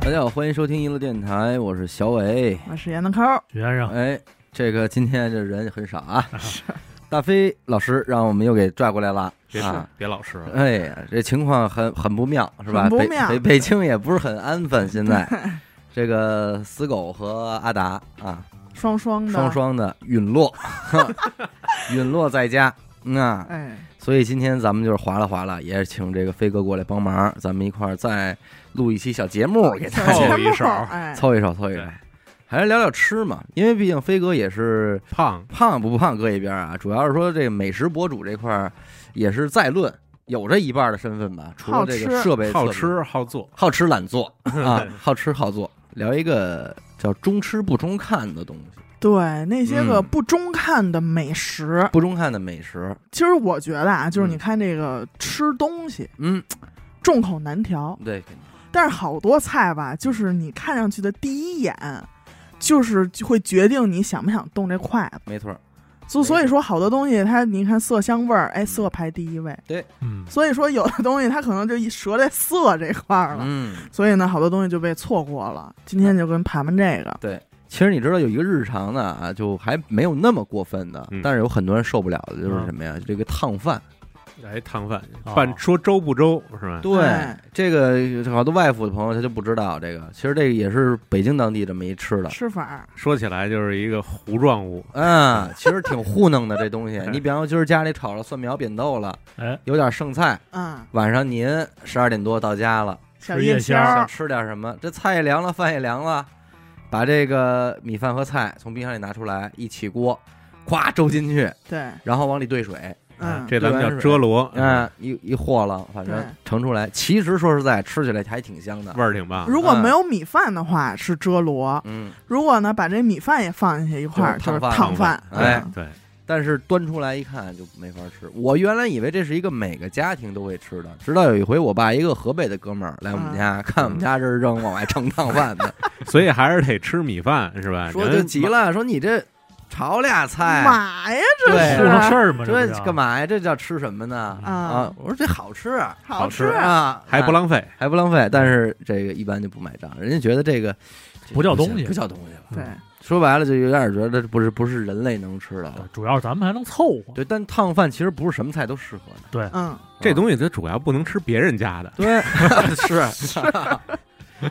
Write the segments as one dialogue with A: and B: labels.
A: 大家好，欢迎收听娱乐电台，我是小伟。
B: 我是闫德抠，
C: 许先
B: 啊
C: 生，
A: 哎，这个今天这人很少啊， 大飞老师让我们又给拽过来了
C: 别
A: 啊。
C: 别老师了，
A: 哎呀，这情况很很不妙，是吧？
B: 很不
A: 北
B: 妙
A: 北北京也不是很安分，现 在这个死狗和阿达啊，
B: 双双的，啊
A: 双，双的陨落， 陨落在家。嗯啊，
B: 哎，
A: 所以今天咱们就是划拉划拉，也请这个飞哥过来帮忙，咱们一块儿再录一期小节目给大
C: 凑
A: 家
C: 一手
B: 哎，
A: 凑一手，凑一手
C: 对，
A: 还是聊聊吃嘛，因为毕竟飞哥也是
C: 胖
A: 胖不胖搁一边儿啊，主要是说这个美食博主这块儿也是在论，有这一半的身份吧，除了这个
B: 好吃
A: 设备
C: 好
A: 测评
C: 吃好做，
A: 好吃懒做 啊，好吃好做，聊一个叫中吃不中看的东西，
B: 对那些个
A: 嗯
B: 不中看的美食，
A: 不中看的美食，
B: 其实我觉得啊，就是
A: 嗯
B: 你看这个吃东西
A: 嗯，
B: 众口难调，
A: 对，肯定
B: 但是好多菜吧，就是你看上去的第一眼，就是会决定你想不想动这筷子。
A: 没错儿，
B: 所所以说，好多东西它，你看色香味儿，
A: 嗯
B: 哎，色排第一位。
C: 嗯，
B: 所以说，有的东西它可能就一折在色这块儿了，
A: 嗯，
B: 所以呢，好多东西就被错过了。今天就跟盘盘这个，
A: 对。其实你知道有一个日常的啊，就还没有那么过分的，
C: 嗯
A: 但是有很多人受不了的就是
C: 嗯
A: 什么呀？这个烫饭。
C: 来烫饭，
D: 哦
C: 饭说粥不粥是吧？
A: 对
B: 哎，
A: 这个好多外府的朋友他就不知道这个，其实这个也是北京当地这么一吃的。
B: 吃法儿，
C: 说起来就是一个糊状物，。
A: 嗯，其实挺糊弄的这东西你比方说今儿家里炒了蒜苗扁豆了，
D: 哎，
A: 有点剩菜，
B: 嗯，
A: 晚上您十二点多到家了，
B: 小
D: 吃
B: 夜
D: 夜
B: 宵
D: 宵
B: 儿
A: 想，吃点什么？这菜也凉了，饭也凉了，把这个米饭和菜从冰箱里拿出来，一起锅，咵粥进去，
B: 对，
A: 然后往里兑水，
B: 嗯，
C: 啊这咱们叫遮罗，
A: 嗯，一一和了，反正
B: 对
A: 盛出来。其实说实在，吃起来还挺香的。
C: 味儿挺棒。
B: 如果没有米饭的话是遮罗，
A: 嗯，
B: 如果呢把这米饭也放进去一块儿，
A: 就
B: 就是
A: 烫
B: 是烫
A: 饭
B: 饭。
A: 哎
B: 嗯，
C: 对，
A: 但是端出来一看就没法吃。我原来以为这是一个每个家庭都会吃的，直到有一回我爸一个河北的哥们儿来我们家，看我们家这儿正往外盛烫饭呢，
C: 所以还是得吃米饭是吧？
A: 说
C: 人
A: 就急了，说你这炒俩菜，
B: 嘛呀，
A: 对
B: 这
D: 是
B: 是
D: 个事儿吗？
A: 这
D: 不叫
A: 干？嘛呀？这叫吃什么呢？
B: 啊
A: 啊，我说这好吃，
B: 好
C: 好吃
A: 啊，
C: 还不浪费，
A: 还不浪费，但是这个一般就不买账，人家觉得这个这
D: 不叫东西
A: 不叫东西了。
B: 对，
A: 说白了就有点觉得这不是不是人类能吃的了。
D: 主要是咱们还能凑合。
A: 啊对，但烫饭其实不是什么菜都适合的。
B: 嗯，
C: 这东西它主要不能吃别人家的，
A: 对， 是啊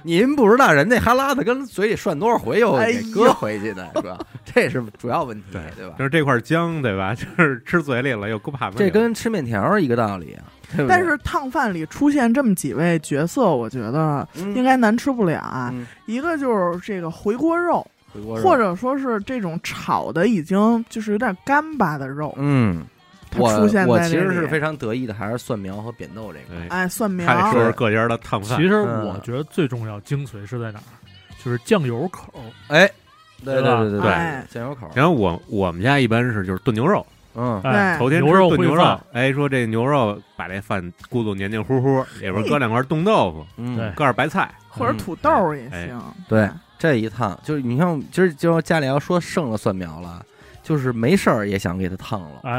A: 您不知道人那哈喇子跟嘴里涮多少回又
B: 哎
A: 给
B: 呦
A: 搁回去的， 是吧？这是主要问题，
C: 对
A: 对吧
C: 就？是这块姜对吧？ 就是吃嘴里了又搁盘子
A: 啊
C: 里
A: 这
C: 了，
A: 跟吃面条一个道理啊。对不对
B: 但是烫饭里出现这么几位角色，我觉得应该难吃不了啊。
A: 嗯
B: 一个就是这个回锅肉，
A: 回锅肉
B: 或者说是这种炒的已经就是有点干巴的肉，
A: 嗯，
B: 它
A: 我
B: 出现
A: 我
B: 在
A: 其
B: 这
A: 实
B: 里
A: 是非常得意的，还是蒜苗和扁豆这个。
C: 对，
B: 哎蒜苗，
C: 看说是各家的烫饭
D: 其，实
A: 嗯
D: 我觉得最重要精髓是在哪儿，就是酱油口儿。
A: 哎，对
D: 对吧
A: 对对对
B: 哎，
A: 酱油口儿，
C: 然后我我们家一般是就是炖牛肉，
A: 嗯，
B: 啊
D: 哎，
C: 头天吃
D: 牛肉
C: 炖
D: 烩
C: 牛肉
D: 饭，
C: 哎，说这牛肉把这饭咕噜黏黏糊糊，里
B: 嗯
C: 边搁两块冻豆腐，
A: 嗯
D: 对
C: 搁点白菜，
B: 或者土豆儿也
C: 哎
B: 行。
A: 对，这一趟就是你像今儿今儿家里要说剩了蒜苗了，就是没事儿也想给它烫了
D: 哎，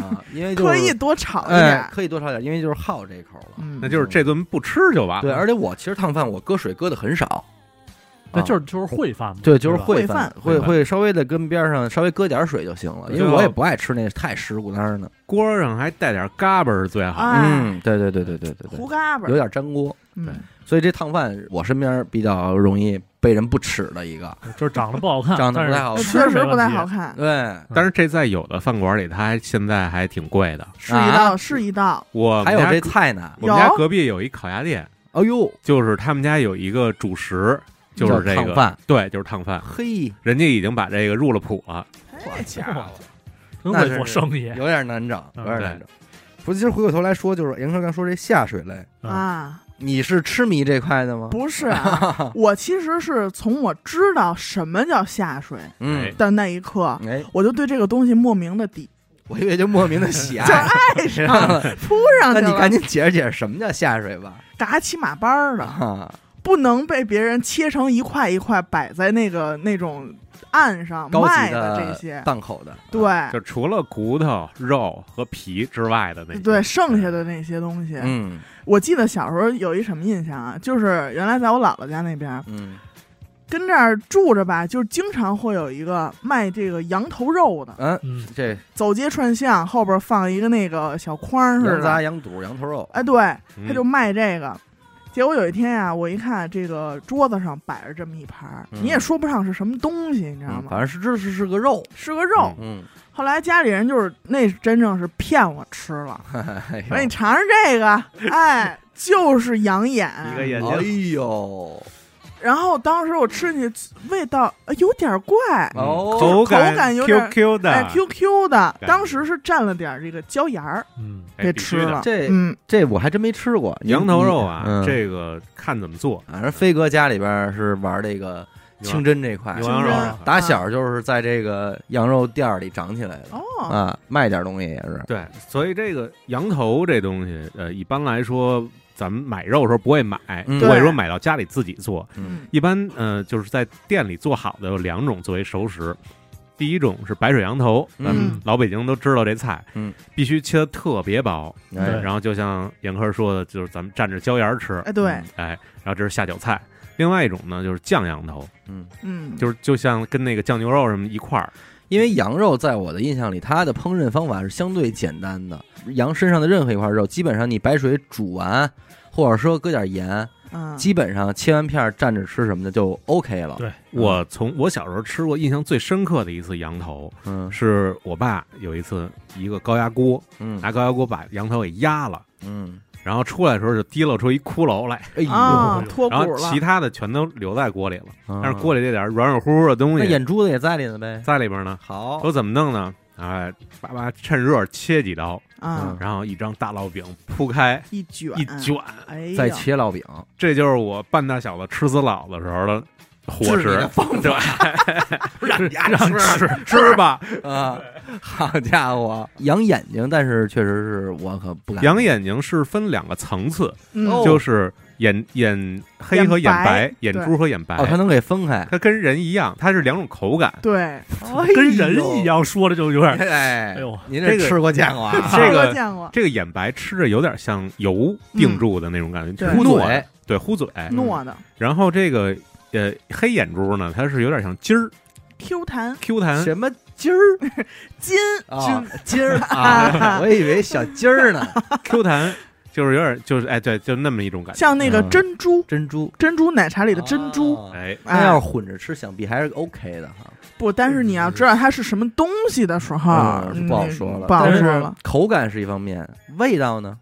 A: 啊，因为就是
B: 可以多炒一
A: 哎
B: 点，，
A: 可以多炒点，因为就是好这口了。
B: 嗯
C: 那，就是这顿不吃就完
A: 对，
C: 了。
A: 而且我其实烫饭我搁水搁的很少，
D: 那
A: 啊
D: 就是就是烩饭嘛。
A: 对，就是
D: 吧
A: 烩
B: 烩饭
A: 会
C: 烩饭
A: 会稍微的跟边上稍微搁点水就行了，因为
C: 对
A: 我也
C: 哦
A: 不爱吃那太湿咕汤的。
C: 锅上还带点嘎巴是最好。
B: 啊
A: 嗯，对对对对对对
B: 胡
A: 对，
B: 嘎巴儿
A: 有，点粘锅，
B: 嗯
C: 对
A: 所以这烫饭我身边比较容易被人不耻的一个。
D: 就是长得不好看，
A: 长得不太
C: 哦
A: 好
D: 但
A: 看
D: 是吃
B: 确
D: 没
B: 实
D: 问
B: 不太
C: 啊
D: 题
B: 好。看，
A: 对，
C: 但是这在有的饭馆里，它还现在还挺贵的。
B: 是
A: 啊
B: 一道是一道，
C: 我
A: 还有
C: 们家
A: 这菜呢。
C: 我们家
B: 有
C: 隔壁有一烤鸭店，
A: 哎呦，
C: 就是他们家有一个主食，就是这
A: 叫烫
C: 个
A: 饭
C: 对，就是烫饭。
A: 嘿，
C: 人家已经把这个入了谱了，
B: 哎
D: 伙，真
A: 那
D: 会
A: 是
D: 做生意。
A: 有点难整，有
D: 嗯
A: 点难整。不是，其实回过头来说，就是严科刚说这下水类，
B: 啊，
A: 你是痴迷这块的吗？
B: 不是
A: 嗯
B: 啊，我其实是从我知道什么叫下水
A: 嗯，
B: 的那一刻，
A: 哎，
B: 我就对这个东西莫名的抵
A: 我以为就莫名的喜
B: 就
A: 爱。
B: 爱上了，扑 上
A: 那
B: 去
A: 你
B: 了
A: 赶，紧解释解释什么叫下水吧。
B: 打起马班儿的，
A: 啊，
B: 不能被别人切成一块一块摆在那个那种岸上
A: 高
B: 卖
A: 级
B: 的这些，
A: 档口的，
B: 对、
C: 就除了骨头、肉和皮之外的那些
B: 对，剩下的那些东西，
A: 嗯
B: 我记得小时候有一什么印象啊，就是原来在我姥姥家那边
A: 嗯
B: 跟这儿住着吧，就是经常会有一个卖这个羊头肉的，
A: 嗯，
D: 嗯，
A: 这
B: 走街串巷后边放一个那个小筐似
A: 羊杂、
B: 的，
A: 羊肚、羊头肉，
B: 啊哎，对，
C: 嗯
B: 他就卖这个。结果有一天呀、我一看这个桌子上摆着这么一盘儿，
A: 嗯
B: 你也说不上是什么东西，你知道
A: 嗯
B: 吗？
A: 反正是这是是个肉，
B: 是个肉。
A: 嗯，
B: 后来家里人就是那真正是骗我吃 了，
A: 哎呦
B: 说你尝尝这个，哎，就是养眼。
C: 一个眼睛
A: 哎呦，
B: 然后当时我吃进去，味道、呃有点怪，
C: 嗯
A: 哦
C: 口
B: 口感有点
C: Q Q 的，
B: 哎，Q Q 的。
C: 觉
B: 当时是蘸了点这个椒盐儿，
D: 嗯，
C: 哎
B: 给
C: 必
B: 吃
C: 须的
B: 了。
A: 这
B: 嗯，
A: 这我还真没吃过
C: 羊头肉啊，
A: 嗯
C: 这个看怎么做。
A: 反正飞哥家里边是玩这个清真这块
C: 牛，羊肉
B: 清
C: 啊
B: 真，
A: 打小就是在这个羊肉店儿里长起来的
B: 哦，
A: 啊，卖点东西也是，
C: 对，所以这个羊头这东西，呃，一般来说，咱们买肉的时候不会买，
A: 嗯
C: 不会
B: 对
C: 说买到家里自己做。
A: 嗯，
C: 一般，呃，就是在店里做好的有两种作为熟食，第一种是白水羊头，
A: 嗯
C: 咱们老北京都知道这菜，
A: 嗯，
C: 必须切的特别薄，
B: 嗯
A: 哎
D: 对
C: 然后就像严科说的，就是咱们蘸着椒盐吃，
B: 哎，对，
C: 哎，然后这是下酒菜。另外一种呢，就是酱羊头，
A: 嗯，
B: 嗯，
C: 就是就像跟那个酱牛肉什么一块儿，
A: 因为羊肉在我的印象里，它的烹饪方法是相对简单的，羊身上的任何一块肉，基本上你白水煮完，或者说搁点盐，
B: 嗯，
A: 基本上切完片儿蘸着吃什么的就 OK 了。
D: 对
C: 我从我小时候吃过印象最深刻的一次羊头，
A: 嗯
C: 是我爸有一次一个高压锅
A: 嗯
C: 拿高压锅把羊头给压了，
A: 嗯，
C: 然后出来的时候就滴漏出一骷髅来，
A: 哎呦，
B: 啊，脱骨
C: 然后
B: 了，
C: 其他的全都留在锅里了，但是
A: 啊
C: 锅里这点软软乎乎的东
A: 那
C: 西
A: 眼珠子也在里呢呗。
C: 在里边呢，
A: 好，
C: 都怎么弄呢？啊，叭叭趁热切几刀，
B: 啊
A: 嗯，
C: 然后一张大烙饼铺开
B: 一卷
C: 一卷，
B: 哎呀，
A: 再切烙饼，
C: 这就是我半大小子吃死老的时候的伙
A: 治你的
C: 食，对，
A: 让
C: 让吃吃吧，
A: 啊！好家伙，养眼睛，但是确实是我可不敢
C: 羊眼睛是分两个层次，
B: 嗯
A: 哦
C: 就是眼眼黑和眼白，眼珠和眼白
A: 哦，，它能给分开，
C: 它跟人一样，它是两种口感。
B: 对，
A: 哎
D: 跟人一
A: 样。
D: 样说的就有点儿，
A: 哎
D: 哎呦，
A: 您
C: 这个
A: 吃过见过 啊？
C: 这个
B: 我见过
C: 这个眼白吃着有点像油定住的那种感觉，
B: 对
C: 糊
A: 糊
C: 嘴，
A: 嘴，
C: 对，糊嘴。
B: 糯的
C: 然后这个呃黑眼珠呢，它是有点像筋儿
B: Q 弹
C: Q 弹，
A: 什么筋儿
B: 筋，
A: 啊？筋儿啊！ 我以为小筋儿呢，
C: Q 弹就是有点就是哎对，就那么一种感觉。
B: 像那个
A: 嗯
B: 珍珠
A: 珍珠
B: 珍珠奶茶里的珍珠，
A: 啊
C: 啊哎，
A: 那要
B: 哎，
A: 是混着吃，想必还是 OK 的哈。
B: 不，但是你要知道它是什么东西的时候，
A: 嗯
B: 嗯
A: 不好说了，
B: 不好
A: 但
B: 说
A: 是
B: 了，
A: 口感是一方面，味道 呢？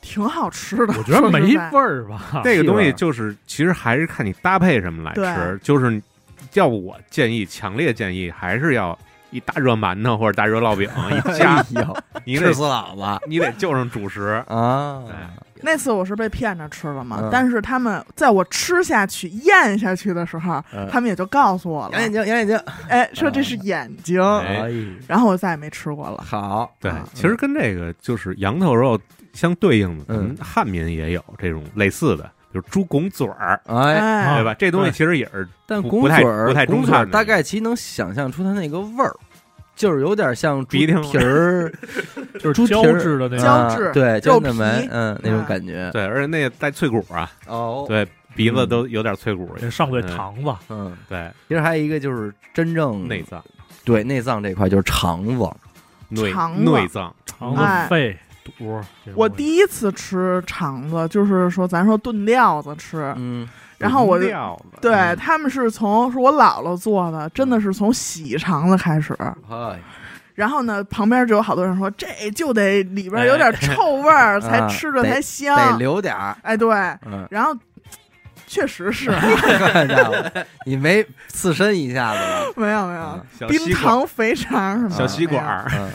B: 挺好吃的。
D: 我觉得
B: 说实
D: 没
B: 在
D: 味儿吧？
C: 那个东
A: 是
C: 西
A: 吧
C: 就是其实还是看你搭配什么来吃
B: 对，
C: 就是要不我建议，强烈建议还是要一大热馒头或者大热 烙饼一夹
A: 哎，呦，
C: 你得
A: 吃死老子
C: 你得就上主食。
A: 啊！
B: 那次我是被骗着吃了嘛，
A: 嗯
B: 但是他们在我吃下去、咽下去的时候，
A: 嗯
C: 哎
B: 他们也就告诉我了
A: 养，眼睛，养眼睛，
B: 哎，说这是眼睛，
C: 哎
A: 哎，
B: 然后我再也没吃过了。
A: 好，
C: 对
A: 啊，
C: 其实跟这个就是羊头肉相对应的，
A: 嗯
C: 咱们汉民也有这种类似的，比如猪拱嘴儿，
A: 哎，
B: 哎，
C: 啊对吧？这东西
D: 对
C: 其实也是
A: 但
C: 不
A: 拱
C: 不
A: 嘴
C: 太
A: 儿，
C: 不太中
A: 拱嘴
C: 看
A: 儿，
C: 的
A: 大概其实能想象出它那个味儿，就是有点像猪
C: 鼻涕味儿
A: 蹄儿，
D: 就
A: 猪蹄
D: 是胶
A: 儿
D: 质的那
B: 胶
D: 种，
A: 啊
B: 质
A: 对，
B: 肉
A: 真的没
B: 皮，
A: 嗯，那种
B: 啊
A: 感觉。
C: 对，而且那个带脆骨啊，
A: 哦，，
C: 对，鼻子都有点脆骨，
D: 得上嘴糖吧，
A: 嗯，
C: 对，
A: 其实还有一个就是真正
C: 内脏、
A: 对内脏这块就是肠子，
C: 内
B: 肠子
C: 内脏，
D: 肠
B: 哎
D: 子、肺、肚儿。这种
B: 我
D: 东西
B: 第一次吃肠子，就是说咱说炖料子吃，
A: 嗯，
B: 然后我就
C: 料子
B: 对
A: 嗯
B: 他们是从是我姥姥做的，真的是从洗肠子开始。
A: 嗨，
B: 然后呢，旁边就有好多人说，这就得里边 有点臭味儿、才
A: 哎啊
B: 吃着才香。
A: 得留点 儿，
B: 哎，对，，
A: 嗯
B: 然后确 实是
A: 好家伙你没刺身一下子吧？
B: 没有没有
C: 小
B: 冰
C: 吸管儿
B: 糖肥肠什么的
C: 小吸管
B: 没有
C: 儿，
A: 嗯，
B: 哎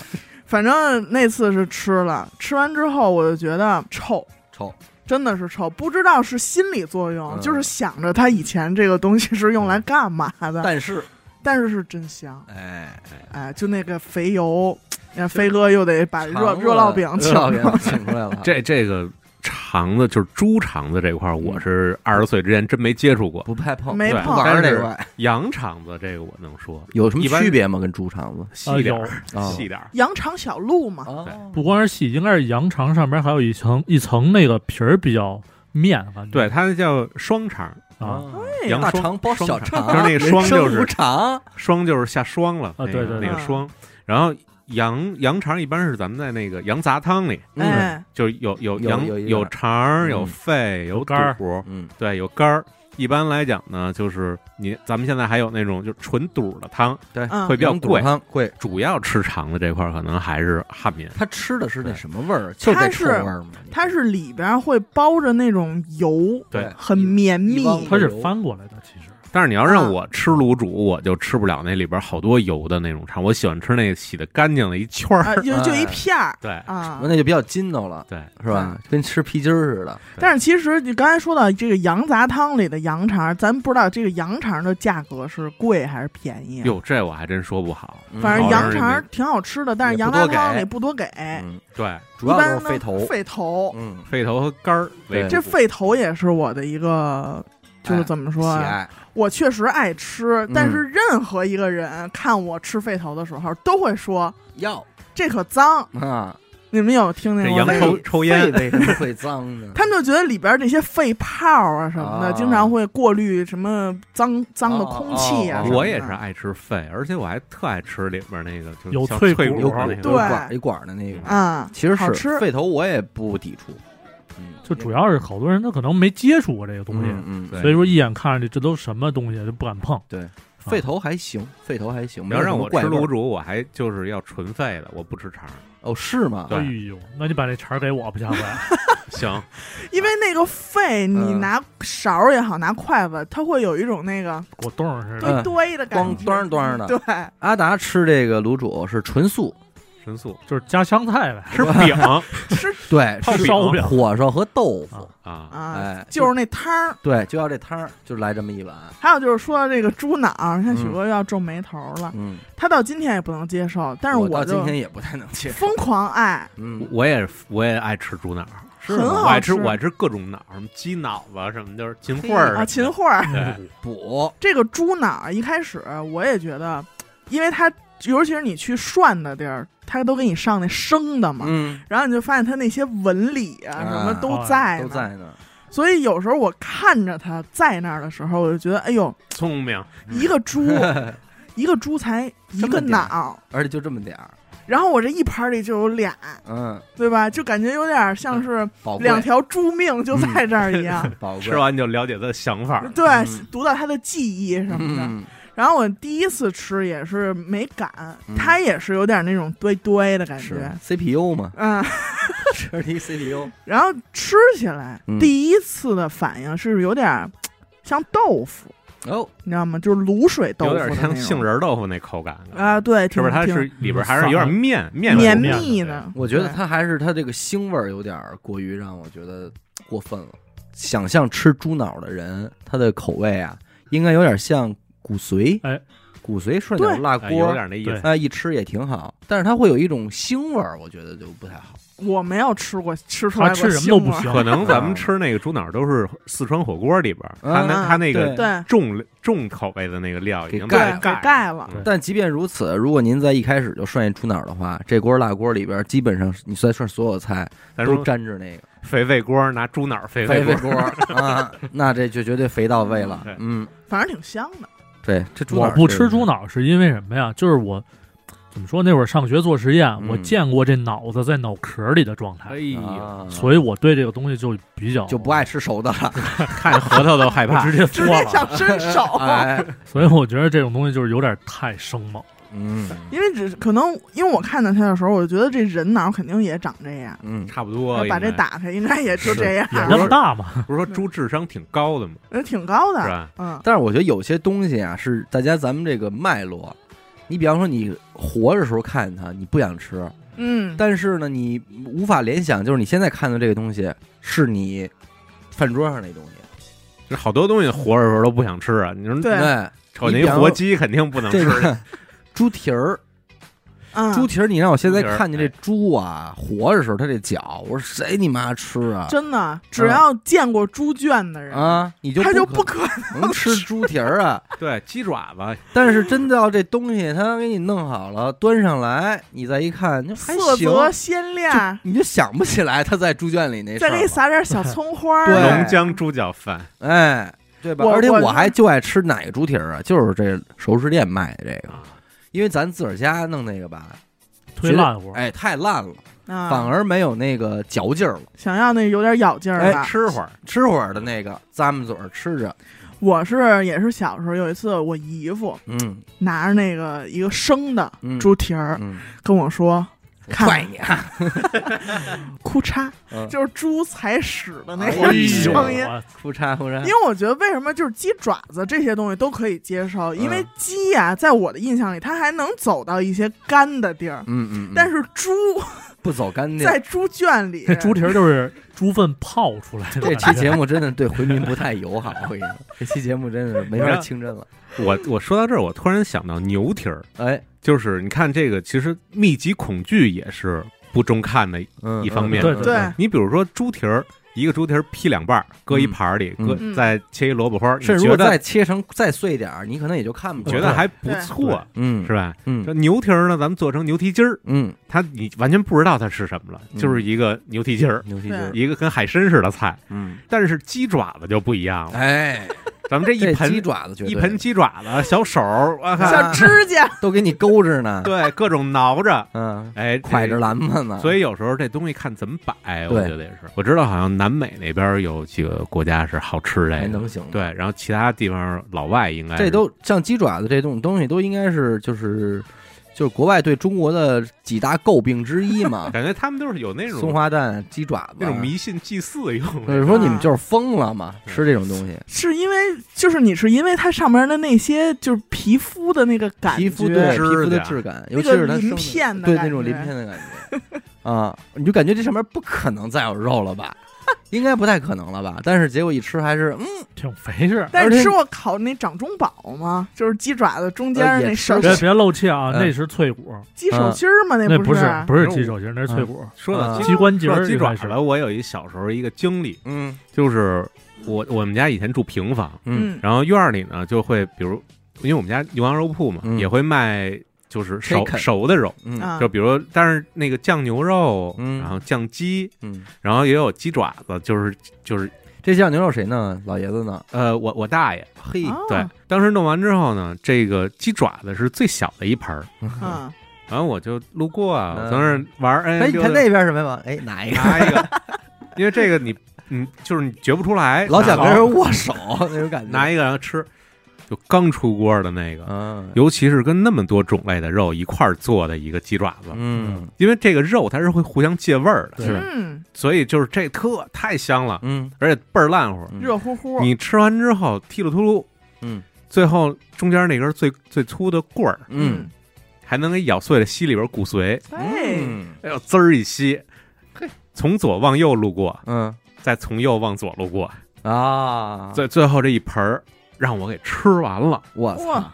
B: 反正那次是吃了，吃完之后我就觉得臭。
A: 臭，
B: 真的是臭，不知道是心理作用，
A: 嗯
B: 就是想着它以前这个东西是用来干嘛的，
A: 但是
B: 但是是真香，
A: 哎，
B: 哎，就那个肥啊油，那飞哥又得把热
A: 肠子
B: 热烙饼
A: 热
B: 请
A: 烙饼请出来了，
C: 这这个肠子，就是猪肠子这块儿，
A: 嗯
C: 我是二十岁之前真没接触过。
A: 不太碰，
B: 没
C: 对
A: 不
B: 碰
A: 玩
C: 但
A: 这
C: 是
A: 块，
C: 羊肠子这个我能说
A: 有什么
C: 一般
A: 区别吗？跟猪肠子
C: 细点儿，
A: 有啊
C: 细点儿。
B: 羊肠小路嘛，
A: 哦
C: 对
D: 不光是细，应该是羊肠上边还有一层一层那个皮儿比较面，感觉
C: 对，它叫双肠，
A: 嗯
D: 啊，
B: 哎
C: 羊
A: 大
C: 双
A: 肠包小
C: 双
A: 肠，
C: 就是那个双
A: 人生嗯
C: 就是
A: 无常，
C: 双就是下霜了，
D: 啊
C: 那
D: 对
C: 个
D: 对
C: 那个
B: 对
C: 霜。然后羊羊肠一般是咱们在那个羊杂汤里，
A: 嗯
B: 哎，
C: 就有有
A: 有
C: 羊
A: 有一点
C: 有肠儿、有
A: 嗯
C: 肺、有
D: 有肝儿
C: 肚，
A: 嗯
C: 对，有肝儿。一般来讲呢，就是你咱们现在还有那种就纯肚的汤，
A: 对，
B: 嗯，
C: 会比较
A: 羊肚
C: 贵
A: 汤贵。
C: 主要吃肠子这块儿可能还是汉民。
A: 它吃的是那
C: 对
A: 什么味儿？就是那
B: 它
A: 臭
B: 是
A: 味儿吗？
B: 它是里边会包着那种油，
C: 对
B: 很绵密
A: 一汪
D: 它是翻过来的，其实
C: 但是你要让我吃卤煮，我就吃不了那里边好多油的那种肠，我喜欢吃那个洗的干净的一圈儿。
B: 啊， 就
A: 哎
B: 就一片儿
C: 对，
B: 啊。嗯
A: 那就比较筋道了，
C: 对，
A: 是吧？跟吃皮筋儿似的。嗯
B: 但是其实你刚才说到这个羊杂汤里的羊肠，咱不知道这个羊肠的价格是贵还是便宜。啊
C: 哟，这我还真说不好。
A: 嗯
B: 反正
C: 好
B: 羊
C: 让人
B: 肠
C: 没
B: 挺好吃的，但是
A: 也
B: 羊
A: 不多
B: 杂汤
A: 给
B: 里不多给，
A: 嗯，
C: 对，
A: 主要都
B: 一般
A: 是
B: 呢
A: 费头，
B: 费头，
A: 嗯，
C: 肺头和肝儿为
A: 对哎
C: 主
B: 这肺头也是我的一个，就是怎么说
A: 喜
B: 啊？
A: 爱，
B: 我确实爱吃
A: 嗯，
B: 但是任何一个人看我吃肺头的时候，都会说
A: 要
B: 这可脏。
A: 啊，
B: 你们有听
C: 这
B: 见过
C: 羊
B: 吗？
C: 抽抽烟
A: 肺，为什么会脏 呢？
B: 他们就觉得里边这些肺泡啊什么
A: 啊
B: 的，经常会过滤什么脏脏的空气
A: 哦
B: 啊
A: 哦哦
B: 什么的。
C: 我也是爱吃肺，而且我还特爱吃里边那个就是
D: 有
C: 像脆
D: 脆
C: 骨
D: 骨
A: 有
C: 那
A: 管
C: 个
A: 有
B: 对
A: 管儿一管儿的那个，
B: 啊，
A: 其实
B: 好
A: 是
B: 吃
A: 肺头，我也不抵触，嗯，
D: 就主要是好多人他可能没接触过这个东西，
A: 嗯嗯
C: 对
A: 嗯，
C: 啊
D: 所以说一眼看上去这都什么东西就不敢碰。
A: 肺头还行，肺头还行，
C: 你
A: 没
C: 要
A: 有什
C: 让
A: 么
C: 我吃
A: 怪味儿
C: 卤煮，我还就是要纯肺的，我不吃肠。
A: 哦，是吗？
C: 对
D: 哎呦，那你把这茬儿给我吧，下回
C: 行，
B: 因为那个肺，你
A: 嗯
B: 拿勺儿也好，拿筷子，它会有一种那个
D: 果冻儿似的。
A: 嗯
B: 堆堆的感
A: 光
B: 觉，
A: 端端的
B: 对，
A: 阿达吃这个卤煮是纯素，
C: 神速
D: 就是加香菜呗，
C: 吃饼
B: 吃
A: 对，
C: 泡
A: 是
C: 饼
D: 烧饼
A: 火烧和豆腐
C: 啊，
D: 啊，
B: 啊，
A: 哎，
B: 就是那汤儿。
A: 对，就要这汤儿，就来这么一碗，
B: 还有就是说到这个猪脑儿，你看
A: 嗯
B: 许哥要皱眉头了，
A: 嗯，
B: 他到今天也不能接受，但是
A: 我到
B: 我
A: 今
B: 就
A: 天也不太能接受，
B: 疯狂爱，
A: 嗯，
C: 我也我也爱吃猪脑儿，
A: 是
B: 很
A: 吗
B: 好
C: 我爱
B: 吃
C: 吃我爱吃各种脑儿，什么鸡脑子，什么就是秦桧儿
B: 啊，秦桧儿
C: 对
A: 补，
B: 这个猪脑儿一开始我也觉得，因为它尤其是你去涮的地儿，它都给你上那生的嘛。
A: 嗯，
B: 然后你就发现它那些纹理啊
A: 啊
B: 什么都
D: 哦
B: 在、
A: 都。在呢，
B: 所以有时候我看着它在那儿的时候，我就觉得，哎呦，
C: 聪明，
B: 一个 猪，一个猪才一
A: 嗯这么
B: 个
A: 点儿
B: 脑儿，
A: 而且就这么点儿，
B: 然后我这一盘里就有俩，
A: 嗯，
B: 对吧？就感觉有点像是
A: 宝贵，嗯
B: 两条猪命就在这儿一 样。
A: 宝贵，
C: 吃完就了解他的想法儿。
B: 对
A: 嗯，
B: 读到他的记忆什么的。
A: 嗯，
B: 然后我第一次吃也是没敢
A: 嗯，
B: 它也是有点那种堆堆的嗯感
A: 是
B: 觉，
A: CPU 嘛，
B: 嗯。
A: 吃一 CPU，
B: 然后吃起来
A: 嗯
B: 第一次的反应是有点儿像豆腐，
A: 哦，
B: 你知道吗？就是卤水豆
C: 有
B: 腐的
C: 点
B: 那
C: 像
B: 种
C: 杏仁豆腐那口感，
B: 啊，对，
C: 是
B: 挺
C: 不是？它
B: 挺
C: 是里边还是有点面面为
B: 绵
C: 主
B: 密
C: 的
B: 的。
A: 我觉得
B: 对
A: 它还是它这个腥味儿有点儿过于让我觉得过分了。想象吃猪脑的人，他的口味啊，应该有点像骨髓，
D: 哎，
A: 骨髓涮牛肉辣
C: 哎有
A: 锅，
C: 点那意思
D: 对。
A: 哎，一吃也挺好，但是它会有一种腥味儿，我觉得就不太好。
B: 我没有吃过吃出来
D: 他
B: 过
D: 吃什么
B: 腥
D: 都不
B: 味儿
D: 行，
C: 可能咱们吃那个猪脑都是四川火锅里边儿，它那
B: 嗯
C: 它那个
A: 对
B: 对，
C: 重重口味的那个料已经
A: 给盖
C: 把
B: 对，
C: 它
B: 给
C: 盖了。
B: 盖了。
C: 嗯
A: 但即便如此，如果您在一开始就涮一猪脑的话，这锅辣锅里边基本上你再涮所有菜
C: 咱
A: 都
C: 说
A: 沾着那个
C: 肥肥锅拿猪脑肥
A: 肥
C: 锅
A: 肥，锅啊，那这就绝对肥到位了
C: 对。
A: 嗯，
B: 反正挺香的。
A: 对，这猪脑
D: 我
A: 是
D: 不吃猪，脑是因为什么呀？就是我怎么说那会儿上学做实验，
A: 嗯
D: 我见过这脑子在脑壳里的状
C: 哎
D: 态，
C: 呦，
A: 啊
D: 所以我对这个东西就比较
A: 就不爱吃熟的了。
C: 看核桃都害
D: 我
C: 怕
D: 直。接
B: 直
D: 脱
B: 接
D: 了。
B: 想伸手，
A: 哎，
D: 所以我觉得这种东西就是有点太生猛。
A: 嗯
B: 因为只可能因为我看到他的时候，我就觉得这人脑肯定也长这样，
A: 嗯，
C: 差不多，
B: 把
C: 应
B: 这
C: 该
B: 打开应该也就是这样，
D: 也那么大嘛，
C: 不是说
A: 嗯
C: 猪智商挺高的吗？
B: 呃挺高
A: 啊
C: 是
B: 的，
C: 吧？
B: 嗯，
A: 但是我觉得有些东西啊，是大家咱们这个脉络。你比方说，你活着时候看它，你不想吃，
B: 嗯，
A: 但是呢，你无法联想，就是你现在看的这个东西是你饭桌上那东西。
C: 这好多东西活着时候都不想吃啊。你说
B: 对
A: 哎，
C: 瞅那一活鸡肯定不能
A: 这
C: 吃，
A: 个猪蹄儿，
B: 嗯，
A: 猪蹄儿，你让我现在
C: 猪蹄儿
A: 看见这
C: 哎
A: 猪啊，活着时候它这脚，我说谁你妈吃啊？
B: 真的，只要见过猪圈的人，
A: 啊，你就
B: 他就不
A: 不
B: 可
A: 可能吃猪蹄儿啊！
C: 对，鸡爪子，
A: 但是真到这东西，他给你弄好了，端上来，你再一看，就还
B: 色
A: 行，
B: 泽鲜亮，
A: 你就想不起来他在猪圈里那事
B: 再给
A: 儿
B: 你
A: 了。
B: 撒点小葱花儿，啊
A: 对
C: 龙江猪脚饭，
A: 哎，对吧？
B: 我
A: 而且
B: 我
A: 我还就爱吃哪个猪蹄儿啊，就是这熟食店卖的这
C: 啊
A: 个，因为咱自个儿家弄那个吧，
D: 推烂活，
A: 哎，太烂了，
B: 啊，
A: 反而哎没有那个嚼劲儿了。
B: 想要那有点咬劲儿的。
C: 哎吃会儿，
A: 吃会儿的那个，咂巴嘴儿吃着，
B: 我是也是小时候有一次，我姨夫
A: 嗯
B: 拿着那个一个生的
A: 嗯，
B: 猪蹄儿
A: 嗯，
B: 跟我说，看
A: 踹 你啊！
B: 哭嚓，
A: 嗯
B: 就是猪踩屎的那
A: 哎
B: 个
A: 呦
B: 声音。
D: 我
A: 胡叉胡叉
B: 因，为我觉得为什么就是鸡爪子这些东西都可以接受，因为
A: 嗯
B: 鸡呀、在我的印象里，它还能走到一些干的地儿，
A: 嗯嗯，
B: 但
A: 是
B: 是猪
A: 不走干净。
B: 在猪圈里，
D: 这猪蹄儿就是猪粪泡出来的。
A: 这期节目真的对回民不太友好，我跟你说，这期节目真的没法清真了。
C: 我我说到这儿，我突然想到牛蹄儿，
A: 哎，
C: 就是你看这个，其实密集恐惧也是不中看的。
A: 嗯，
C: 一方面
A: 嗯嗯
B: 对
A: 嗯
C: 你比如说猪蹄儿，一个猪蹄儿劈两半儿，搁一
A: 嗯
C: 盘儿里，
A: 嗯
C: 搁
B: 嗯
C: 再切一萝卜花儿，你
A: 甚至如
C: 觉
A: 果
C: 得
A: 再切成再碎点儿，你可能也就看不
C: 觉
A: 出
C: 得
A: 来。
C: 还不
B: 对
C: 错，
A: 嗯，
C: 是吧？这
A: 嗯
C: 牛蹄儿呢，咱们做成牛蹄筋儿，
A: 嗯，
C: 它你完全不知道它是什么了，
A: 嗯
C: 就是一个牛蹄筋儿，
A: 牛蹄筋儿，
C: 一个跟海参似的菜。
A: 嗯，
C: 但是鸡爪子就不一样了，
A: 哎，
C: 咱们这
A: 这鸡
C: 一盆
A: 爪子绝对
C: 一盆鸡爪子，小手儿，我看，
B: 小指甲，
A: 都给你勾着呢，
C: 对，各种挠着，
A: 嗯，
C: 哎，这
A: 挎着篮子呢，
C: 所
A: 以
C: 以有时候这东西看怎么摆，我
A: 对
C: 觉得也是。我知道好像南美那边有几个国家是好吃
A: 还
C: 这个，
A: 能行吗。
C: 对，然后其他地方老外应该。
A: 这都像鸡爪子这种东西，都应该是就是就是国外对中国的几大诟病之一嘛
C: 感觉他们都是有那
A: 松
C: 哎种
A: 花蛋、鸡爪子，
C: 那种迷信啊祭祀用
A: 对，
C: 的，
A: 说你们就是疯了嘛，吃这种东西，
B: 是因为就是你是因为它上面的那些就是皮肤的那个感觉，
A: 皮肤对皮
C: 觉
A: 肤的
C: 的
A: 质感，尤
B: 那
A: 其
B: 个
A: 是它生
B: 鳞
A: 的
B: 片的
A: 对
B: 感
A: 那种
B: 觉
A: 鳞片的感觉啊，你就感觉这上面不可能再有肉了吧？应该不太可能了吧？但是结果一吃还是，嗯，
D: 挺肥是。
B: 但
A: 而且
B: 是吃过烤那掌中宝吗？就是鸡爪子中间
A: 呃
B: 儿
A: 也嗯
B: 那
A: 吃
B: 手
A: 过
D: 别别漏气啊，
A: 嗯
D: 那是脆骨，
B: 鸡手筋儿吗？
D: 那
B: 不
D: 不
B: 是啊
D: 是不是
C: 不是
D: 鸡手筋，那是脆骨。
C: 说到
A: 啊
C: 鸡
D: 鸡关节
C: 说
D: 儿
C: 到鸡爪
D: 应该
C: 子，
D: 是
C: 我有一小时候一个经历，
A: 嗯
C: 就是我我们家以前住平房，
A: 嗯，
B: 嗯，
C: 然后院儿里呢就会，比如因为我们家牛羊肉铺嘛，
A: 嗯
C: 也会卖就是熟
A: Chicken
C: 熟的肉，
A: 嗯嗯
B: 啊
C: 就比如但是那个酱牛肉，
A: 嗯
C: 然后酱鸡，
A: 嗯，
C: 然后也有鸡爪子，就是就是
A: 这酱牛肉谁呢？老爷子呢？
C: 呃我我大爷
A: 嘿，
B: 啊
C: 对，当时弄完之后呢，这个鸡爪子是最小的一盆儿，
B: 嗯，
C: 然后我就路过啊，
A: 嗯
C: 我在那儿玩儿，哎，
A: 哎，你
C: 溜
A: 看
C: 达
A: 那边什么吧？哎，拿一个。
C: 拿一个， 因为这个你嗯就是你觉不出来，
A: 老想
C: 拿
A: 跟人握手 那种感觉。
C: 哎拿一个然后吃，就刚出锅的那个，
A: 嗯
C: 尤其是跟那么多种类的肉一块儿做的一个鸡爪子，
A: 嗯
C: 因为这个肉它是会互相借味儿的，
D: 对
B: 嗯，
C: 所以就是这特太香了，
A: 嗯，
C: 而且倍儿烂乎。
A: 嗯
B: 热乎乎，
C: 你吃完之后剔了秃噜，
A: 嗯
C: 最后中间那根最最粗的棍儿
A: 嗯，
C: 还能给咬碎了，吸里边骨髓，
A: 嗯
B: 哎，
C: 哎呦滋儿一吸，嘿，从左往右路过，
A: 嗯
C: 再从右往左路过，
A: 啊，
C: 最最哎后这一盆儿让我给吃完了，
A: 我操
B: 哇！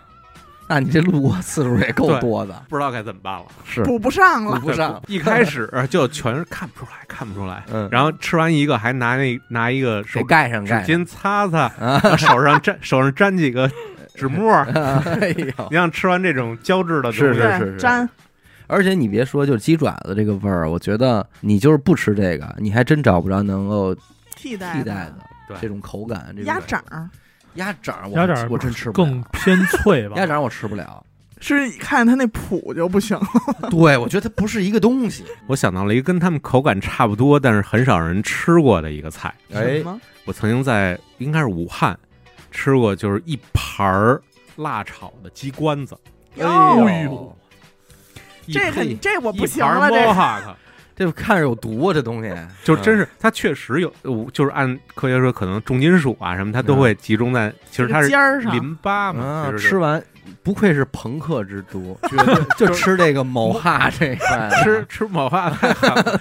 A: 那你这路过次数也够多的，
C: 不知道该怎么办了。
A: 是
B: 补不上
A: 补
B: 了，
A: 不上。
C: 一开始就全是看不出来，看不出来。
A: 嗯，
C: 然后吃完一个，还拿那拿一个手
A: 给盖上
C: 纸
A: 盖上。
C: 巾擦擦，
A: 啊
C: 然后手上沾手上沾几个纸沫儿。
A: 哎呦，
C: 你想吃完这种胶质的东西，
A: 是
B: 对，
A: 是是
B: 粘
A: 而且你别说，就是鸡爪子这个味儿，我觉得你就是不吃这个，你还真找不着能够替
B: 替代
A: 代
B: 的
A: 的
C: 对
A: 这种口感。这种
B: 鸭
A: 感
B: 掌儿
A: 鸭掌，我
D: 鸭掌
A: 我真吃不
D: 更
A: 了。
D: 偏脆吧
A: 鸭。掌我吃不了，
B: 是看它那脯就不行了，
A: 对我觉得它不是一个东西。
C: 我想到了一个跟他们口感差不多，但是很少人吃过的一个菜。
A: 哎
B: 什，么
C: 我曾经在应该是武汉吃过，就是一盘儿辣炒的鸡冠子，
B: 哟
A: 哎呦
C: 呦，
B: 哦
C: 一
B: 这个
A: 配
B: 你这我不
C: 一
B: 行
C: 盘
B: 了，
C: 儿
B: 这
C: mohawk，
A: 这看着有毒啊，这东西
C: 就真是它确实有，呃就是按科学说，可能重金属啊什么，它都会集中在，其实
B: 这
C: 它
B: 个
C: 是
B: 尖儿上，
C: 淋巴嘛，
A: 啊，
C: 其实
A: 嗯吃
C: 是
A: 完不愧是朋克之 都，就吃这个 某哈这块，
C: 吃吃某哈，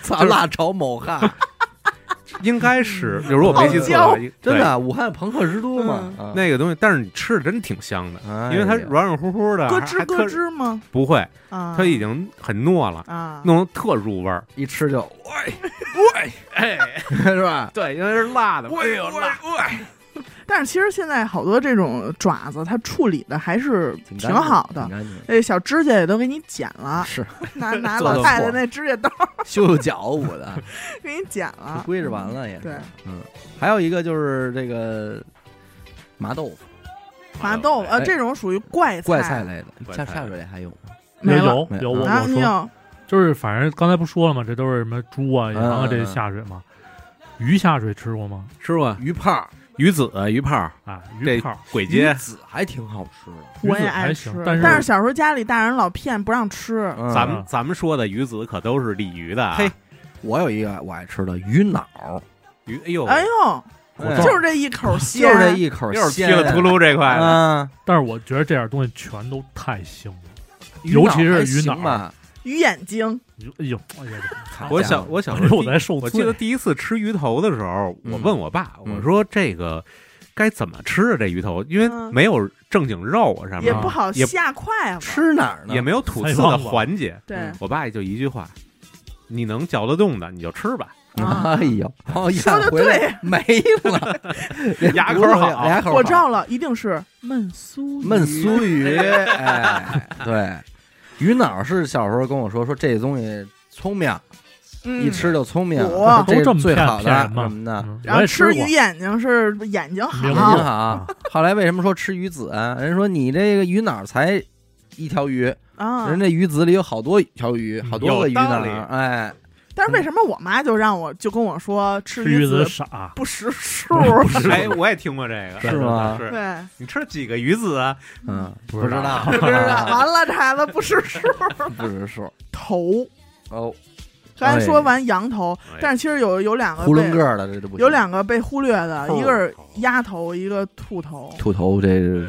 A: 操辣炒某哈，
C: 应该是，就如果没记错的
B: 傲
C: 话，
B: 娇
C: 应
A: 真
C: 对嗯
A: 的，武汉朋克之都嘛，啊
C: 那个东西，但是你吃着真挺香的，因为它
A: 哎呀
C: 软软乎乎的，
B: 咯
C: 还
B: 吱
C: 还
B: 咯
C: 特
B: 吱吗？
C: 不会，
B: 啊，
C: 它已经很糯了，
B: 啊，
C: 弄得特入味儿，
A: 一吃就
C: 哎，
A: 是吧？
C: 对，因为是辣的，哎呦辣，
B: 但是其实现在好多这种爪子，它处理的还是
A: 挺干
B: 挺
A: 净
B: 好的啊
A: 挺，干净的。
B: 那小指甲也都给你剪了，
A: 是
B: 拿拿
A: 做得
B: 老太太
A: 破
B: 那指甲刀
A: 修修脚捂的，
B: 给你剪了，
A: 归置完了也是。
B: 啊对，
A: 嗯，还有一个就是这个麻豆腐
B: 麻豆腐呃，
A: 哎
B: 这种属于怪菜，
A: 怪菜类的，
C: 怪
A: 下
C: 菜
A: 下水里还有吗？
B: 没了
D: 有
A: 没了
D: 有我
B: 啊，
D: 我
B: 你
D: 说
B: 有
D: 就是反正刚才不说了吗？这都是什么猪啊、羊
A: 嗯
D: 啊
A: 嗯
D: 这些
A: 嗯
D: 下水嘛。鱼下水吃过吗？
C: 吃过
A: 鱼泡、
C: 鱼子、鱼泡、
D: 啊，
C: 这
D: 鱼泡。
C: 鬼
A: 鱼
C: 街、
A: 子还挺好吃的。
D: 鱼
B: 我也
D: 子
B: 爱
D: 还
B: 吃
D: 行，但是
B: 小时候家里大人老骗不让吃，
A: 嗯
C: 咱们咱们说的鱼子可都是鲤鱼的啊，
A: 嘿我有一个我爱吃的鱼脑，
C: 鱼，哎
A: 哦
C: 呦，
B: 哎呦，
A: 哎
B: 就是这一口
A: 就
B: 鲜，
A: 是这一口
C: 又是
A: 鲜
C: 踢了秃噜这块的，
A: 啊，
D: 但是我觉得这点东西全都太腥了。
A: 鱼脑
D: 尤其是
A: 还
D: 鱼脑
A: 行吧。
B: 鱼眼睛，
D: 哎呦，哎呀，
A: 好
C: 我
A: 家伙
C: 小我小
D: 我
C: 时
D: 觉得
C: 候
D: 我
C: 第
D: 在受
C: 我记得
D: 罪。
C: 第一次吃鱼头的时候，
A: 嗯
C: 我问我爸，
A: 嗯
C: 我说这个该怎么吃啊？这鱼头，因为
B: 嗯
C: 没有正经肉啊，上
B: 也
C: 面
B: 不好
C: 也
B: 下筷子，
A: 吃哪儿呢？
C: 也没有吐刺的环节。
B: 对
A: 嗯，
C: 我爸也就一句话：“你能嚼得动的你就吃吧。
B: 啊
A: 哎呦，哦，一
B: 说
A: 看
B: 得
A: 回来没了，连
C: 牙
A: 骨
C: 口
A: 头
C: 好
A: 也牙口好，
B: 我知道了，一定是焖酥
A: 焖酥鱼，哎，对，鱼脑是小时候跟我说说这东西聪明，
B: 嗯
A: 一吃就聪明，
B: 我
A: 这
D: 都这
A: 是
D: 么
A: 最
D: 骗
A: 好的
D: 骗人
A: 什
D: 吗
A: 么的。
D: 嗯
B: 然
D: 我
B: 后
D: 也
B: 吃
D: 过
B: 鱼，眼睛是眼睛
D: 明
A: 眼睛
D: 白
B: 好
D: 了
A: 好，啊后来为什么说吃鱼子啊？人说你这个鱼脑才一条鱼，
B: 啊，
A: 人这鱼子里有好多条鱼，
D: 嗯
A: 好多个鱼
C: 有
A: 脑
C: 道理，
A: 哎，
B: 但是为什么我妈就让我就跟我说吃
D: 吃鱼
B: 子
D: 子傻，
B: 不识数？
D: 不是”
C: 哎，我也听过这个，
A: 是吗
C: 是
B: 对，
C: 你吃了几个鱼子啊？
A: 嗯，
D: 不
A: 知
D: 知道
B: 不知道，啊
A: 啊
B: 完了，这孩子不识数。
A: 不知数
B: 头，
A: 哦，
B: 刚
D: 哎
B: 才说完羊头，
C: 哎
B: 但是其实有有两个
A: 囫囵
B: 被
A: 个儿的这都不行
B: 有两个被忽略的，
A: 哦
B: 一个是鸭头，一个兔头。
A: 秃头这是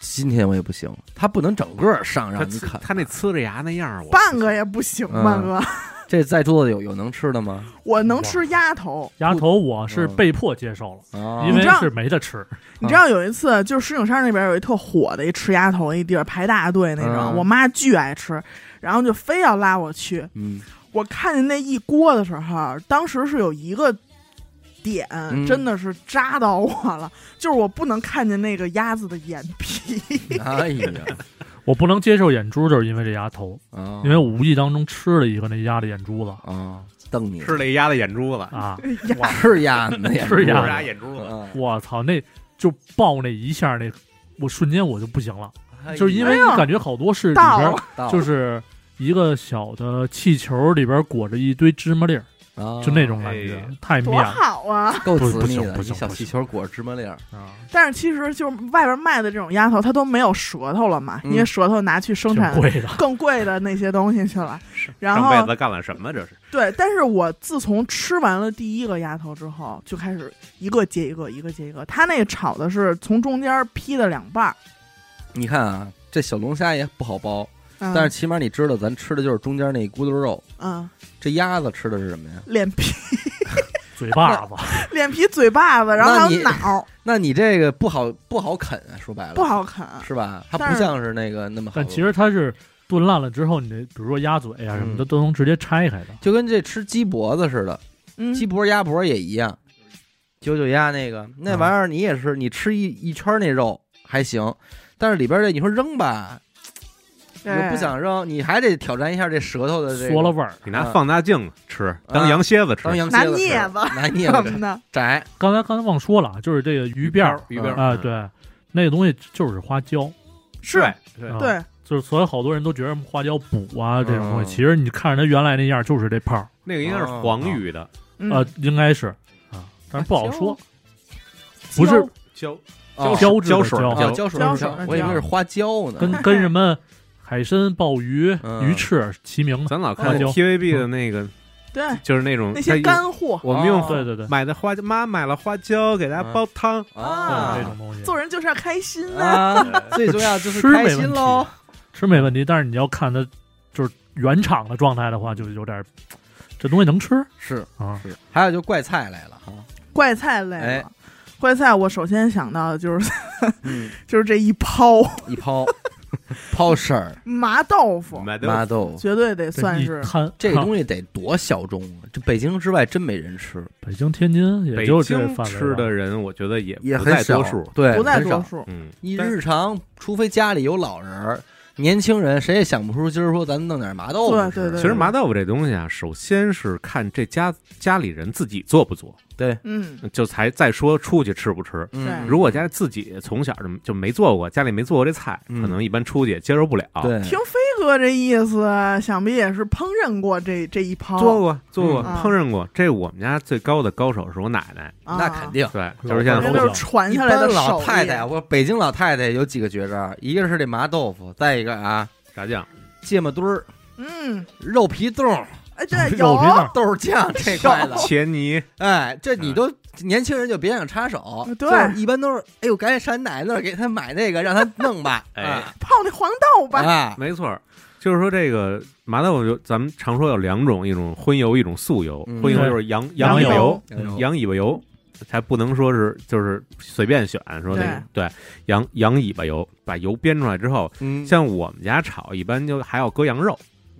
A: 今天我也不行，他不能整个上
C: 哎他
A: 让你
C: 呲
A: 啃。
C: 他那呲着牙那样儿，我
B: 半个也不行吧，
A: 嗯
B: 哥？
A: 这在座的有有能吃的吗？
B: 我能吃鸭头，
D: 鸭头我是
A: 嗯
D: 被迫接受了，
A: 啊，
D: 因为
B: 你知道
D: 是没得吃。
A: 嗯
B: 你知道有一次，就是石景山那边有一特火的一吃鸭头一地儿，排大队那种，
A: 嗯
B: 我妈巨爱吃，然后就非要拉我去。
A: 嗯，
B: 我看见那一锅的时候，啊当时是有一个点、
A: 嗯
B: 真的是扎到我了，就是我不能看见那个鸭子的眼皮。
D: 嗯
A: 哎呀，
D: 我不能接受眼珠，就是因为这鸭头，
A: 啊，
D: 因为我无意当中吃了一个那鸭的眼珠子
A: 啊，瞪你
C: 吃了一鸭的眼珠子，
D: 啊，
A: 吃鸭呢也
D: 吃
C: 吃
D: 鸭
C: 了
D: 子
C: 俩眼珠子，
A: 嗯
D: 我操，那就爆那一下，那我瞬间我就不行了，
A: 哎呀啊
D: 就是因为
B: 哎呦
D: 你感觉好多是里
B: 到
D: 边
B: 了
A: 到
D: 就是一个小的气球，里边裹着一堆芝麻粒儿，
A: 啊
D: 就那种感觉
C: 哎，
D: 太面
B: 多
D: 了
B: 好啊！
A: 够
D: 不
A: 滋
D: 不
A: 腻
D: 行
A: 的，
D: 不
A: 一
D: 行
A: 小
D: 不
A: 气
D: 行
A: 球裹芝麻粒儿，
D: 啊！
B: 但是其实就是外边卖的这种鸭头，它都没有舌头了嘛，
A: 嗯
B: 因为舌头拿去生
D: 挺
B: 产
D: 贵的，
B: 更贵的那些东西去了。然
C: 上辈
B: 后
C: 子干了什么？这是
B: 对，但是我自从吃完了第一个鸭头之后，就开始一个接一个，一个接一个。它那个炒的是从中间劈的两半儿，
A: 你看啊，这小龙虾也不好剥，
B: 嗯、
A: 但是起码你知道，咱吃的就是中间那一咕嘟肉。
B: 嗯，
A: 这鸭子吃的是什么呀？
B: 脸皮、
D: 嘴巴子，
B: 脸皮、嘴巴子，然后
A: 那
B: 还
A: 你
B: 有脑，
A: 那你这个不好不好啃啊，说白了
B: 不好啃。
A: 是吧？它
B: 但
A: 不
B: 是
A: 像是那个那么好。
D: 但其实它是炖烂了之后，你的比如说鸭嘴啊什
A: 嗯
D: 么的都能直接拆开的。
A: 就跟这吃鸡脖子似的，
B: 嗯，
A: 鸡脖、鸭脖也一样。九九鸭那个
D: 嗯
A: 那玩意儿，你也是，你吃一一圈那肉还行，但是里边这你说扔吧，你又
B: 对
A: 不 想扔，你还得挑战一下这舌头的这个
D: 缩了味儿。
C: 你拿
B: 嗯
C: 放大镜吃，当羊蝎子吃
A: 当，羊蝎子吃
B: 拿镊子
A: 拿
B: 什
A: 镊子
B: 么的，
A: 摘，
D: 刚才刚才忘说了，啊就是这个鱼片儿
C: 鱼片儿嗯
D: 啊，，对，那个东西就是花椒，
B: 是
C: 对
D: 啊
B: 对，
D: 就是所有好多人都觉得花椒补啊这种东
A: 嗯
D: 西，其实你看着它原来那样就是这泡儿，
C: 那个应该是
A: 哦
C: 黄鱼的
B: 嗯
D: 呃，应该是啊，但是不好说，不
B: 椒
D: 是
C: 胶
A: 哦
D: 胶质的
C: 胶水
D: 胶
A: 哦，胶水
B: 胶
A: 水
B: 水，
A: 我以为是花椒呢。
D: 啊跟跟什么海参、鲍鱼、
A: 嗯
D: 鱼翅齐名的。
C: 咱老看
D: 花椒
C: TVB 的那个，
B: 对
C: 就是那种
B: 那些，
C: 它
B: 干货，
C: 我们用
A: 哦
D: 对对对，
C: 买的花椒，妈买了花椒给大家煲汤，
A: 啊
D: 对这种东西
B: 做人就是要开心啊。
A: 啊，最重要就是
D: 吃
A: 开
D: 没
A: 心
D: 问题
A: 喽。
D: 吃没问题，但是你要看它就是原厂的状态的话，就有点这东西能吃
A: 是
D: 啊？
A: 是。还有就怪菜来了哈，
B: 怪菜类
A: 哎
B: 了。怪菜，我首先想到的就是
A: 嗯，
B: 就是这一抛
A: 一抛抛事儿
B: 麻豆腐，
C: 买
A: 麻豆腐，
B: 绝对得
D: 这
B: 算
D: 一
B: 是
D: 摊
A: 这
D: 啊
A: 东西得多小众啊！这北京之外真没人吃，
D: 北京、天津也
C: 北
D: 就这
C: 京
D: 范围
C: 吃
D: 了
C: 的人，我觉得也
A: 也
C: 不
A: 很
C: 在
A: 少
C: 多数。
A: 对，
B: 不在
A: 很
B: 多
A: 少。
B: 数。
C: 嗯，
A: 你
C: 但
A: 日常，除非家里有老人儿，年轻人谁也想不出今儿说咱弄点麻豆腐
B: 对
A: 吃。
B: 对对
C: 其实麻豆腐这东西啊，首先是看这家家里人自己做不做，
A: 对，
B: 嗯，
C: 就才再说出去吃不吃。
A: 嗯，
C: 如果家里自己从小就就没做过，家里没做过这菜，
A: 嗯
C: 可能一般出去也接受不了。，
A: 对
B: 听飞哥这意思，想必也是烹饪过这这一抛。
C: 做过做过，
B: 嗯
C: 烹饪过。这我们家最高的高手是我奶奶，
B: 啊
A: 那肯。定。
C: 对，
D: 老
C: 就是现在
D: 太
B: 这
D: 太
B: 都是
C: 我
B: 传
A: 一
B: 下来
A: 般
B: 的手艺。
A: 老太太，我北京老太太有几个绝招，一个是这麻豆腐，再一个啊
C: 炸酱，
A: 芥末墩儿、
B: 嗯，
A: 肉皮冻、
B: 哎， 对，
D: 肉皮
B: 有，
D: 呢？
A: 豆酱这块 的，
C: 茄泥，
A: 哎，这你都年轻人就别想插手，
B: 对
A: 就是一般都是哎呦，赶紧上奶奶那儿给他买那个，让他弄 吧，
C: 哎
A: 啊
B: 泡那黄豆吧。
A: 啊，
C: 没错儿。就是说，这个麻豆腐就咱们常说有两种，一种荤油，一种素油。
A: 嗯
C: 荤油就是羊
D: 羊
C: 尾
D: 油
C: 油，
A: 哎呦
C: 羊尾巴油，才不能说是就是随便选，说那个对羊羊尾巴油，把油煸出来之后，
A: 嗯，
C: 像我们家炒一般就还要搁羊肉，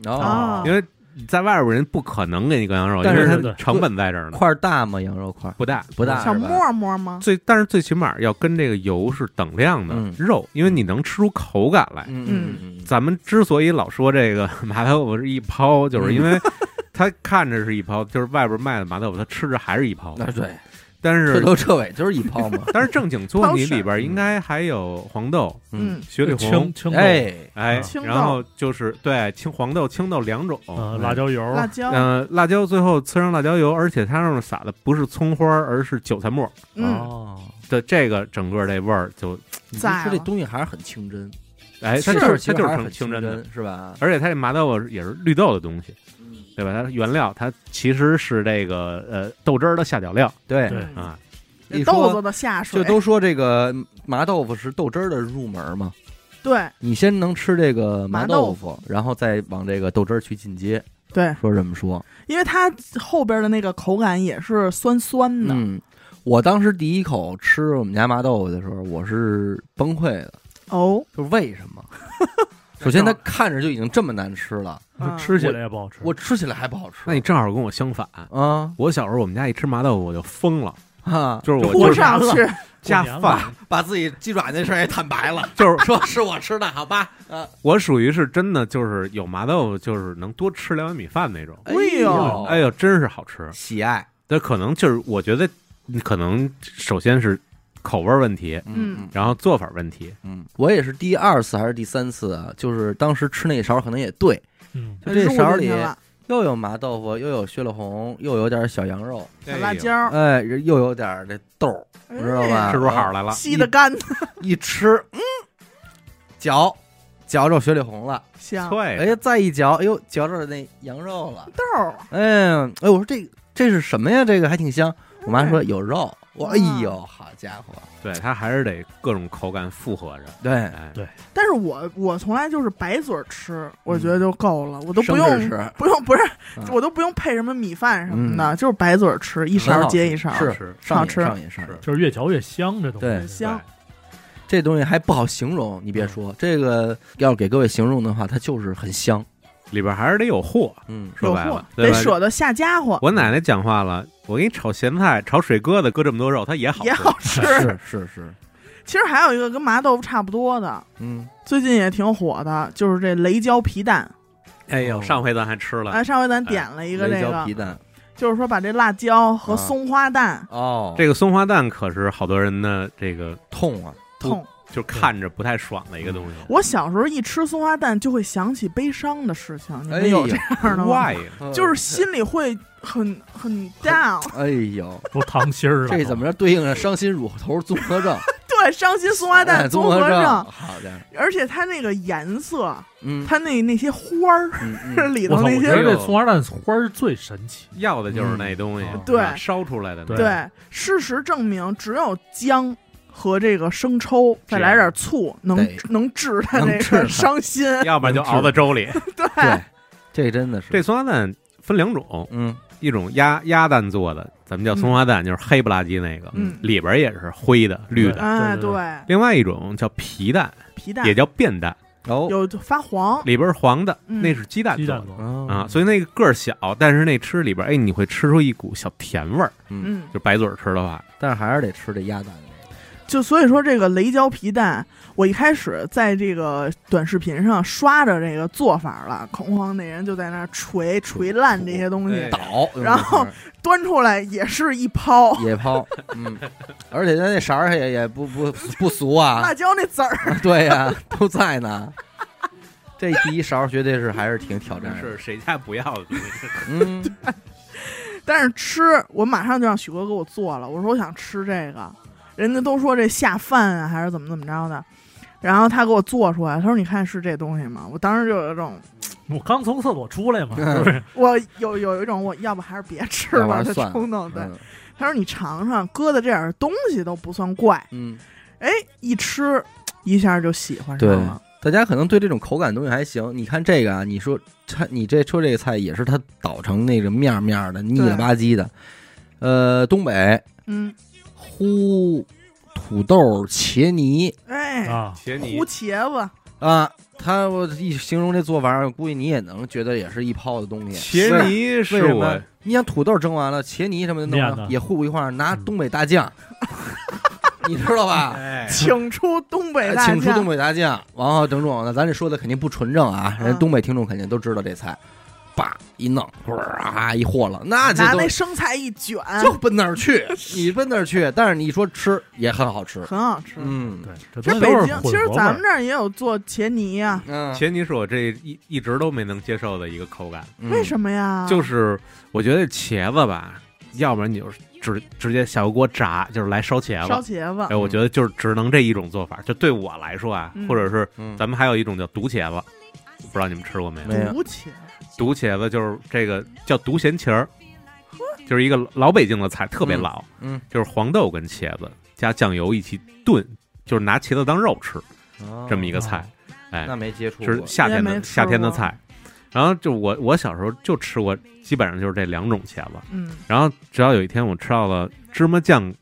A: 哦
B: 啊
C: 因为在外边人不可能给你搁羊肉，因
A: 但是
C: 为它
D: 对对
C: 成本在这儿呢，
A: 块儿大吗？羊肉块儿
C: 不大
A: 不大
B: 小
A: 是吧
B: 沫沫吗？
C: 最但是最起码要跟这个油是等量的
A: 嗯
C: 肉，因为你能吃出口感来。
A: 嗯
B: 嗯
A: 嗯
C: 咱们之所以老说这个 麻豆腐是一抛，就是因为它看着是一抛，就是外边卖的麻豆腐，它吃着还是一抛。
A: 那对，
C: 但
A: 彻
C: 是
A: 头彻尾就是一泡 嘛，
C: 但是正经做你
B: 抛式
C: 里边应该还有黄豆、
B: 嗯，
C: 雪里红
D: 青，青豆
A: 哎，
C: 哎
B: 青，豆
C: 然后就是对青黄豆、青豆两种，
D: 呃辣椒油，
B: 辣椒，
C: 嗯，辣椒最后呲上辣椒油，而且它上面撒的不是葱花儿，而是韭菜末儿
B: 嗯，
A: 哦，
C: 的这个整个这味儿就
A: 你就
B: 在
A: 说这
B: 了
A: 东西还是很清真，
C: 哎，它
A: 这
C: 就是
A: 其实
C: 它就是
A: 还是
C: 成
A: 很
C: 清
A: 清
C: 真的，
A: 是吧？
C: 而且它这麻豆腐也是绿豆的东西，对吧？它原料它其实是这个呃豆汁儿的下脚料
A: 对
D: 对
B: 嗯
C: 啊，
A: 一
B: 豆
A: 说
B: 子的下水
A: 就，都说这个麻豆腐是豆汁儿的入门嘛，
B: 对
A: 你先能吃这个麻
B: 麻豆
A: 豆腐，然后再往这个豆汁儿去进阶，
B: 对，
A: 说这么说。
B: 因为它后边的那个口感也是酸酸的，
A: 嗯，我当时第一口吃我们家麻豆腐的时候，我是崩溃的，
B: 哦，
A: 就是为什 么？首先它看着就已经这么难吃了，
B: 嗯
D: 吃起来也不好吃。
A: 我吃起来还不好吃。
C: 那你正好跟我相反。
A: 啊
C: 我小时候，我们家一吃麻豆腐我就疯了，
A: 啊，
C: 就是我
D: 就
B: 我
C: 就是
B: 上去，
C: 加
D: 过年
C: 饭，
D: 了
A: 把自己鸡爪那事儿也坦白了，
C: 就 是
A: 说是我吃的，好吧？啊，
C: 我属于是真的，就是有麻豆腐，就是能多吃两碗米饭那种。
A: 哎
B: 呦
C: 哎，呦，真是好吃！
A: 喜爱，
C: 但可能就是我觉得，可能首先是口味儿问题，
B: 嗯
C: 然后做法儿问题。
A: 嗯，我也是第二次还是第三次啊，就是当时吃那一勺可能也对，
D: 嗯，
A: 就 这勺里
B: 入进去了
A: 又有麻豆腐，又有血了红，又有点小羊肉，
B: 小辣椒，
A: 哎，又有点这豆儿，知道吧
C: 哎呦，吃出好来了。
B: 吸的干
A: 一吃，嗯，嚼，嚼着雪里红了，
B: 香，
C: 脆
A: 哎，再一嚼，哎呦，嚼着那羊肉了，
B: 豆儿
A: 哎呀，哎，我说这这是什么呀？这个还挺香。我妈说有肉，我哎呦，好家伙，
C: 对它还是得各种口感复合着。
A: 对，
C: 哎，
D: 对
B: 但是我我从来就是白嘴儿吃，我觉得就够了，我都不
A: 嗯生
B: 用
A: 着吃
B: 不用不是
A: 嗯，
B: 我都不用配什么米饭什么的，就是白嘴儿吃，一
A: 很好
B: 勺
A: 吃
B: 接一勺，
A: 是
C: 吃
A: 上
B: 好
A: 瘾
B: 吃
A: 上瘾上瘾
C: 是。
D: 就是越嚼越香，这东西
A: 对
B: 香
A: 这东西还不好形容，你别说，这个要给各位形容的话，它就是很香。
C: 里边还是得有货，
A: 嗯，
C: 说
B: 有
C: 白
B: 货
C: 了对
B: 得
C: 吧
B: 舍得下家伙，
C: 我奶奶讲话了，我给你炒咸菜、炒水疙瘩，搁这么多肉，它也好
B: 也
C: 吃。
B: 好吃。
A: 是是是，
B: 其实还有一个跟麻豆腐差不多的，
A: 嗯，
B: 最近也挺火的，就是这雷椒皮蛋。
C: 哎呦，
A: 哦
C: 上回咱还吃了
B: 哎，上回咱点了一个这
A: 雷椒
B: 个
A: 皮，蛋
B: 就是说把这辣椒
A: 嗯
B: 和松花蛋
A: 哦，
C: 这个松花蛋，可是好多人的这个
A: 痛啊，
B: 痛。
C: 就看着不太爽的一个东西。
B: 我小时候一吃松花蛋，就会想起悲伤的事情，你
A: 哎
B: 们
A: 呦
B: 有这样的吗？
C: why？
B: 嗯 就是心里会很很 down，
A: 哎呦，
D: 都糖心儿了。啊
A: 这怎么着对应着伤心乳头综合症？
B: 对，伤心松花
A: 哎
B: 蛋
A: 综
B: 综合
A: 症，
B: 症，
A: 好的，
B: 而且它那个颜色，
A: 嗯
B: 它那那些花儿
A: 嗯嗯，
B: 里
D: 我
B: 头
D: 操！我
B: 那
D: 觉
B: 些
D: 得这松花蛋花儿最神奇。
C: 要的就是那东西
D: 嗯，
B: 对
C: 啊烧出来的那
D: 对
C: 个
B: 对，事实证明，只有姜和这个生抽，再来点醋，能
A: 对
B: 能治它
A: 能
B: 那
A: 治它
B: 个伤心。
C: 要不然就熬在粥里。
B: 对，
A: 对，这真的是
C: 这松花蛋，分两种，
A: 嗯
C: 一种鸭鸭蛋做的，咱们叫松花蛋，就是黑不拉几那个，
B: 嗯
C: 里边也是灰的、绿的；
B: 哎，
D: 对对
B: 对，
C: 另外一种叫皮蛋，
B: 皮蛋
C: 也叫变蛋，
A: 哦
B: 有发黄，
C: 里边是黄的，
B: 嗯
C: 那是鸡蛋
D: 鸡
C: 做
D: 蛋嗯
C: 的。
D: 糕，
A: 啊
C: 啊，所以那个个儿小，但是那吃里边，哎，你会吃出一股小甜味儿，
A: 嗯，
B: 嗯，
C: 就白嘴儿吃的话，
A: 但是还是得吃这鸭蛋
B: 就所以说这个雷椒皮蛋，我一开始在这个短视频上刷着这个做法了，恐慌那人就在那儿锤锤烂这些东西，
C: 哎
A: 倒，
B: 然后端出来也是一抛
A: 嗯野抛，嗯，而且它那色儿也也不不不俗啊，
B: 辣椒那籽儿，
A: 对呀、都在呢。这第一勺绝对是还是挺挑战的，
C: 是谁家不要的东 西。
A: 嗯，
B: 但是吃我马上就让许哥给我做了，我说我想吃这个，人家都说这下饭啊还是怎么怎么着的。然后他给我做出来，他说：“你看是这东西吗？”我当时就有一种，
D: 我刚从厕所出来嘛，是不是？
B: 我有有一种我要不还是别吃
A: 要不
B: 了
A: 然
B: 的
A: 算了
B: 冲动。对，
A: 嗯
B: 他说：“你尝尝，搁的这点东西都不算怪。”
A: 嗯，
B: 哎，一吃一下就喜欢上了。
A: 大家可能对这种口感东西还行。你看这个啊，你说它，你这说这个菜也是它捣成那个面儿面儿的，腻了吧唧的。呃，东北
B: 嗯，
A: 烀土豆茄泥
B: 哎，
D: 啊，
C: 茄
B: 糊茄子，
A: 啊，它我一形容这做法儿，我估计你也能觉得也是一泡的东西。
C: 茄泥
A: 为
C: 是
A: 什
C: 我
A: 么？你想土豆蒸完了，茄泥什么的弄
D: 面
A: 了
D: 呢
A: 也糊不一块儿，拿东北大 酱，你知道吧？哎
C: 哎
B: 请出东北大
A: 请出东
B: 酱。
A: 北大酱，然后整种的，咱这说的肯定不纯正啊，人
B: 嗯
A: 东北听众肯定都知道这菜，叭一弄，哗一和了，那这
B: 拿
A: 都
B: 那生菜一卷，
A: 就奔那儿去，你奔那儿去，但是你说吃也很好吃，
B: 很好吃。
A: 嗯
D: 对，这
B: 其
D: 东
B: 实
D: 西
B: 北
D: 都是
B: 京，
D: 混
B: 其实
D: 合味
B: 咱们
D: 儿。
B: 这儿也有做茄泥呀，
A: 嗯，
C: 茄泥是我这一一直都没能接受的一个口感，
B: 为
A: 么？
B: 什么呀？
C: 嗯就是我觉得茄子吧，要不然你就是直直接小油锅炸，就是来烧茄
B: 烧
C: 子。
B: 茄子
C: 哎，，我觉得就是只能这一种做法，就对我来说啊，
B: 嗯
C: 或者是
A: 嗯，
C: 咱们还有一种叫毒茄子，不知道你们吃过没有？
A: 没有
B: 毒茄子，
C: 毒茄子就是这个叫独咸茄儿，就是一个老北京的菜，特别老，
A: 嗯，
C: 就是黄豆跟茄子加酱油一起炖，就是拿茄子当肉吃，
A: 哦
C: 这么一个菜，
D: 啊
C: 哎
A: 那，没接触
C: 是
A: 过，
C: 夏天
B: 也没
C: 的
B: 吃
C: 夏天的
B: 过
C: 菜。然后就我我小时候就吃过，基本上就是这两种茄子。
B: 嗯，
C: 然后直到有一天我吃到了芝麻酱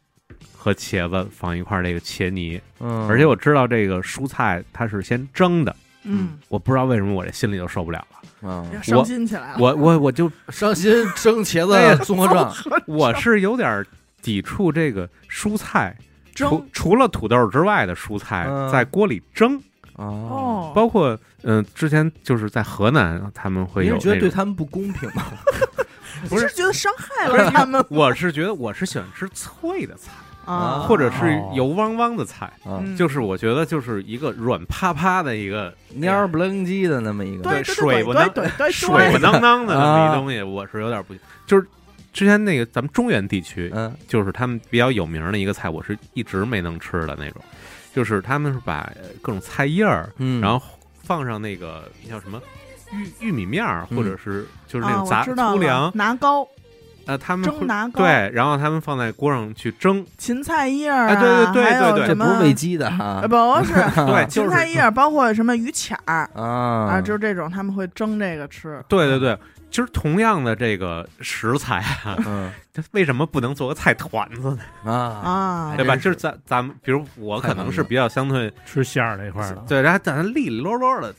C: 和茄子放一块儿这个茄泥，
A: 嗯，
C: 而且我知道这个蔬菜它是先蒸的，
B: 嗯，
C: 我不知道为什么我这心里就受不了了，
A: 嗯
B: 要伤心起来了。
C: 我我我就
A: 伤心蒸茄
C: 哎呀
A: 子综合症，
C: 我是有点抵触这个蔬菜。除
B: 蒸
C: 除了土豆之外的蔬菜，
A: 嗯
C: 在锅里蒸，
A: 哦，
B: 哦，
C: 包括嗯、呃之前就是在河南，他们会
A: 你
C: 有
A: 是觉得
C: 那
A: 对
C: 种。
A: 他们不公平吗？
B: 你是觉得伤害了他们
C: 我是觉得我是喜欢吃脆的菜，
B: 啊？
C: 或者是
D: 哦
C: 油汪汪的菜，
A: 啊，
B: 嗯
C: 就是我觉得就是一个软趴趴的一个
A: 蔫儿不楞叽的那么一个，
B: 对对对
C: 水不
B: 对
C: 能
B: 对对
C: 水不
B: 对，
C: 当当的这么
A: 啊
C: 一东西，我是有点不行。就是之前那个咱们中原地区，
A: 嗯
C: 就是他们比较有名的一个菜，我是一直没能吃的那种，就是他们是把呃各种菜叶儿，
A: 嗯，
C: 然后放上那个叫什么玉玉米面儿，
A: 嗯
C: 或者是就是
B: 啊，
C: 那种
B: 我
C: 杂
B: 知道
C: 粗粮
B: 了，，拿糕
C: 呃，他们
B: 蒸
C: 会
B: 拿糕，
C: 对，然后他们放在锅上去 蒸，
B: 芹菜叶儿啊，
C: 哎对对对
B: 还有
C: 对对
A: 这
B: 什
A: 不
B: 么
A: 是喂鸡的哈
B: 呃，，不是
C: 对，
B: 芹
C: 就是
B: 菜叶儿，包括什么鱼签儿
A: 啊
B: 啊，就是这种他们会蒸这个吃。
C: 对对对，其实同样的这个食材 啊，
A: 嗯
C: 这为什么不能做个菜团子呢？
A: 啊，
B: 啊
A: 还
C: 对吧？
A: 真
C: 就是
A: 是
C: 咱咱们，比如我
A: 菜
C: 可
A: 团
C: 能
A: 子
C: 是比较相对
D: 吃馅儿这块儿的，
C: 对，然后咱利利落落的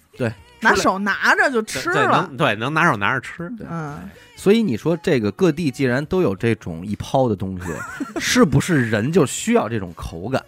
B: 拿手拿着就吃
C: 对，
B: 了
C: 能，对能拿手拿着吃，
A: 对
B: 嗯，
A: 所以你说这个各地既然都有这种一抛的东西，是不是人就需要这种口感？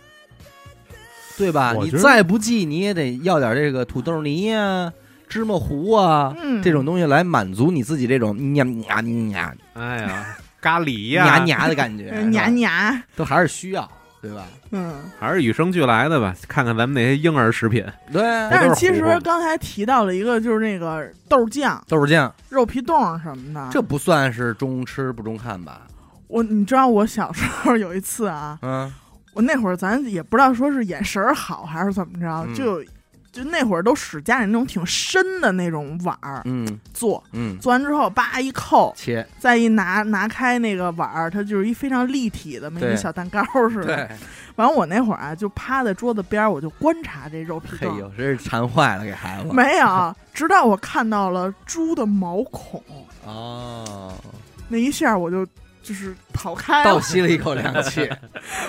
A: 对吧？
D: 我
A: 你
D: 觉得
A: 再不济，你也得要点这个土豆泥呀、芝麻糊啊、
B: 嗯，
A: 这种东西来满足你自己这种嗯呀呀呀
C: 哎 呀，咖喱呀、
A: 呀呀的感觉，
B: 嗯牙
A: 哎是吧
B: 牙，
A: 都还是需要，对吧？
B: 嗯。
C: 还是与生俱来的吧。看看咱们那些婴儿食品，
A: 对，
B: 但是其
C: 胡萝
B: 实
C: 卜
B: 刚才提到了一个，就是那个豆酱、
A: 豆豉酱，
B: 肉皮冻什么的。
A: 这不算是中吃不中看吧？
B: 我你知道，我小时候有一次啊，
A: 嗯
B: 我那会儿咱也不知道说是眼神儿好还是怎么着，
A: 嗯
B: 就有就那会儿都使家里那种挺深的那种碗儿
A: 嗯
B: 做，
A: 嗯，
B: 做完之后叭一扣，
A: 切，
B: 再一拿拿开那个碗儿，它就是一非常立体的，跟
A: 对
B: 一小蛋糕似的。
A: 对，
B: 完我那会儿啊，就趴在桌子边儿，我就观察这肉皮
A: 嘿
B: 冻，
A: 呦，真是馋坏了给孩子。
B: 没有，直到我看到了猪的毛孔，
A: 哦，
B: 那一下我就就是跑开
A: 倒
B: 了，
A: 吸了一口凉 气，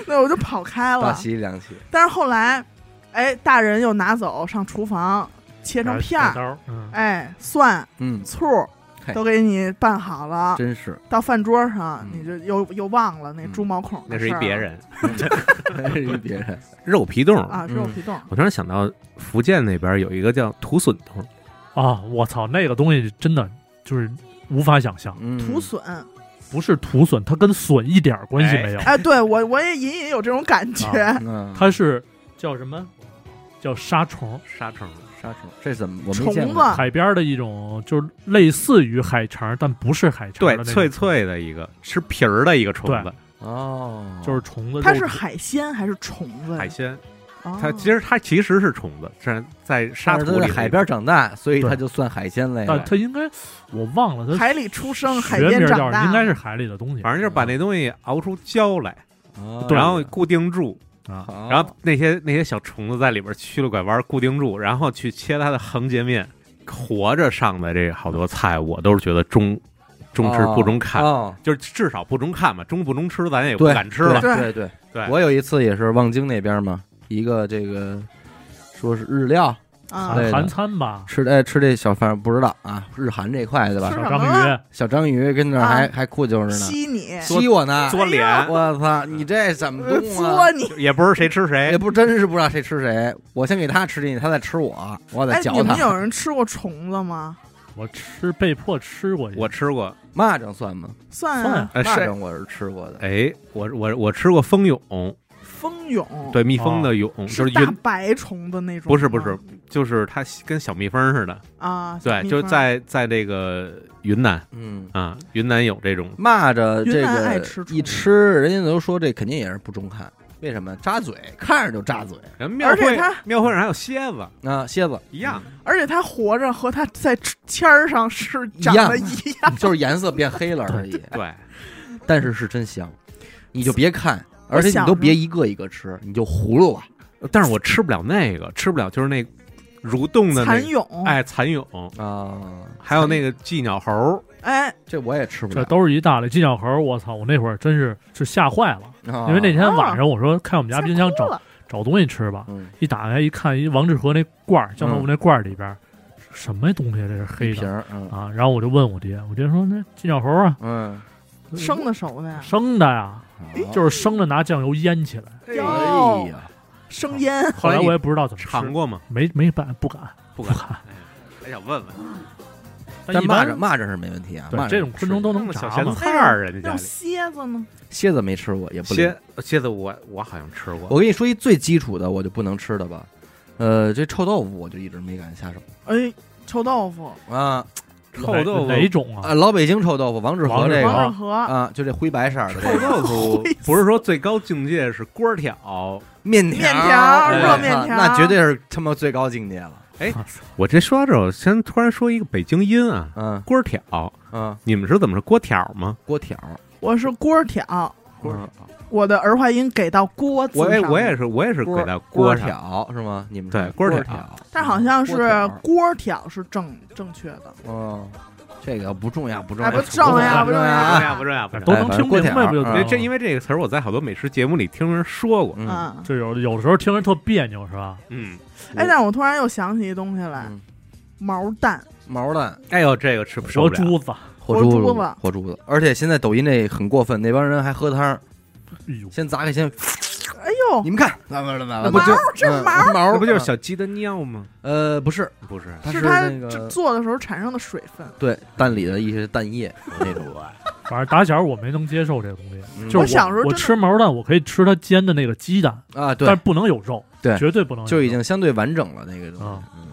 B: 对，我就跑开
A: 倒
B: 了。
A: 吸凉气。
B: 但是后来，哎，大人又拿走上厨房切成片
D: 刀
B: 儿，
D: 儿，嗯，
B: 哎，蒜、
A: 嗯，
B: 醋
A: 嘿
B: 都给你拌好了，
A: 真是
B: 到饭桌上
A: 嗯
B: 你就又又忘了那
A: 嗯
B: 猪毛孔
C: 那
B: 的
C: 是
B: 事儿了，
C: 一别人
A: 是一别 人。
C: 肉皮冻。
B: 啊，肉皮冻。
C: 我突然想到，福建那边有一个叫土笋冻，
D: 啊，我操，那个东西真的就是无法想象，
A: 嗯，
B: 土笋，
D: 不是土笋，它跟笋一点儿关系没有，
B: 哎，对我我也隐隐有这种感觉，
D: 啊
A: 嗯，
D: 它是叫什么？叫沙虫，
C: 沙城
A: 沙虫，这怎么我没
B: 虫
A: 见
B: 子
A: 过？
D: 海边儿的一种，就是类似于海肠，但不是海肠的
C: 对
D: 那，种
C: 脆，脆的一个，吃皮儿的一个虫子，
A: 哦，
D: 就是虫子肉质。
B: 它是海鲜还是虫子呀？
C: 海鲜。
B: 哦
C: 它其实它其实是虫子，是在沙
A: 但是他
C: 土里
A: 在
C: 那
A: 海边长大，所以
D: 对
A: 他就算海鲜类
D: 但
A: 了。
D: 它应该我忘了它
B: 海里出生，海
D: 学
B: 边
D: 名
B: 长
D: 叫什
B: 大，
D: 么，应该是海里的东西
C: 反正就是把那东西熬出胶来，
A: 哦
C: 然后固定住，
D: 啊。
A: 哦
C: 然后那些那些小虫子在里边曲了拐弯固定住，然后去切它的横截面，活着上的这好多菜，我都是觉得中中吃不中看，
A: 哦
C: 就是至少不中看嘛，中不中吃咱也不
A: 对，
C: 敢吃了。
A: 对对
B: 对
A: 对
C: 对
A: 我有一次也是望京那边嘛，一个这个说是日料
B: 啊，
A: 对
D: 韩
A: 的
D: 韩餐吧，
A: 吃哎吃这小饭不知道啊，日韩这块对
B: 是
A: 吧？
D: 小
B: 什
D: 章
B: 么
D: 鱼
B: 了，
A: 小章鱼跟那儿还
B: 啊
A: 还哭啾着呢，
B: 吸你，
A: 吸我呢，哎
C: 嘬脸
A: 我操，你这怎么动啊
B: 作？呃你。
C: 也不是谁吃
A: 也
C: 谁，
A: 不真是不知道谁吃谁，我先给他吃进去，他再吃我，我
B: 哎
A: 再，嚼
B: 你们
A: 他。
B: 有人吃过虫子吗？
D: 我吃被迫吃过一次，
C: 我吃过，
A: 蚂蚱算吗？
B: 算
D: 算
B: 啊
D: 啊，
C: 呃
A: 蚂
C: 是
A: 蚱我是吃过的，
C: 哎，我我我吃过蜂蛹，
B: 蜂蛹，，
C: 对，蜜蜂的蛹，哦就是是
B: 大
C: 云，
B: 白虫的那种吗。
C: 不是不是，就是它跟小蜜蜂似的，
B: 啊，
C: 对，
B: 蜜
C: 就是
B: 蜂
C: 在在这个云南
A: 嗯。
C: 啊，云南有这种
A: 蚂蚱这
B: 云南爱吃
A: 个
B: 虫
A: 一吃，人家都说这肯定也是不中看，为什么？扎嘴，看着就扎嘴。
C: 人庙
B: 而且
C: 会
B: 它
C: 庙会上还有蝎子
A: 啊，蝎子
C: 一样，
B: 而且它活着和它在签儿上是
A: 一
B: 长
A: 样
B: 得 一样。
A: 就是颜色变黑了而已，
C: 对，
A: 但是是真香，你就别看，
B: 我
A: 而且
B: 小
A: 你
B: 时
A: 都
B: 候
A: 别一个一个吃，你就葫芦了
C: 呃但是我吃不了那个，吃不了就是那蠕动的那
B: 蚕
C: 个，
B: 蛹，
C: 哎，蚕蛹，
A: 啊！
C: 还有那个寄鸟猴，
B: 哎，
A: 这我也吃不
D: 这
A: 了，
D: 都是一大类。金小猴，我操！我那会儿真是就吓坏了，
A: 啊
D: 因为那天晚上我说开我们家冰箱
B: 哦吓哭
D: 找
B: 了
D: 找东西吃吧，
A: 嗯
D: 一打开一看，一王致和那罐儿，酱豆腐
A: 嗯
D: 那罐儿里边儿什么东西啊？这是黑
A: 一瓶
D: 的
A: 儿，嗯
D: 啊！然后我就问我爹，我爹说那金小猴啊，
A: 嗯，
B: 生的熟的呀，
D: 生的呀，
A: 好
D: 哎就是生的拿酱油腌起来。
B: 哎
A: 哎呀，
B: 生腌，
D: 后
C: 后
D: 来
C: 来你
D: 我也不知道怎么
C: 尝
D: 吃，
C: 过吗？
D: 没没办不敢。
C: 不敢，还想问问，
A: 但
D: 一
A: 蚂
D: 般
A: 蚱蚂蚱是没问题啊，蚂蚱
D: 对这种昆虫
A: 吃
D: 都
C: 弄哎
D: 能
C: 个小
D: 炸
C: 咸
D: 嘛。
C: 菜儿，啊人
B: 那
C: 家家
B: 种
C: 里
B: 蝎子呢？
A: 蝎子没吃过，也不灵
C: 蝎呃蝎子我我好像吃过，
A: 我跟你说一最基础的，我就不能吃的吧，呃，这臭豆腐我就一直没敢下手
B: 哎，臭豆腐，
A: 啊
C: 臭豆腐
D: 哪哪种啊
A: 啊，？老北京臭豆腐，王致和
D: 王致
A: 这
D: 哎
A: 个
D: 和
B: 王致和，
A: 啊，就这灰白色儿的这
C: 臭
A: 个
C: 豆腐 不是说最高境界是锅儿挑，
A: 面
B: 面条
A: 条
C: 儿
A: 我
C: 热
A: 操
B: 面条
A: 那绝对是他妈最高境界了，
C: 我这说到这儿，我先突然说一个北京音啊，
A: 嗯
C: 锅儿挑，
A: 嗯，
C: 你们是怎么是锅挑吗？
A: 锅条儿，
B: 我是锅儿挑，
A: 锅条
C: 嗯
A: 儿，
B: 我的儿化音给到锅字
C: 我也
B: 上，
C: 我也是我也是给它
A: 锅儿
C: 上，
A: 挑是吗？你们
C: 对
A: 锅
C: 锅儿挑
A: 挑，
B: 但好像是
A: 锅条儿
B: 锅儿挑是正正确的，
A: 嗯，这个不重要，不重
B: 哎
A: 要，
B: 不
C: 重要
A: 要，
B: 不重
A: 重
B: 要
C: 不
A: 啊
C: 重要不重要不重要
D: 都能听明白不就
A: 哎反
C: 对，
D: 得了？
C: 啊这因为这个词儿，我在好多美食节目里听人说过。
A: 嗯，
B: 嗯。
D: 就有有时候听着特别扭，是吧？
C: 嗯，
B: 哎，但我突然又想起一东西来，
A: 嗯
B: 毛蛋，
A: 毛蛋、
C: 哎呦，这个吃不
D: 说
C: 受不了。
D: 珠子，
A: 火
B: 活珠
A: 珠
B: 子
A: 火珠子，而且现在抖音这很过分，那帮人还喝汤儿，
D: 哎呦，
A: 先砸开先，
B: 哎呦
A: 你，们看，那不那
B: 毛
A: 不就
B: 这
A: 嗯
B: 毛
A: 毛儿，
C: 那不就是小鸡的尿吗？
A: 呃不是，
C: 不是，
A: 它
B: 是它
A: 那个
B: 这做的时候产生的水分。
A: 对蛋里的一些蛋液那种，
D: 反正打小我没能接受这东西。
A: 嗯
D: 就是
B: 我小时候
D: 我
B: 真的
D: 吃毛蛋，我可以吃它煎的那个鸡蛋，
A: 啊对
D: 但，不能有肉，
A: 对
D: 绝对不能有肉。
A: 就已经相对完整了那个东西
D: 啊。
A: 嗯，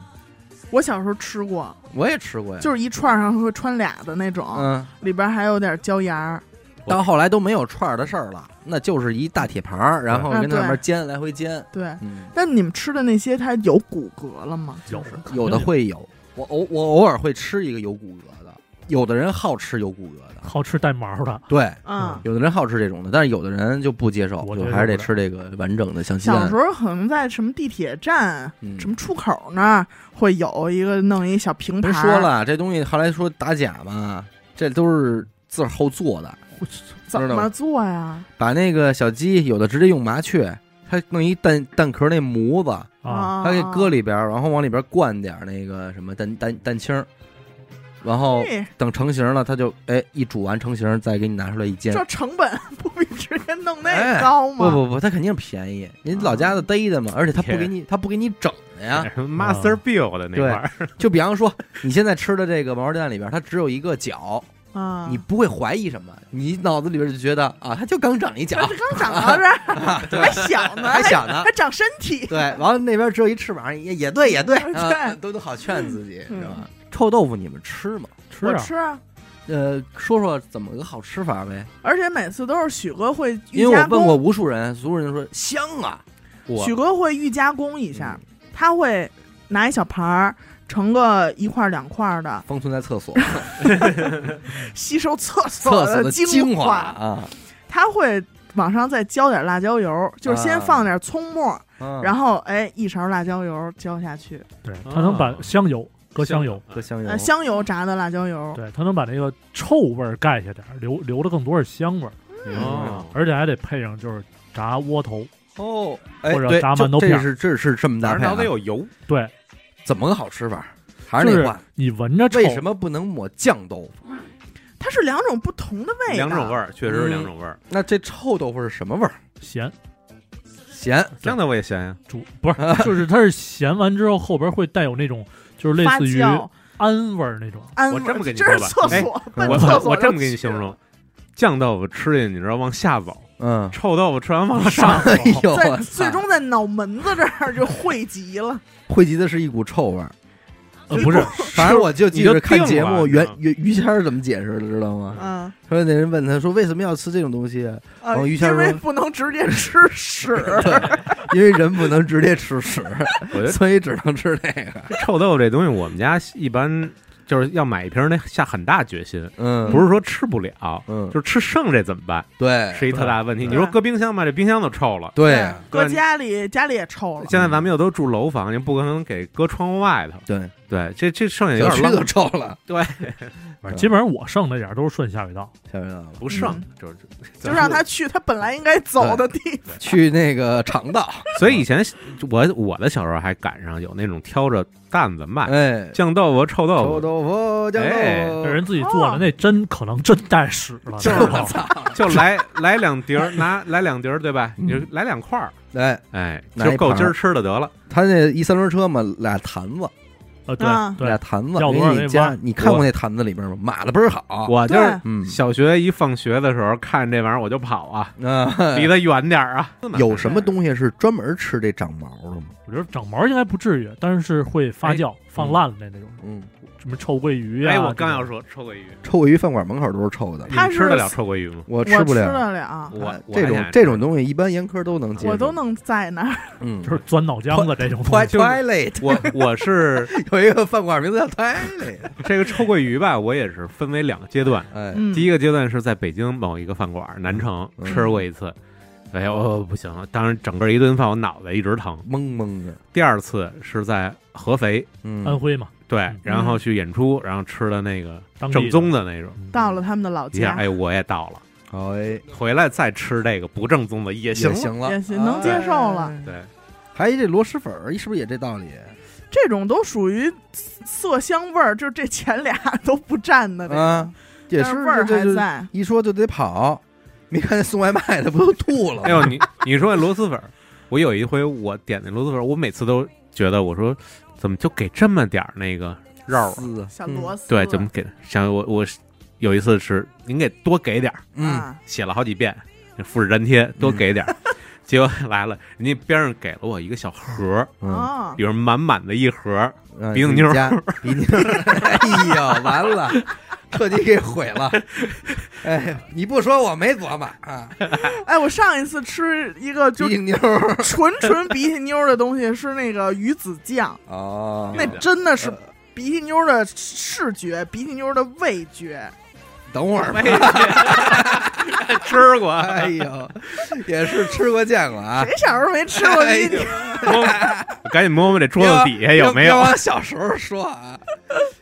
B: 我小时候吃过，
A: 我也吃过呀，
B: 就是一串上会穿俩的那种，
A: 哎嗯，
B: 里边还有点椒盐儿。
A: 到后来都没有串儿的事儿了，那就是一大铁盘儿，然后
B: 啊
A: 跟那
B: 对
A: 边煎，来回煎。
B: 对，
A: 嗯，
B: 但你们吃的那些它有骨骼了吗？
D: 有
B: 就是
A: 有的会有，我偶我偶尔会吃一个有骨骼的，有的人好吃有骨骼的，
D: 好吃带毛的，
A: 对，
B: 嗯，
A: 有的人好吃这种的，但是有的人就不接受，
D: 我
A: 就
D: 接
A: 还是
D: 受
A: 得
D: 不了
A: 吃这个完整的像鸡
B: 小
A: 蛋
B: 时。候可能在什么地铁站、
A: 嗯
B: 什么出口那儿会有一个弄一小平
A: 不
B: 盘，啊
A: 是说，了，这东西后来说打假嘛，这都是自个儿后做的，
B: 怎
A: 知道吗
B: 么做呀？
A: 把那个小鸡有的直接用麻雀，它弄一蛋蛋壳那模子，
D: 啊，
B: 哦
A: 它给搁里边儿，然后往里边儿灌点儿那个什么蛋蛋蛋清儿，然后
B: 嘿
A: 等成型了，它就哎一煮完成型再给你拿出来一煎。
B: 这成本 不比直接弄
A: 哎
B: 那高
A: 不
B: 吗？
A: 不不，它肯定便宜，您老家的逮的嘛，而且它不给你，它不给你整的 呀。
C: Master Bill 的那块儿，
A: 就比方说，你现在吃的这个毛鸡蛋里边儿，它只有一个角，
B: 啊，
A: 你不会怀疑什么，你脑子里边就觉得啊，它就刚长一角
B: 这，刚长到 这儿，还小呢，
A: 还小呢
B: 还，长身体，
A: 对，完了那边只有一翅膀，也也对也对，
B: 对
A: 啊都都好劝自己是吧？臭豆腐你们吃吗？
D: 吃
B: 我
D: 啊，
B: 吃啊。
A: 呃，说说怎么个好吃法呗？
B: 而且每次都是许哥会预
A: 因为
B: 加
A: 我问过
B: 工，
A: 无数人，所有人都说香啊，
C: 我
B: 许哥会预加工一下，
A: 嗯
B: 他会拿一小盘儿盛个一块儿两块儿的，
A: 封存在 厕所，
B: 吸收厕所
A: 厕所的
B: 精
A: 精华啊，
B: 他会往上再浇点辣椒油，就是先
A: 啊
B: 放点葱末，
C: 啊
A: 嗯
B: 然后哎一勺辣椒油浇下去，
C: 哎
D: 对，它能把香油搁香 油，
A: 搁香油
B: 呃，香油炸的辣椒油，
D: 对，它能把那个臭味儿盖下点儿，留留的更多是香味儿，
A: 嗯
C: 哦，
D: 而且还得配上就是炸窝头，
A: 哦，哎，
D: 或者
A: 对，
D: 炸馒头
A: 这
D: 片
A: 这
D: 儿
A: 是这是这么搭
C: 反
A: 配
C: 正
A: 啊
C: 脑得，有油，
D: 对，
A: 怎么个好吃法？还
D: 就是是
A: 那话，
D: 你闻着臭，
A: 为什么不能抹酱豆腐？
B: 它是两种不同的味道，
C: 两种味儿，确实是两种味儿。
A: 那这臭豆腐是什么味儿？
D: 咸
A: 咸，
C: 酱的我也咸呀，
D: 煮不是，就是它是咸完之后后边会带有那种就是类
B: 发
D: 似于
B: 酵
D: 氨味儿 那种，
B: 安
C: 我这么
B: 稳
C: 跟你
B: 这是
C: 说吧
B: 厕所，
A: 哎
B: 奔
A: 我
B: 厕所
C: 我这
B: 就
C: 么给你
B: 去
C: 形容，酱豆腐吃进去，你知道往下走，
A: 嗯，
C: 臭豆腐吃完往上走
A: 哎呦，我
B: 在
A: 操
B: 最终在脑门子这儿就汇集 了，
A: 汇集的是一股臭味儿。
D: 呃，不是，
A: 反正我就记着看节目，
C: 你就
A: 袁
C: 定了
A: 于于谦儿怎么解释的，知道吗？
B: 嗯
A: 说那人问他说为什么要吃这种东西，啊
B: 呃，
A: 王于谦
B: 因为
A: 说
B: 不能直接吃屎，
A: 对， 因为人不能直接吃屎，
C: 我觉得
A: 所以只能吃那个。
C: 臭豆腐这东西，我们家一般就是要买一瓶儿，那下很大决心，
A: 嗯，
C: 不，是说吃不了，
A: 嗯，
C: 就是吃剩这怎么办，
A: 对，
C: 是一特大的问题。
B: 对
C: 你说搁冰箱吧，这冰箱都臭了。
A: 对，
D: 啊
B: 搁家里家里也臭了，
C: 现在咱们又都住楼房，也不可能给搁窗户外头。
A: 对，
C: 对，这这剩下有
A: 小区
C: 点
A: 都
C: 浪，
A: 臭了，
D: 反正基本上我剩那点儿都是顺下水道，
A: 晓得吧？
C: 不剩
B: 嗯，
C: 就是
B: 就让他去他本来应该走的地方，
A: 去那个肠道，
C: 所以以前我我的小时候还赶上有那种挑着担子卖
A: 哎，
C: 酱豆腐、
A: 臭
C: 臭豆腐，
A: 豆腐，酱
C: 哎
A: 豆
D: 这
A: 腐，
D: 人自己做
B: 哦
D: 的那真可能真带屎了，
A: 就是
D: 那
A: 我
D: 种
A: 操，
C: 就来来两碟儿，拿来两碟儿，对吧？你就来两块儿，
A: 哎，
C: 哎，
A: 拿一
C: 就够今
A: 盘儿
C: 儿吃的得了。
A: 他那一三轮车嘛，俩坛子，
D: 呃，
B: 啊
D: 对
A: 俩
D: 对，
A: 坛子，
D: 要多
A: 给
D: 少
A: 你
D: 那
A: 加
D: 挖，
A: 你看过那坛子里边吗？码的倍儿好，
C: 我就是
B: 对
A: 嗯，
C: 小学一放学的时候看这玩意儿我就跑啊，
A: 啊，
C: 离他远点儿啊。
A: 有什么东西是专门吃这长毛的吗？
D: 我觉得长毛应该不至于，但是会发酵，放烂了的那种，
A: 哎嗯，
D: 什么臭鳜鱼啊。
C: 哎，我刚
D: 这种
C: 要，说臭鳜鱼，
A: 臭鳜鱼饭馆门口都是臭的，
C: 你
B: 他
C: 们吃
B: 是
C: 得了臭鳜鱼吗？
A: 我
B: 我
A: 吃不了。
B: 得了，
C: 我
A: 哎
C: 我
A: 这
C: 还
A: 种
C: 想
A: 这种东西，一般严科都能接受，
B: 我都能在那儿。
A: 嗯，
D: 就是钻脑浆子这种东西，
A: Twilight
C: 我我是
A: 有一个饭馆名字叫 Twilight，
C: 这个臭鳜鱼吧，我也是分为两个阶段。
A: 哎，
B: 嗯，
C: 第一个阶段是在北京某一个饭馆南城
A: 嗯
C: 吃过一次，哎呦不行，当时整个一顿饭我脑袋一直疼。
A: 懵懵的，
C: 第二次是在合肥，
D: 安
C: 哦
A: 嗯，
D: 徽嘛，
C: 对
D: 嗯，
C: 然后去演出，然后吃的那个
D: 当地嗯
C: 正宗的那种，
B: 到了他们的老
C: 一下
B: 家，
C: 哎我也到了，
A: 好哎，
C: 回来再吃这个不正宗的也行
A: 也
C: 了。
A: 行了，
B: 也行能接受了
A: 哎。
C: 对，
A: 还有这螺蛳粉儿，是不是也这道理？
B: 这种都属于色香味儿，就是这前俩都不占的这个，
A: 啊，也
B: 但
A: 是
B: 是味儿
A: 这嗯
B: 还
A: 这
B: 在。
A: 一说就得跑，没看见送外卖的不都吐了吗？
C: 哎呦，你你说那螺蛳粉儿，我有一回我点那螺蛳粉儿，我每次都觉得我说怎么就给这么点儿那个肉儿啊，
A: 丝
B: 小螺丝，
C: 对，怎么给想我我有一次吃，您给多给点儿，
A: 嗯，
B: 啊，
C: 写了好几遍，复制粘贴多给点儿。 结果来了，人家边上给了我一个小盒 儿，
A: 嗯嗯
B: 哦
C: 里，边满满的一盒儿，
A: 嗯
C: 鼻子妞儿
A: 自己加鼻子妞儿，哎呦，完了，彻底给毁了。 哎，你不说我没琢磨啊，
B: 哎，我上一次吃一个就
A: 鼻涕妞
B: 纯纯鼻涕妞儿的东西是那个鱼子酱，
A: 哦，
B: 那真的是鼻涕妞儿的视觉，鼻涕妞儿的味觉。
A: 等会 儿吧，
C: 吃过，
A: 哎呦，也是吃过见过啊
B: 谁。小时候没吃过
A: 哎
B: 鼻涕
A: 呦
B: 妞儿？
C: 摸赶紧摸摸这桌子底下有没
A: 别
C: 有
A: 往小时候说啊，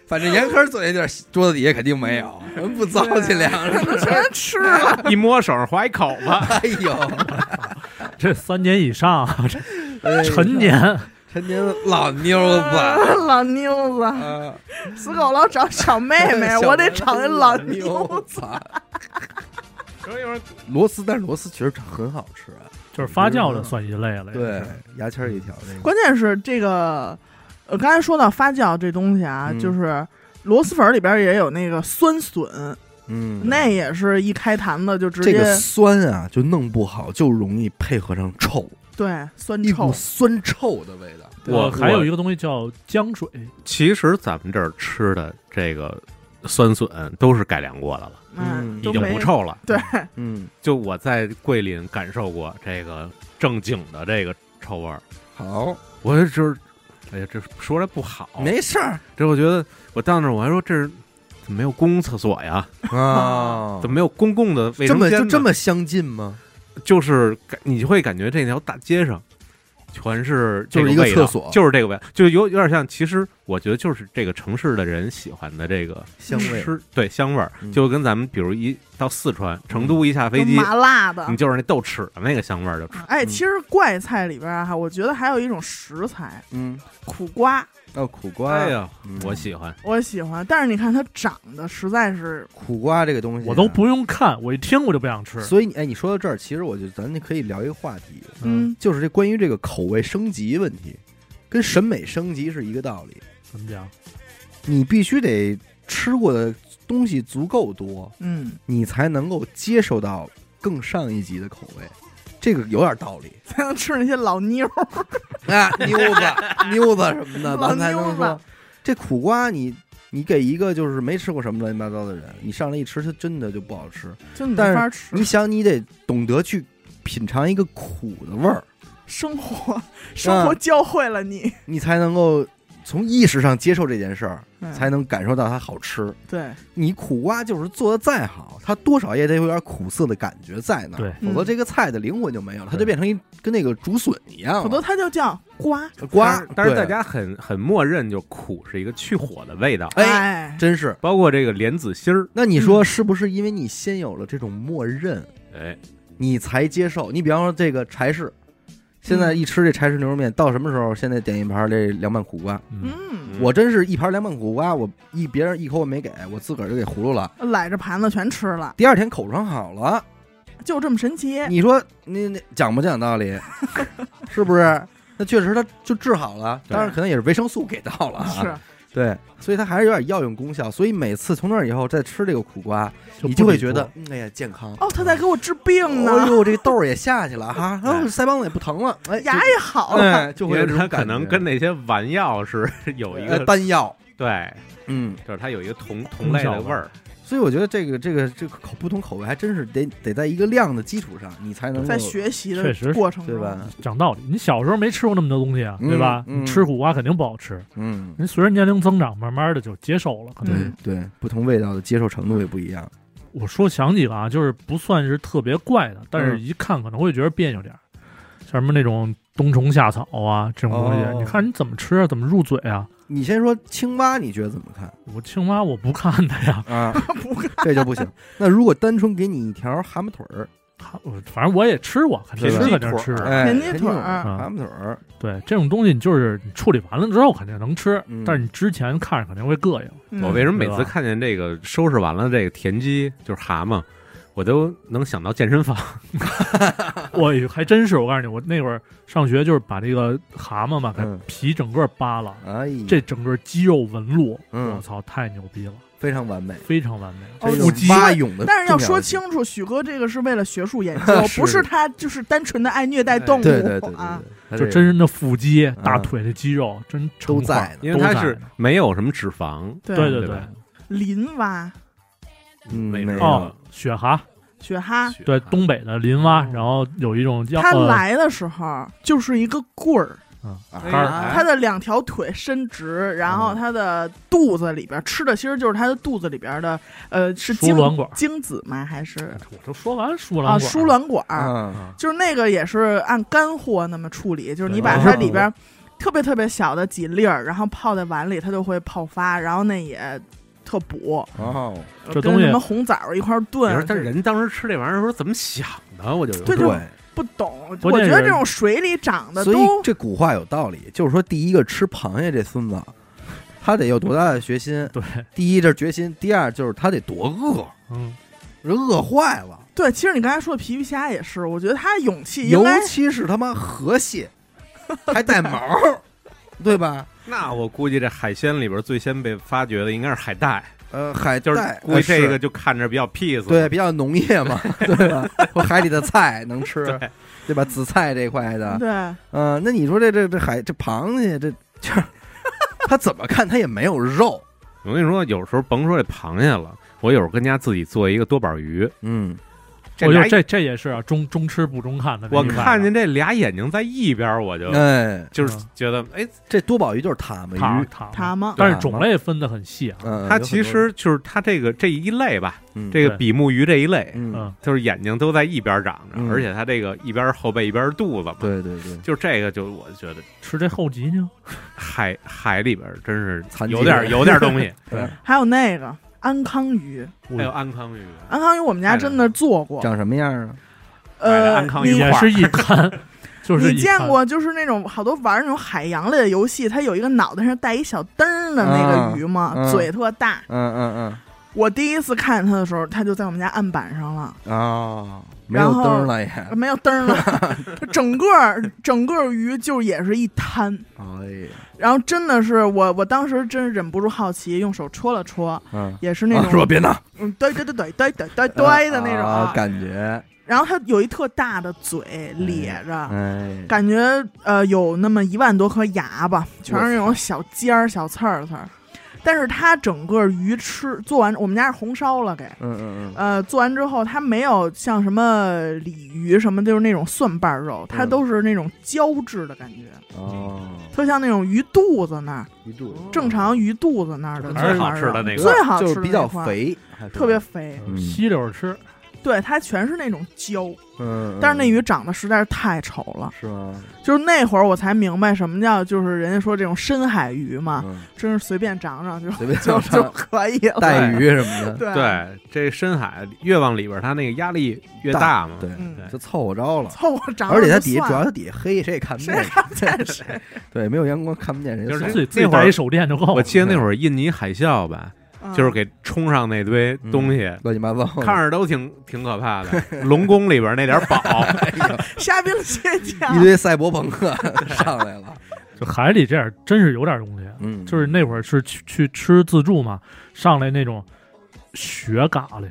A: 反正严科坐那地儿，桌子底下肯定没
B: 嗯
A: 有，人不糟践粮食。
B: 全吃 了，
C: 一摸手上划一口吧。
A: 哎呦，
D: 这三年以上，啊这
A: 哎
D: 陈年，
A: 陈年老妞子，
B: 老妞子。
A: 啊
B: 死狗老找小妹哎妹，
A: 哎 小
B: 我得
A: 妞
B: 找那老
A: 老
B: 妞子。
A: 子。螺丝，但是螺丝其实很好吃啊。
D: 就是发酵的算一类了。
A: 对，牙签儿一条那个。
B: 关键是这个，呃，刚才说到发酵这东西啊，
A: 嗯
B: 就是螺蛳粉儿里边也有那个酸笋，
A: 嗯
B: 那也是一开坛子就直
A: 这
B: 接、
A: 个酸啊，就弄不好就容易配合上臭，
B: 对酸
A: 一股
B: 臭。
A: 酸臭的味道。
D: 我
C: 我
D: 还有一个东西叫浆水，
C: 其实咱们这儿吃的这个酸笋都是改良过的了，
A: 嗯
B: 嗯，
C: 已
B: 都
C: 经
B: 没
C: 不。臭了。
B: 对，
A: 嗯，
C: 就我在桂林感受过这个正经的这个臭味儿，
A: 好，
C: 我就就是，哎呀，这说来不好，
A: 没事儿
C: 这我觉得我到那儿我还说这是怎么没有公共厕所呀？
A: 啊
C: 怎么没有公共的卫
A: 这
C: 生
A: 么
C: 间呢？
A: 就这么相近吗？
C: 就是感你会感觉这条大街上全是这
A: 就是一个
C: 味道，
A: 厕所
C: 就是这个味道，就是有有点像。其实我觉得就是这个城市的人喜欢的这个
A: 香味
C: 吃，对香味儿，
A: 嗯
C: 就跟咱们比如一到四川成都一下飞机，
B: 麻辣的
C: 你，就是那豆豉的那个香味儿就出。
B: 哎，
A: 嗯
B: 其实怪菜里边儿啊哈、我觉得还有一种食材，
A: 嗯，
B: 苦瓜，
A: 哦，苦瓜
C: 哎，呀，
A: 嗯
C: 我喜欢，
B: 我喜欢。但是你看它长得实在是，
A: 苦瓜这个东西啊
D: 我都不用看，我一听我就不想吃。嗯
A: 所以你哎，你说到这儿，其实我觉得咱可以聊一个话题，
B: 嗯，
A: 就是这关于这个口味升级问题，跟审美升级是一个道理。
D: 怎么讲？
A: 你必须得吃过的东西足够多，
B: 嗯，
A: 你才能够接受到更上一级的口味。这个有点道理
B: 才能吃那些老妞儿。
A: 啊，妞子、妞子什么的，
B: 老
A: 咱才能
B: 妞
A: 说
B: 子
A: 这苦瓜你。你给一个就是没吃过什么乱七八糟的人，你上来一吃，它真的就不好吃。
B: 就你
A: 但
B: 没
A: 是
B: 法吃
A: 你。想，你得懂得去品尝一个苦的味儿，
B: 生
A: 嗯
B: 活，生活教会了你，
A: 你才能够从意识上接受这件事儿，
B: 嗯
A: 才能感受到它好吃。
B: 对，
A: 你苦瓜就是做的再好，它多少也得有点苦涩的感觉在那儿，
D: 对
B: 嗯
A: 否则这个菜的灵魂就没有了，它就
C: 对
A: 变成一跟那个竹笋一样
B: 否则
A: 了。
B: 它就叫瓜。
A: 瓜
C: 但是
A: 对
C: 大家很很默认就苦是一个去火的味道，
A: 哎
B: 哎，
A: 真是，
C: 包括这个莲子心儿，
A: 那你说是不是因为你先有了这种默认，
C: 哎，
A: 你才接受？你比方说这个柴氏，现在一吃这柴氏牛肉面，到什么时候？现在点一盘这凉拌苦瓜，
D: 嗯，
B: 嗯，
A: 我真是一盘凉拌苦瓜，我一别人一口我没给，我自个儿就给葫芦了。
B: 揽着盘子全吃了，
A: 第二天口尝好了，
B: 就这么神奇。
A: 你说你你讲不讲道理？是不是？那确实，它就治好了，
C: 对
A: 当然可能也是维生素给到了、啊，
B: 是，
A: 对，所以它还是有点药用功效。所以每次从那以后再吃这个苦瓜，你
D: 就
A: 就
D: 不
A: 会
D: 理
A: 觉得
D: 我，
A: 嗯哎呀健康。
B: 哦，他在给我治病呢，
A: 哎呦，这痘儿也下去了 哈，
C: 哎
A: 哦，腮帮子也不疼了，哎，
B: 牙
A: 就
B: 也好了。
A: 哎就会有这
C: 因
A: 种
C: 为它可
A: 感觉。
C: 能跟那些丸药是 有一
A: 呃
C: 个
A: 丹药，
C: 对，
A: 嗯，
C: 就是它有一个同同类的味儿。
A: 所以我觉得这个这个这个口不同口味还真是得得在一个量的基础上，你才能够
B: 在学习的
D: 确实
B: 过程
A: 嗯对
B: 中，
A: 吧？
D: 讲道理，你小时候没吃过那么多东西啊，
A: 嗯
D: 对吧？
A: 嗯
D: 你吃苦瓜肯定不好吃，
A: 嗯，
D: 人随着年龄增长，慢慢的就接受了。可能
A: 对
B: 嗯
A: 对，不同味道的接受程度也不一样。
D: 我说想几个啊，就是不算是特别怪的，但是
A: 嗯
D: 一看可能会觉得别扭点儿，像什么那种冬虫夏草啊这种东西，
A: 哦
D: 你看你怎么吃啊，怎么入嘴啊？
A: 你先说青蛙，你觉得怎么看
D: 我青蛙我不看的呀，
A: 啊？
B: 不看
A: 这就不行。那如果单纯给你一条蛤蟆腿儿，
D: 它我反正我也吃过，肯定
A: 是
D: 吃
A: 吧
D: 肯定吃。
C: 哎
A: 哎，
B: 田鸡腿儿
D: 嗯
A: 蛤蟆腿儿，
D: 对这种东西，你就是你处理完了之后肯定能吃，
A: 嗯
D: 但是你之前看着肯定会膈应。
B: 嗯
C: 我为什么每
D: 对
C: 次
D: 吧
C: 看见这个收拾完了这个田鸡就是蛤蟆，我都能想到健身房。
D: 我还真是，我告诉你，我那会儿上学就是把这个蛤蟆嘛，给
A: 嗯
D: 皮整个扒了，
A: 哎呀，
D: 这整个肌肉纹路，
A: 嗯
D: 我操，太牛逼了，
A: 非常完美。
D: 非常完美。
B: 哦
A: 这
B: 你
A: 种
B: 说
A: 蛙泳的重要性，
B: 但是要说清楚，许哥这个是为了学 术研究，
A: 是
B: 不是他就是单纯的爱虐
D: 哎
B: 待动物
A: 对对对对
B: 啊。
A: 对，
D: 就
A: 它这
D: 真人的腹肌、
A: 嗯
D: 大腿的肌肉，真
A: 都
D: 成块
A: 在
D: 儿
A: 呢
C: 因为它是
D: 都在
C: 没有什么脂肪，
D: 对
C: 对
D: 对
C: 吧，
B: 林蛙
A: 嗯
C: 那
A: 那
C: 个
A: 个
D: 哦，雪蛤，
B: 雪蛤，
C: 雪
D: 对，
C: 蛤
D: 东北的林蛙
B: 哦，
D: 然后有一种叫
B: 它
D: 呃
B: 来的时候就是一个棍儿，
C: 哎
A: 啊
C: 呀
D: 啊
B: 它的两条腿伸直，然后它的肚子里边吃的其实就是它的肚子里边的，呃，是
D: 输
B: 精
D: 卵管
B: 精子吗？还
C: 哎
B: 是
D: 我都说完输卵
B: 啊
D: 管，
B: 输卵管儿？
A: 嗯
B: 就是那个也是按干货那么处理，就是你把
D: 对
B: 它里边特别特别小的几粒儿，然后泡在碗里，它就会泡发，然后那也特补，
C: 嗯
A: 哦，
D: 这东
B: 跟
D: 西
B: 什么红枣儿一块儿
C: 你说
B: 炖。
C: 这人当时吃这玩意儿的时候怎么想的？我就
B: 啊对
A: 对
B: 就，不懂，我
D: 关键
B: 觉得
D: 是
B: 这种水里长的
A: 所以
B: 都
A: 这古话有道理，就是说第一个吃螃蟹这孙子，他得有多大的决心？
D: 对，
A: 第一这是决心，第二就是他得多饿，
D: 嗯，
A: 人饿坏了，
B: 对。其实你刚才说的皮皮虾也是，我觉得它勇气应
A: 尤
B: 该
A: 其是他妈河蟹，还带毛，对吧？
C: 那我估计这海鲜里边最先被发掘的应该是海带，
A: 呃，海
C: 哎就是
A: 带
C: 估计
A: 呃
C: 这
A: 是
C: 个就看着比较 peace。
A: 对，比较农业嘛， 对吧？或海里的菜能吃，对吧？紫菜这块的，
B: 对。
A: 嗯、那你说这这这海这螃蟹这这，他怎么看他也没有肉，
C: 我跟你说，有时候甭说这螃蟹了，我有时候跟家自己做一个多宝鱼，
A: 嗯，
D: 我
C: 俩
D: 就这这也是啊，中中吃不中看的。
C: 我
D: 这一块
C: 看见这俩眼睛在一边儿，我就
A: 哎，
C: 就是觉得，哎，
A: 这多宝鱼就是塔嘛
D: 塔
A: 鱼，
D: 塔
B: 蛤蟆
D: 但是种类分得很细啊。
A: 嗯，
C: 它
A: 有很
C: 其
A: 多
C: 实就是它这个这一类吧，
A: 嗯
C: 这个
D: 对
C: 比目鱼这一类，
A: 嗯，
D: 嗯
C: 就是眼睛都在一边长着
A: 嗯，
C: 而且它这个一边后背一边肚子嘛，，
A: 对对对，
C: 就这个就我觉得
D: 吃这后脊呢？
C: 海海里边真是
A: 残疾
C: 有点
A: 人
C: 有 点东西，
A: 对，
B: 还有那个安康鱼，
C: 还有安康鱼，
B: 安康鱼我们家真的做过，
A: 长什么样啊？
C: 买的
B: 呃，
C: 安康鱼
B: 你
D: 也是一摊， 就是
B: 你
D: 一
B: 见
D: 摊
B: 过就是那种好多玩那种海洋类的游戏，它有一个脑袋上带一小灯儿的那个鱼嘛，
A: 嗯嗯
B: 嘴特大。
A: 嗯嗯
B: 我第一次看见它的时候，它就在我们家案板上了，
A: 嗯，啊，没
B: 然
A: 有
B: 后
A: 灯儿了也，
B: 没有灯儿了，整个整个鱼就也是一滩。
A: 哎呀，
B: 然后真的是我，我当时真忍不住好奇，用手戳了戳，
A: 嗯，
B: 也是那
A: 啊
B: 种，
A: 说别闹，
B: 嗯，对对对对对对对对的那种。
A: 啊感觉，
B: 然后它有一特大的嘴咧着，
A: 哎，
B: 感觉呃有那么一万多颗牙吧，全是那种小尖儿、小刺儿刺儿。但是它整个鱼吃做完，我们家是红烧了给，
A: 嗯嗯嗯，
B: 呃，做完之后它没有像什么鲤鱼什么，就是那种蒜瓣肉，它
A: 嗯
B: 都是那种胶质的感觉，
A: 哦，
B: 特像那种鱼肚子那儿，
A: 一肚子
B: 正常鱼肚子那儿的
C: 还是好
B: 蒜瓣肉
C: 吃的那块
B: 最好
A: 哦就
B: 吃
A: 是
B: 的
A: 比
B: 那
A: 较
B: 块儿，
A: 肥，还
B: 特别肥，
A: 嗯
D: 吸溜着吃，
B: 对，它全是那种胶，
A: 嗯，
B: 但是那
A: 嗯
B: 鱼长得实在是太丑了，
A: 是吗？
B: 就是那会儿我才明白什么叫就是人家说这种深海鱼嘛，
A: 嗯，
B: 真是随便长长就
A: 随便
B: 就
A: 上
B: 就可以了。
A: 带鱼什么的，
B: 对
C: 嗯对，这深海越往里边，它那个压力越大嘛，
A: 对，
B: 嗯
A: 就凑合着了。
B: 凑合长，
A: 而且它底下主要它底下黑，谁也看不
B: 谁
A: 见
B: 也， 看不见谁。
A: 对，没有阳光看不见人
C: 就是
A: 算。
D: 自己自己
C: 那会儿
D: 带一手电就够了。
C: 我记得那
A: 哦
C: 会儿印尼海啸吧，
B: 嗯
C: 就是给冲上那堆
A: 嗯
C: 东西，
A: 乱七八糟，
C: 看着都挺挺可怕 的。龙宫里边那点宝，
B: 虾兵蟹将
A: 一，堆赛博朋 克上来了，
D: 就海里这样，真是有点东西。
A: 嗯，
D: 就是那会儿是去去吃自助嘛，上来那种雪蛤蜊，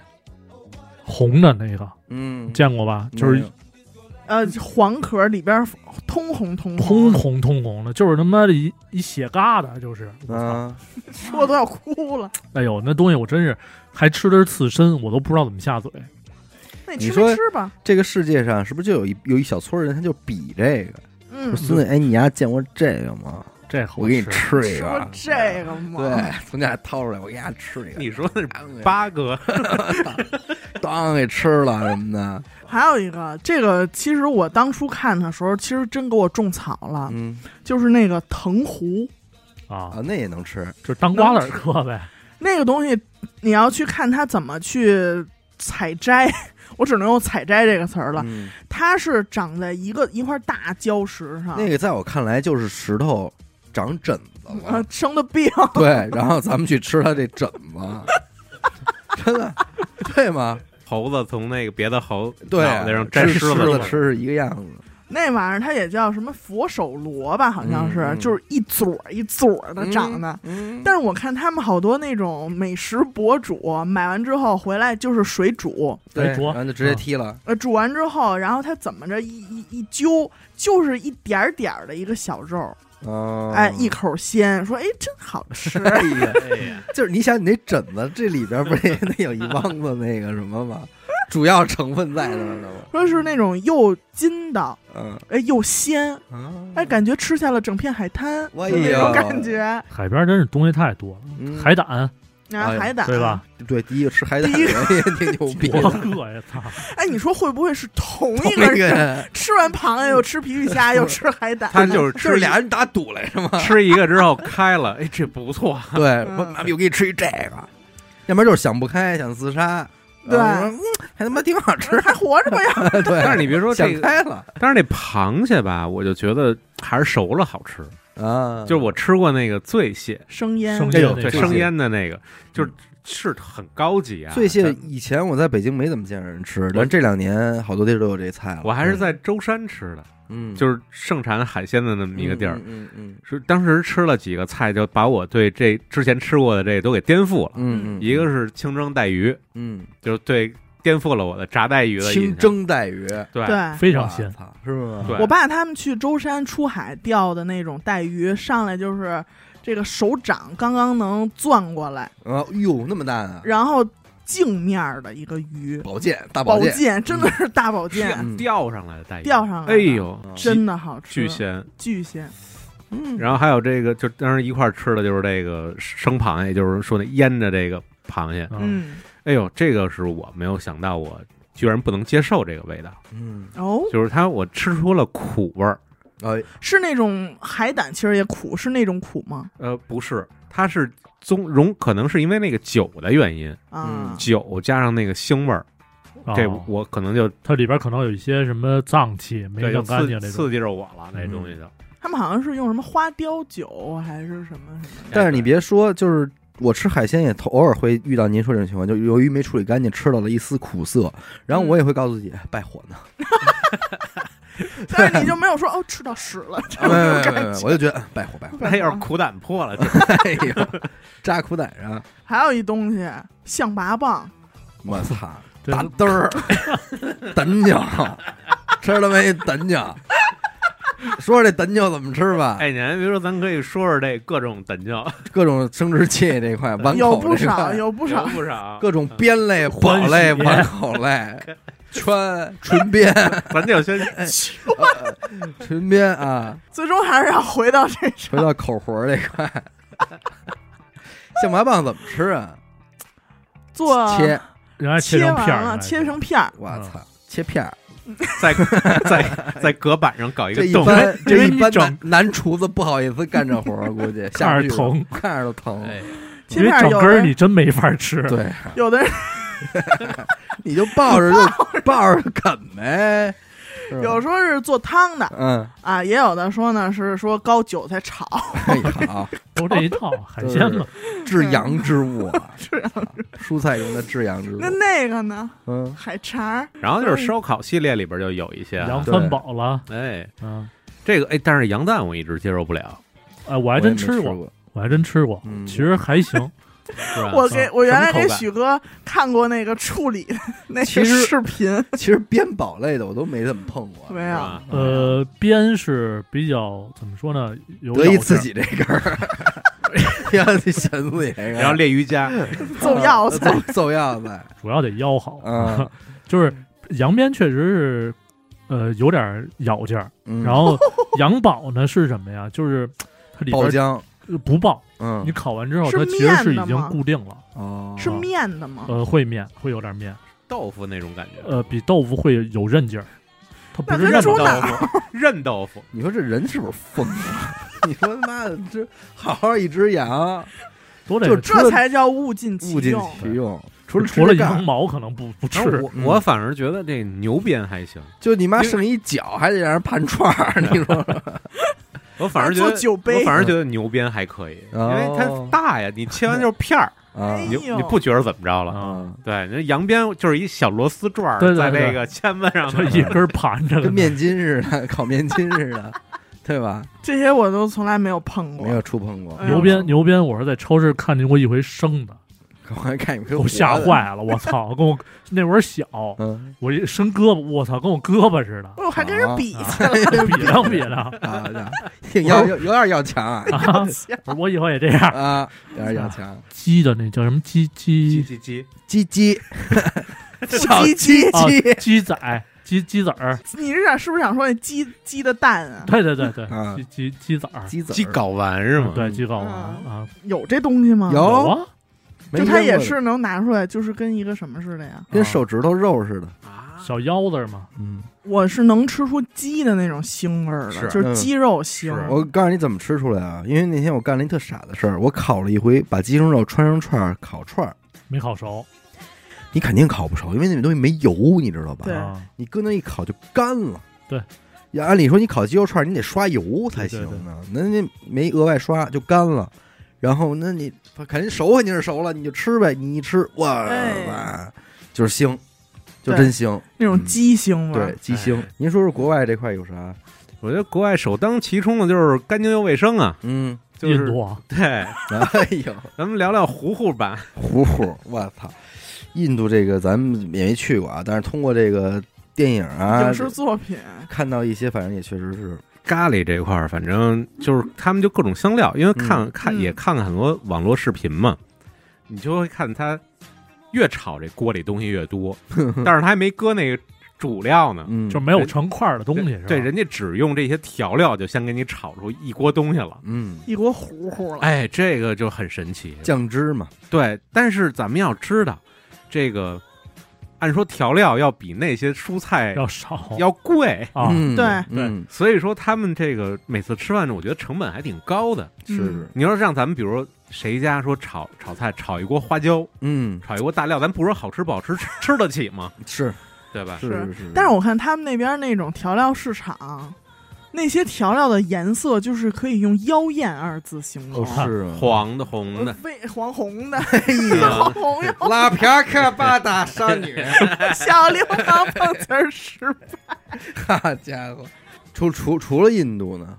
D: 红的那个
A: 嗯，
D: 见过吧？就是
B: 呃，黄壳里边通红通
D: 通，红通红的，就是他妈的一一血疙瘩，就是。我操！
A: 啊，
B: 说都要哭了。
D: 哎呦，那东西我真是还吃的是刺身，我都不知道怎么下嘴。
B: 那
A: 你
B: 你吃
A: 说
B: 没吃吧？
A: 这个世界上是不是就有一有一小撮人，他就比这个？说，
B: 嗯
A: 孙子，哎，你丫见过这个吗？
D: 这好
A: 我给你
D: 吃
A: 吃一
B: 说
A: 个。
B: 这个嘛，
A: 对，从家里掏出来，我给丫吃一个。
C: 你说那是
A: 当给
C: 八哥，
A: 当给吃了什么的，
B: 还有一个，这个其实我当初看的时候，其实真给我种草了，
A: 嗯
B: 就是那个藤壶
D: 啊
A: 啊，，那也能吃，
D: 就是当瓜子儿嗑呗。
B: 那个东西，你要去看它怎么去采摘， 我只能用采摘这个词儿了。
A: 嗯
B: 它是长在一个一块大礁石上，
A: 那个在我看来就是石头长疹子
B: 啊
A: 了，
B: 生的病，
A: 对，然后咱们去吃它这疹子， 真的，对吗？
C: 猴子从那个别的猴
A: 对，
C: 脑袋上摘
A: 吃
C: 虱
A: 狮
C: 子
A: 子
C: 了，
A: 吃是一个样子，
B: 那玩意儿它也叫什么佛手螺吧，好像是，
A: 嗯嗯
B: 就是一撮儿一撮儿的长的。
A: 嗯，
B: 但是我看他们好多那种美食博主买完之后回来就是水煮，
A: 对，
D: 哎灼
A: 然后就直接
C: 嗯
A: 踢了，
B: 呃，煮完之后，然后它怎么着一一一揪，就是一点儿点儿的一个小肉，
A: 哦，。
B: 哎，一口鲜，说哎真好吃
A: 哎呀，
C: 哎呀，
A: 就是你想你那疹子这里边不是也得有一帮子那个什么吗？主要成分在那儿呢吗？
B: 说是那种又筋道，
A: 嗯
B: 哎又鲜，
A: 啊
B: 哎感觉吃下了整片海滩，
A: 哎
B: 就那
A: 呦
B: 种感觉。啊
D: 海边真是东西太多了，
A: 嗯
D: 海胆
B: 然
A: 哎
B: 后
A: 呦
B: 海胆，
D: 对吧？？
A: 对，第一个吃海胆
B: 第一
A: 的也挺牛逼
D: 我
A: 的，
D: 个呀，操！
B: 哎，你说会不会是同一
A: 那
B: 个
A: 个
B: 人？
A: 人
B: 吃完螃蟹又吃皮皮 虾又吃海胆，
C: 他就是
A: 就
C: 吃
A: 是俩人打赌来着嘛。
C: 吃一个之后开了，哎，这不错，
A: 对，
B: 嗯
A: 我妈逼，我给你吃一这个，要不然就是想不开，想自杀。
B: 对。
A: 然后我说嗯，还他妈挺好吃
B: 还活 着吗？要
A: 对，
C: 但是你别说这
A: 想
C: 个，
A: 开了
C: 但是那螃蟹吧，我就觉得还是熟了好吃。
A: 啊，
C: 就是我吃过那个醉蟹，
B: 生腌，
D: 生
A: 这有
D: 对
C: 对，
D: 醉
C: 生
A: 蟹
C: 腌的那个，就是是很高级啊。
A: 醉蟹
C: 但，
A: 以前我在北京没怎么见人吃，但这两年好多地儿都有这菜了。
C: 我还是在舟山吃的，
A: 嗯，嗯
C: 就是盛产海鲜的那么一个地儿。
A: 嗯嗯
C: 是当时吃了几个菜，就把我对这之前吃过的这都给颠覆了。
A: 嗯嗯，
C: 啊一个是清蒸带鱼，
A: 嗯
C: 就是对颠覆了我的炸带鱼的印
A: 清
C: 象。
A: 蒸带鱼，
C: 对
B: 对。
D: 非常鲜
A: 我。操，是吗？
C: 对
B: 我爸他们去舟山出海钓的那种带鱼，上来就是这个手掌刚刚能攥过来，
A: 啊，哟，那么大啊！
B: 然后镜面儿的一个鱼，
A: 宝剑，大
B: 宝
A: 剑，
B: 剑真的是大宝剑，
A: 嗯
C: 钓上来的带鱼，
B: 钓上来的
C: 哎呦，
A: 嗯
B: 真的好吃，
C: 巨鲜！
B: 巨鲜，
A: 嗯，
C: 然后还有这个，就当时一块儿吃的就是这个生螃蟹，就是说那腌的这个螃蟹。
D: 嗯，
B: 嗯，
C: 哎呦，这个是我没有想到，我居然不能接受这个味道，
A: 嗯，
B: 哦，
C: 就是它我吃出了苦味儿。
A: 哎，
B: 是那种海胆，其实也苦，是那种苦吗？
C: 呃，不是，它是棕融，可能是因为那个酒的原因，
B: 啊
A: 嗯，
C: 酒加上那个腥味儿，
B: 嗯
D: 啊
C: 这我可能就
D: 它里边可能有一些什么脏器没
C: 对就
D: 整干
C: 刺
D: 净那
C: 刺
D: 种。
C: 激着我了，那
D: 嗯
C: 东西就。
B: 他们好像是用什么花雕酒还是什么什么
A: 但是你别说，就是我吃海鲜也头偶尔会遇到您说这种情况，就由于没处理干净，吃到了一丝苦涩，然后
D: 嗯
A: 我也会告诉自己，哎败火 呢。
B: 的，但是你就没有说哦吃到屎了，这
A: 没
B: 种
A: 没没
B: 感
A: 没，
B: 觉。
A: 我就觉得哎败火败火，
C: 哎，它要是苦胆破了，这
A: 哎呦，扎苦胆上，
B: 还有一东西象拔蚌，
A: 我操，
D: 对
A: 大嘚儿， 胆饺，吃了没胆饺？说说这胆饺怎么吃吧，
C: 哎，你还别说，咱可以说说这各种等教，
A: 各种生殖器这块，碗
B: 有
A: 口
B: 不
A: 这
B: 少，
A: 块，
B: 有不少
C: 有，不少，
A: 各种边类、
D: 欢
A: 火类、
D: 喜
A: 碗口类、 圈、唇边、
C: 嗯咱就先
A: 唇边啊，
B: 最终还是要回到这
A: 回到口活儿这 块。象拔蚌怎么吃啊？
B: 做
A: 切，
D: 人家
B: 切
D: 成
B: 完
D: 片儿
B: 了，
D: 来
B: 切
D: 着
B: 成片儿，
A: 我操，
D: 嗯
A: 切片儿。
C: 在在在隔板上搞一
A: 这
C: 个
A: 一
C: 洞，
A: 般
D: 因
A: 这
D: 为
A: 一
D: 你
A: 般
D: 整
A: 男男厨子不好意思干这活儿，估 计下
D: 看
A: 去
D: 着
A: 了
D: 疼，
A: 看着都疼。
C: 哎，
B: 切
D: 因为
B: 片儿
D: 整
B: 有
D: 根
B: 的
D: 儿
B: 人
D: 你真没法吃。
A: 对，
B: 有的人
A: 你就抱着就抱着啃 呗。是吧
B: 有说是做汤的
A: 嗯，
B: 啊，也有的说呢是说高韭菜炒，
A: 哎呀 好，
D: 都这一套海鲜嘛，
A: 至阳之物 啊，蔬菜中的至阳之物
B: 那。那个呢
A: 嗯，
B: 海肠儿，
C: 然后就是烧烤系列里边就有一些啊，
D: 羊三宝了，
C: 哎，
D: 嗯，
C: 这个哎，但是羊蛋我一直接受不了，
D: 哎，我
A: 我
D: 还
A: 也
D: 真
A: 没
D: 吃过，
A: 过。
D: 我还真吃过，
A: 嗯
D: 其实还行。
C: 是吧？
B: 我给
D: 嗯
B: 我原来
C: 什么
B: 给
C: 口感
B: 许哥看过那个处理的那
A: 其
B: 个
A: 实
B: 视频，
A: 其实边宝类的我都没怎么碰过，嗯
B: 没
C: 是
B: 有。
C: 吧？
D: 呃，边是比较怎么说呢，有
A: 得
D: 咬
A: 意
D: 劲
A: 自
D: 儿
A: 己这根 儿，要去寻思你这个，呃
C: 然后练瑜伽，
B: 揍药
C: 呃
B: 材
A: 揍揍药材，
D: 主要得腰好，
A: 嗯
D: 就是羊鞭确实是，呃，有点咬劲儿。
A: 嗯，
D: 然后 羊宝呢是什么呀？就是它里边
A: 爆
D: 儿
A: 浆，
D: 呃不爆，
A: 嗯，
D: 你烤完之后
B: 是
D: 它其实是
B: 面的
D: 已经
B: 吗嗯
D: 固定了，
A: 哦，
B: 是面的吗？
D: 呃，会面会有点面，
C: 豆腐那种感觉，
D: 呃，比豆腐会有韧劲儿。它不
B: 那
D: 是
B: 跟
D: 韧
B: 猪
D: 的，
B: 脑
C: 豆腐，韧豆腐，
A: 你说这人是不是疯了？ 你说他妈的，这好好一只羊，
D: 都
A: 就
D: 得
A: 除
B: 这
A: 了
B: 才叫物尽
A: 物尽
B: 用。
A: 其用。除了
D: 除了
A: 吃干
D: 羊毛可能不不
C: 然后
D: 吃，
C: 我
A: 嗯
C: 我反而觉得这牛鞭还行，
A: 就你妈
C: 因为
A: 剩一脚，还得让人盘串儿，你说
C: 我反而觉
B: 哎做
C: 得，
B: 酒杯
C: 我反而觉得牛鞭还可以，因
A: 哦
C: 为它大呀，你切完就是片儿，
A: 啊
B: 哎
C: 你
B: 呦
C: 你不觉得怎么着了？
A: 啊，
C: 对，那羊鞭就是一小螺丝转儿
D: 嗯对对
C: 在
D: 对
C: 那个签子上
D: 这一根儿盘着的
A: 跟面筋似的，烤面筋似的，对吧？
B: 这些我都从来没有碰过
A: 没。有触碰过，
B: 哎呦
D: 牛鞭，牛鞭，我是在超市看见过一回生的，
A: 我还看你给
D: 给我吓。坏了，我操！跟我那会儿小，
A: 嗯
D: 我一伸胳膊，我操，跟我胳 膊似的，
B: 我还跟人比
D: 啊
B: 去
A: 哎
B: 了，
D: 比量比量。
A: 啊，挺 要有有点要强啊
D: 啊我说我以后也这样。
A: 啊，有点要强。
D: 鸡的那叫什么鸡
C: 叽
D: 鸡
C: 叽叽，
A: 鸡鸡，小
B: 鸡鸡
D: 啊
C: 哦
B: 鸡，
D: 鸡仔鸡鸡子儿，
B: 你是想是不是想说那鸡鸡的蛋啊？
D: 对对对对
A: 啊，
D: 鸡鸡鸡子儿，
A: 鸡子儿
C: 鸡睾丸是吗？
D: 对鸡睾丸
B: 嗯
D: 啊，
B: 有这东西吗？
A: 有
D: 有啊，
A: 没
B: 就它
A: 扔
B: 也
A: 过的
B: 是能拿出来，就是跟一个什么似的呀？
A: 跟手指头肉似的。
C: 啊
D: 小腰子儿嘛，
A: 嗯，
B: 我是能吃出鸡的那种腥味儿
C: 是
B: 的，就是
A: 嗯
B: 鸡肉腥。
C: 是
A: 我告诉你怎么吃出来啊，因为那天我干了一特傻的事儿，我烤了一回，把鸡胸肉穿成串儿烤串儿，
D: 没烤熟
A: 你肯定烤不熟，因为那东西没油，你知道吧？
B: 对
D: 啊。
A: 你搁那一烤就干了。
D: 对
A: 呀，按理说你烤鸡肉串儿你得刷油才行
D: 对对
A: 呢，那那没额外刷就干了。然后那你肯定熟肯定是熟了，你就吃呗。你一吃，哇，
B: 哎
A: 就是腥，就
B: 对
A: 真腥。
B: 那
C: 嗯
B: 种鸡腥味
A: 对
B: 儿，，
A: 鸡腥
C: 哎。
A: 您说说国外这块有啥？
C: 我觉得国外首当其冲的就是干净又卫生啊，
A: 嗯，
C: 就
D: 印
C: 是
D: 度啊，
C: 对，
A: 哎呦，
C: 咱们聊聊糊糊版，
A: 糊糊，我操！印度这个咱们也没去过啊，但是通过这个电影啊
B: 影，视作品
A: 看到一些，反正也确实是，
D: 啊
C: 咖喱这块儿，反正就是他们就各种香料，因为看、
A: 嗯
C: 看
B: 嗯
C: 也看了很多网络视频嘛，你就会看它越炒这锅里东西越多，但是它还没搁那个主料呢。
A: 嗯，
D: 就没有成块儿的东西是吧？
C: 对，人家只用这些调料就先给你炒出一锅东西了。
A: 嗯
B: 一锅糊糊了，
C: 哎，这个就很神奇。
A: 酱汁嘛，
C: 对，但是咱们要知道，这个按说调料要比那些蔬菜
D: 要少
C: 要贵，
D: 啊，
A: 嗯
B: 对
A: 嗯，
C: 所以说他们这个每次吃饭，我觉得成本还挺高的。
A: 是是，
C: 你要是让咱们，比如谁家说炒炒菜，炒一锅花椒，
A: 嗯
C: 炒一锅大料，咱不说好吃不好吃，吃吃得起吗？
A: 是
C: 对吧？
A: 是
B: 是
A: 是是，
B: 但是我看他们那边那种调料市场，那些调料的颜色就是可以用“妖艳”二字形容
A: 哦。是啊，
C: 黄的、红的，
B: 为黄红的，
A: 哎呀，
B: 黄红哟，
A: 拉皮克巴 达少女，
B: 小流氓碰瓷儿失败。
A: 好家伙，除除除了印度呢，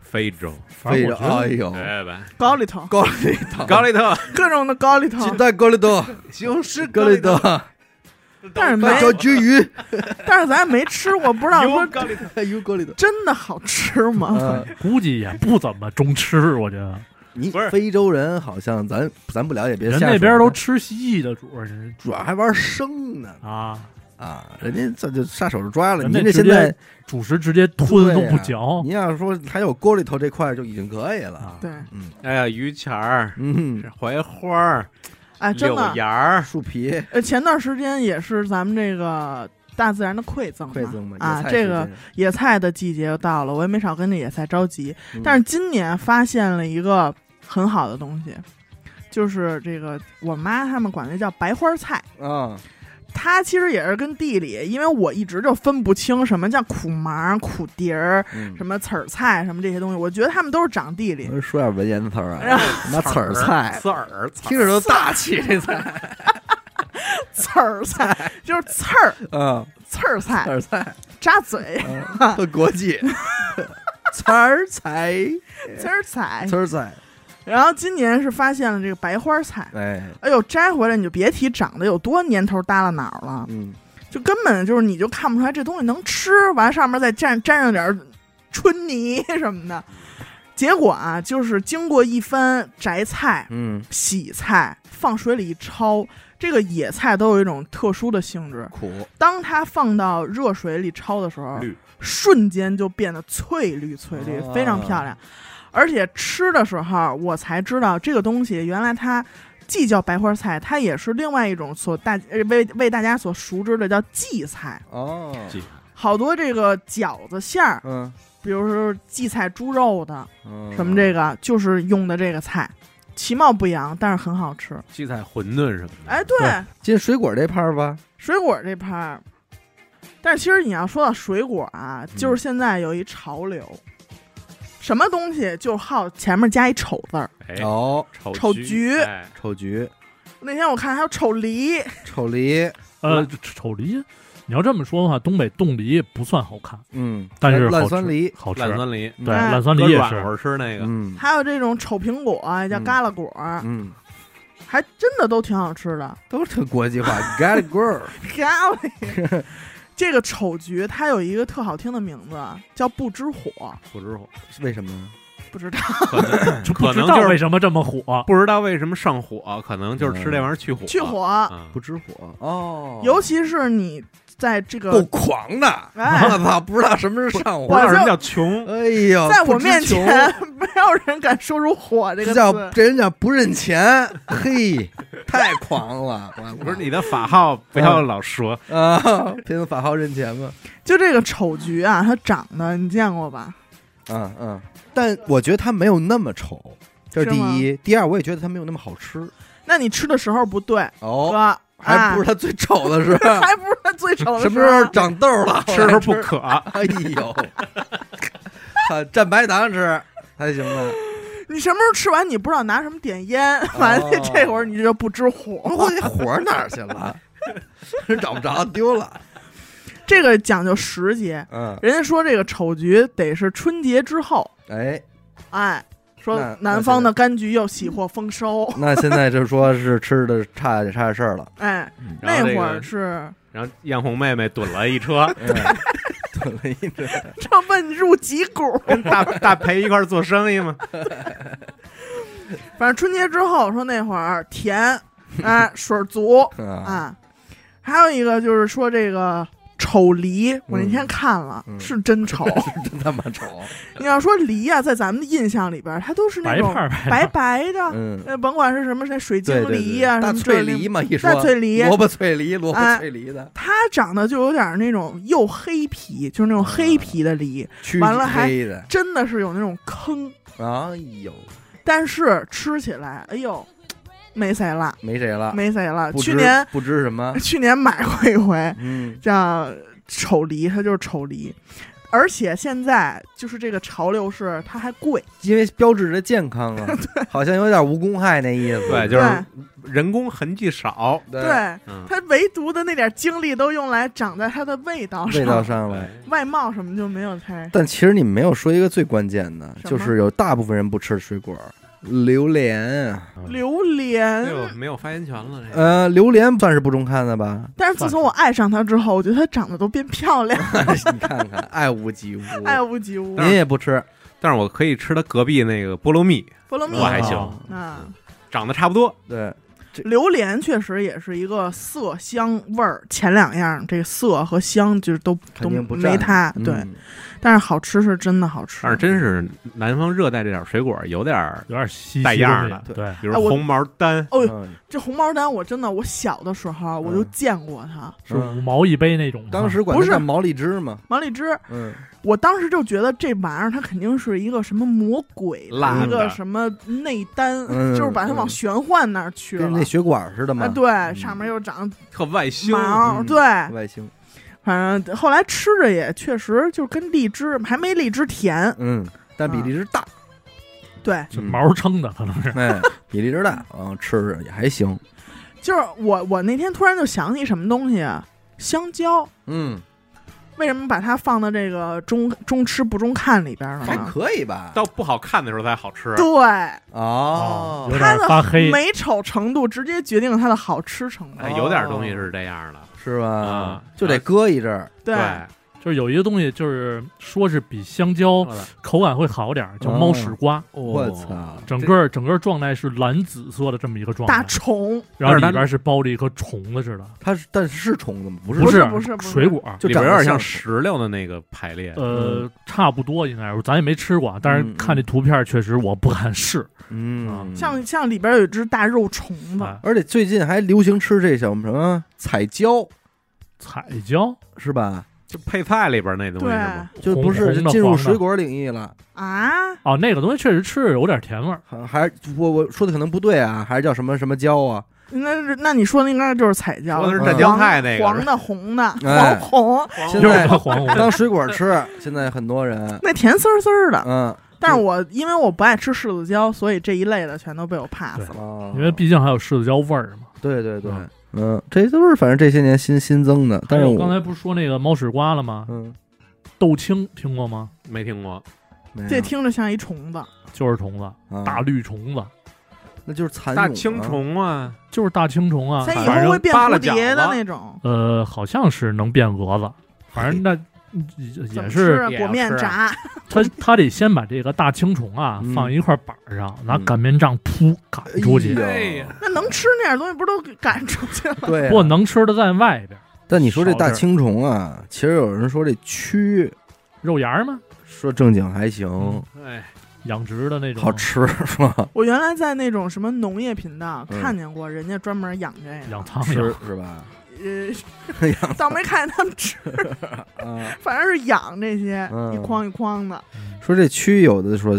C: 非洲，
D: 反
A: 非
D: 正
A: 洲，
D: 我觉得
A: 哎呦，
C: 对吧？
B: 高里头，
A: 高丽岛，
C: 高丽特，
B: 各种的高里头，
A: 鸡蛋高丽岛，
C: 西红柿
A: 高丽岛，，
B: 但是没，
A: 小鲫鱼，
B: 但是咱也没吃过，不知道说
C: 有高丽特，
A: 哎呦，高丽岛。
B: 真的好吃吗？
A: 嗯
D: 估计也不怎么中吃，我觉得
A: 你
C: 不是
A: 非洲人好像咱咱不了解，别
D: 人
A: 瞎
D: 那
A: 说
D: 边都吃蜥蜴的主 儿人
A: 主要还玩生呢
D: 啊，
A: 啊！人家这就下手就抓了，您
D: 人家
A: 这
D: 直
A: 现在
D: 接哦主食直接吞都
A: 对呀
D: 不嚼
A: 您要说还有锅里头这块就已经可以了。
D: 啊，
B: 对，
C: 哎呀，榆钱儿、
A: 嗯，
C: 槐花儿、
B: 哎，真
C: 柳
B: 的，
C: 芽儿，
A: 树皮
B: 呃，前段时间也是咱们这个大自然的馈赠嘛，
A: 馈赠嘛，
B: 啊
A: 野，菜
B: 这
A: 时
B: 个
A: 间
B: 野菜的季节又到了，我也没少跟着野菜着急。
A: 嗯
B: 但是今年发现了一个很好的东西，就是这个我妈他们管那叫白花菜。
A: 啊，
B: 它其实也是跟地里，因为我一直就分不清什么叫苦麻、苦碟儿、
A: 嗯
B: 什么刺儿菜、什么这些东西。我觉得他们都是长地里。
A: 说点文言的词儿
B: 然
A: 啊，
B: 后
A: 妈刺儿菜，嗯
C: 刺儿，刺儿
A: 听着都大 气，这菜
B: 刺儿菜就是刺儿
A: 啊，
B: 刺儿
A: 刺
B: 菜
A: 儿菜，
B: 扎嘴
A: 啊特国际，刺儿菜，
B: 刺儿菜
A: 刺。儿菜，
B: 然后今年是发现了这个白花菜，
A: 哎，
B: 哎呦，摘回来你就别提长得有多年头耷拉脑了，
A: 嗯，
B: 就根本就是你就看不出来这东西能吃，完上面再蘸蘸上点儿春泥什么的。结果啊，就是经过一番摘菜、
A: 嗯，
B: 洗菜，放水里一焯，这个野菜都有一种特殊的性质。
A: 苦，
B: 当它放到热水里焯的时候
C: 绿，
B: 瞬间就变得翠绿翠绿，
A: 啊
B: 非常漂亮。而且吃的时候，我才知道这个东西原来它既叫白花菜，它也是另外一种所大呃为为大家所熟知的叫荠菜。
A: 哦，
C: 记
B: 好多这个饺子馅儿，
A: 嗯，
B: 比如说荠菜猪肉的
A: 嗯
B: 什么这个，就是用的这个菜，其貌不扬，但是很好吃。
C: 荠菜馄饨什么的。
B: 哎，对，
D: 对
A: 进水果这盘儿吧，
B: 水果这盘儿，
A: 嗯
B: 但是其实你要说到水果啊，就是现在有一潮流，什么东西就好前面加一丑字儿。
C: 哎，
A: 哦，
C: 丑
B: 丑
C: 橘，
B: 橘
C: 哎
A: 丑橘、
B: 那天我看还有丑梨，
A: 丑梨，
D: 呃，丑梨，你要这么说的话，东北冻梨不算好看，
A: 嗯，
D: 但是
A: 烂
D: 好
A: 酸
D: 吃
A: 梨，
D: 好吃。
C: 烂酸梨，
D: 对，
B: 哎
D: 烂酸梨
C: 搁
D: 也
C: 软
D: 是。
C: 和吃那个，
A: 嗯
B: 还有这种丑苹果啊叫
A: 嗯
B: 嘎啦果，
A: 嗯，
B: 还真的都挺好吃的。
A: 都是特国际化 ，Got it girl，
B: 咖喱， 这个丑橘它有一个特好听的名字，叫不知火，
C: 不知 道
A: 为什么呢？
B: 不知道。
C: 可能
D: 就不
C: 可
D: 知
C: 能
D: 道
C: 就是
D: 为什么这么火，
C: 不知道为什么上火，可能就是吃这玩意儿去火，
B: 去火，
C: 啊，
A: 不知火哦，
B: 尤其是你在这
A: 够
B: 个，
A: 狂的，
B: 哎
A: 我操，不知道什么是上
C: 不
A: 火
C: 知，道
B: 我
C: 什么
B: 就
C: 叫穷，
A: 哎呦，
B: 在我
A: 不知
B: 面
A: 穷
B: 前， 没有人敢说出“火”这
A: 这
B: 个
A: 叫
B: 字。
A: 这人叫不认钱，嘿，太狂了！我
C: 不是你的法号不要老说，
A: 啊，凭法号认钱吗？
B: 就这个丑橘啊，它长得你见过吧？
A: 嗯嗯，但我觉得它没有那么丑，这是
B: 是
A: 第
B: 吗
A: 一。第二，我也觉得它没有那么好吃
B: 那你吃的时候不对，
A: 哦，
B: 哥，
A: 还不是
B: 是
A: 它最丑的时候，
B: 还不是它最丑的啊
A: 什么时候长痘了？
C: 吃时候不
A: 我来
C: 渴，
A: 哎呦，啊，蘸白糖吃还行吧。
B: 你什么时候吃完，你不知道拿什么点烟，完了、
A: 哦
B: 这会儿你就不知火。
A: 我这火儿哪儿去了？ 找不着，丢了。
B: 这个讲究时节，
A: 嗯，
B: 人家说这个丑橘得是春节之后，
A: 哎，
B: 哎，说
A: 那
B: 南方的柑橘又喜获丰收，
A: 那现在就说是吃的差点差点事儿 了。
B: 哎，
A: 嗯
C: 然
B: 那
C: 后这
B: 会儿
C: 个，
B: 是
C: 然后艳红妹妹怼了一车，
A: 嗯，
B: 啊
A: 怎么一直
B: 这问入脊骨。
C: 跟大大培一块儿做生意嘛，
B: 反正春节之后说那会儿甜，哎，水儿足
A: 啊？
B: 啊。还有一个就是说这个丑梨，我那天看了，
A: 嗯
B: 是 真丑。
A: 真他妈丑。
B: 你要说梨呀、在咱们的印象里边儿，它都是那
D: 白
B: 种
D: 片儿白
B: 白
D: 片儿
B: 白的，
A: 嗯，
B: 呃，甭管是什么那水
A: 对
B: 晶
A: 对
B: 梨
A: 对，
B: 呀、
A: 大
B: 什么这
A: 脆
B: 那
A: 梨嘛，一说
B: 大脆梨，
A: 萝卜脆梨，萝卜
B: 哎
A: 脆梨的，
B: 它长得就有点那种又黑皮，就是那种黑皮的梨，
A: 黢
B: 完了还
A: 黑的。
B: 真的是有那种坑，
A: 哎呦，
B: 但是吃起来，哎呦，没谁了，
A: 没谁了。
B: 没谁了。
A: 啊不知
B: 去年，
A: 不知什么
B: 去年买过一回
A: 嗯，
B: 叫丑梨，它就是丑梨，而且现在就是这个潮流是它还贵，
A: 因为标志着健康啊，好像有点无公害那意思。
C: 对，就
B: 对
C: 是人工痕迹少，
A: 对
B: 对
C: 嗯，
B: 它唯独的那点精力都用来长在它的味道上，
A: 味道上
C: 嗯
A: 来。
B: 外貌什么就没有太
A: 但其实你没有说一个最关键的，
B: 什么
A: 就是有大部分人不吃水果，榴莲啊，
B: 榴莲？
C: 哎。呦，没有发言权了，这个
A: 呃，榴莲算是不中看的 吧
B: 但是自从我爱上它之后，我觉得它长得都变漂亮，
A: 你看看，爱屋及乌。
B: 爱屋及乌。
A: 您也不吃，
C: 但是我可以吃他隔壁那个菠萝蜜，
B: 菠萝蜜
C: 我还行
A: 啊
B: 啊，
C: 长得差不多，
A: 对，
B: 榴莲确实也是一个色香味儿，前两样这个色和香就是都
A: 肯
B: 都
A: 定不
B: 没
A: 占
B: 它，
A: 嗯
B: 对，但是好吃是真的好吃。
C: 但是真是南方热带这点水果有点儿，
D: 有点稀
C: 带样儿的
D: 稀的。
C: 比如
B: 哎我
C: 红毛丹，
B: 哦
A: 嗯
B: 这红毛丹，我真的我小的时候啊我就见过它，
D: 对，是五毛一杯那种吗。
A: 当时管
B: 啊不
A: 它
B: 是
A: 叫毛荔枝嘛，
B: 毛荔枝，
A: 嗯，
B: 我当时就觉得这玩意儿它肯定是一个什么魔鬼
C: 辣
B: 的
C: 的
B: 一个什么内丹，
A: 嗯
B: 就是把它往
A: 嗯
B: 玄幻那儿去
A: 跟
B: 了
A: 那。血管似的嘛，
B: 啊，对，上面又长
C: 特外星，
B: 毛，
A: 嗯
B: 对，
A: 外星，
B: 反正后来吃着也确实就跟荔枝还没荔枝甜，
A: 嗯，但比
B: 啊
A: 荔枝 大，
B: 对，
D: 是
A: 嗯
D: 毛撑的，可能是。
A: 哎，比荔枝大，嗯，吃着也还行，
B: 就是我我那天突然就想起什么东西啊，香蕉，
A: 嗯，
B: 为什么把它放到这个中中吃不中看里边了
A: 还
B: 呢？
A: 可以吧？
C: 到不好看的时候才好吃，
B: 对，
A: 哦
D: 有，
B: 它
D: 点发
B: 的
D: 黑
B: 美丑程度直接决定了它的好吃程度。
C: 哎，有点东西是这样的，
A: 是吧
C: 啊？
A: 就得搁一阵儿，
B: 对，
D: 就是有一个东西，就是说是比香蕉口感会好点儿，叫猫屎瓜，
C: 嗯哦
A: 我操，
D: 整个整个状态是蓝紫色的这么一个状
B: 大
D: 态，
B: 虫
D: 然
C: 但
D: 后
C: 是它
D: 里边是包着一颗虫子似的，
A: 它是但是是虫子吗？不是
B: 不
A: 虫子，
D: 是
B: 不是不是
D: 水果，
A: 就
C: 里边
A: 长
C: 有
A: 得
C: 点像
A: 虫
C: 石榴的那个排列，
D: 呃，差不多应该是，咱也没吃过啊，但是看这图片儿确实我不敢试。
C: 啊
A: 嗯，
B: 像像里边有一只大肉虫子，
D: 啊
A: 而且最近还流行吃这什么什么彩椒，
D: 彩椒
A: 是吧？
C: 就配菜里边那东西
B: 对
C: 是吗？
A: 就不
D: 红
A: 是
D: 红的
A: 进入
D: 黄的
A: 水果领域了，
B: 啊，
D: 哦，那个东西确实吃着有点甜味儿，
A: 还还我我说的可能不对啊，还是叫什么什么椒啊？
B: 那是那你说的应该就是彩椒
C: 说的，是
A: 蘸
B: 黄
C: 椒菜那个
B: 黄
C: 是
B: 的红的
A: 哎
B: 黄红，
A: 现
D: 又
A: 在
D: 是黄红的。
A: 当水果吃，现在很多人，
B: 那甜丝丝儿的，
A: 嗯，
B: 但是我因为我不爱吃柿子椒，所以这一类的全都被我 pass 了。
A: 哦
D: 因为毕竟还有柿子椒味儿嘛。
A: 对对对
D: 嗯，
A: 嗯，这都是反正这些年新新增的，但是
D: 还有
A: 我
D: 刚才不是说那个猫屎瓜了吗？
A: 嗯，
D: 豆青听过吗？
C: 没听过，
A: 没有
B: 这听着像一虫子，
D: 就是虫子，
A: 啊
D: 大绿虫子，
A: 那就是蚕
C: 大
A: 蛹
C: 青
A: 啊，
C: 虫啊，
D: 就是大青虫啊。
B: 它以
D: 反
B: 后
D: 正
B: 会变
C: 扒拉
B: 蝴
C: 脚
B: 蝶的
C: 了
B: 那种。
D: 呃，好像是能变蛾子，反正那
B: 怎
D: 也
B: 么
D: 是
B: 吃啊
C: 也
B: 裹
C: 要
B: 面
C: 吃
B: 炸，
D: 他他得先把这个大青虫啊
A: 嗯
D: 放一块板儿上，拿
A: 嗯
D: 擀面杖噗赶出去。
A: 哎
C: 哎
A: 呀
C: 呀
B: 那能吃那点东西不都给赶出去了？
A: 对啊，
D: 不过能吃的在外边，
A: 但你说这大
D: 少点儿
A: 青虫啊，其实有人说这蛆，
D: 肉芽儿吗？
A: 说正经还行，
D: 嗯
C: 哎，
D: 养殖的那种，
A: 好吃是吧？
B: 我原来在那种什么农业频道
A: 嗯
B: 看见过，人家专门养这个。
D: 养苍
A: 吃
D: 蝇。
A: 是吧？
B: 呃，
A: 养
B: 倒没看见他们吃，
A: 啊，
B: 反正是养这些
A: 嗯
B: 一筐一筐的。
D: 嗯
A: 说这蛆有的说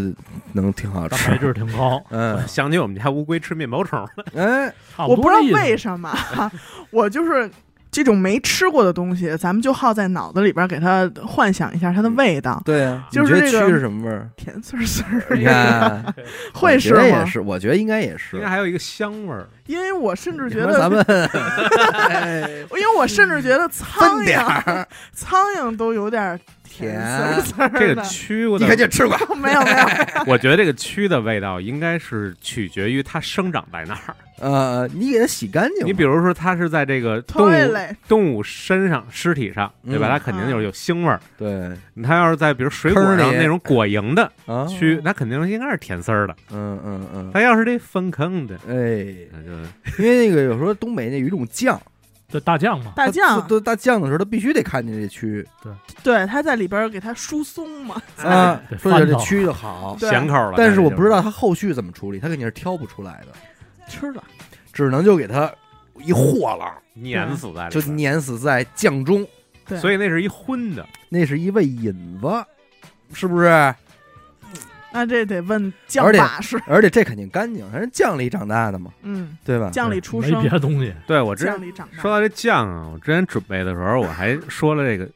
A: 能挺好
D: 蛋
A: 吃，
D: 白质挺高，
A: 嗯，
C: 想起我们家乌龟吃面包虫了，
A: 哎，
D: 差
B: 我
D: 多
B: 不知道
D: 意思
B: 为什么， 我就是这种没吃过的东西，咱们就好在脑子里边给它幻想一下它
A: 嗯
B: 的味道，
A: 对呀，
B: 就是
A: 你觉
B: 这
A: 得
B: 个
A: 蛆是什么味儿？
B: 甜丝丝儿
A: 啊你
B: 的，
A: 看，
B: 会
A: 我
B: 是
A: 觉得也
B: 吗？
A: 是，我觉得应该也
C: 应
A: 是
C: 该。还有一个香味儿，
B: 因为我甚至觉
A: 你说咱
B: 得，
A: 们哎
B: 因为我甚至觉得苍
A: 分点
B: 蝇
A: 儿，
B: 苍蝇都有点丝丝儿的。
C: 这个蛆
A: 你可
C: 的，
A: 就吃过，
B: 没有 没有，
C: 我觉得这个蛆的味道应该是取决于它生长在哪儿。
B: 哎
A: 呃，你给它洗干净嘛。
C: 你比如说，它是在这个动
B: 同类
C: 物
B: 类
C: 动物身上、尸体上，对
A: 嗯
C: 吧？它肯定就是有腥味儿。
A: 对
C: 它要是在比如水果
A: 坑里
C: 上那种果蝇的
A: 啊，
C: 蛆，那肯定应该是甜丝儿的。
A: 嗯嗯嗯，
C: 它要是这粪坑的，
A: 哎，
C: 那就
A: 因为那个有时候东北那有一种酱，
D: 这大酱嘛，
B: 大酱，
A: 都大酱的时候，他必须得看见这蛆
B: 对，它在里边儿给它疏松 嘛，
A: 啊
D: 得，
A: 说起
D: 翻
A: 这
D: 到
A: 蛆就好。
B: 对
C: 咸口了。
A: 但是我
C: 就
A: 不知道他后续怎么处理，他肯定是挑不出来的，
B: 吃了。
A: 只能就给他一和了，
C: 碾死在里
A: 就
C: 边儿，
A: 碾死在酱中。
B: 对，
C: 所以那是一荤的。
A: 那是一味引子，是不是？
B: 那这得问酱
A: 而且
B: 把式，
A: 而且这肯定干净，人酱里长大的嘛，
B: 嗯，
A: 对吧？
B: 酱里出
D: 啊没
B: 生
D: 别，的东西，
C: 对我之前
B: 酱里长大。
C: 说到这酱啊，我之前准备的时候我还说了这个，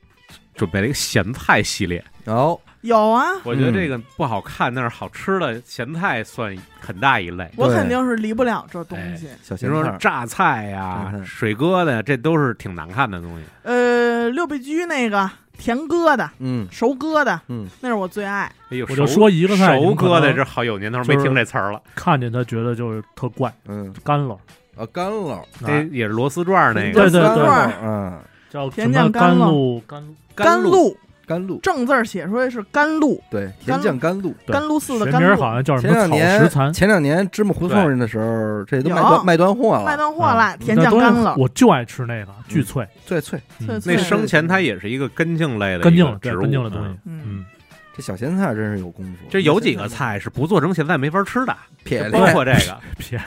C: 准备了一个咸菜系列。
A: 哦，
B: 有啊，
C: 我觉
A: 嗯
C: 得这个不好看，但是好吃的咸菜算很大一类。
B: 我
A: 对
B: 肯定是离不了这东西。
A: 小
C: 你
A: 咸
C: 说
A: 菜儿，
C: 榨菜呀、
A: 榨菜
C: 水疙瘩呀，这都是挺难看的东西。
B: 呃，六必居那个甜疙瘩、
A: 嗯
B: 熟疙瘩，
A: 嗯，
B: 那是我最爱。
C: 哎呦，
D: 我
C: 熟
D: 就说一个菜
C: 熟
D: 你可
C: 疙瘩，
D: 能
C: 这好有年头
D: 就
C: 没
D: 是啊
C: 听这词儿了。
D: 看见它觉得就是特怪，
A: 嗯
D: 干喽，
A: 啊，干喽，
B: 哎
C: 这也是螺丝转那
D: 对
C: 个
D: 对对
A: 干
D: 对
A: 喽
B: 对
A: 嗯，
D: 叫什
B: 甜酱
D: 么
B: 干
D: 甘
B: 酪
D: 露甘
B: 甘
C: 露，
B: 露
A: 甘露，
B: 正字儿写出来是甘露，
A: 对，甜酱甘露。
D: 对
B: 甘露寺
D: 学
B: 的
D: 名
B: 甘
D: 儿
B: 露。
D: 好像叫什
A: 前
D: 么
A: 两
D: 草食
A: 年，
D: 蚕，
A: 前两年芝麻胡同的时候，这都卖
B: 有
A: 断卖断货
B: 卖
A: 了，
B: 断货了，
A: 嗯
B: 甜
D: 那
B: 酱
D: 东西
B: 干了。嗯
D: 我就爱吃那个，巨脆，
A: 最脆。
D: 嗯
B: 脆脆
C: 那生前它也是一个根茎类的
D: 根
C: 一
D: 茎
C: 个
D: 了，对
C: 植物
D: 根茎的东
C: 嗯
D: 西，嗯，
A: 这小咸菜真是有功夫，
C: 这有几个菜是不做成咸菜没法吃的，
A: 撇
C: 包括
A: 哎
C: 这 个，
D: 撇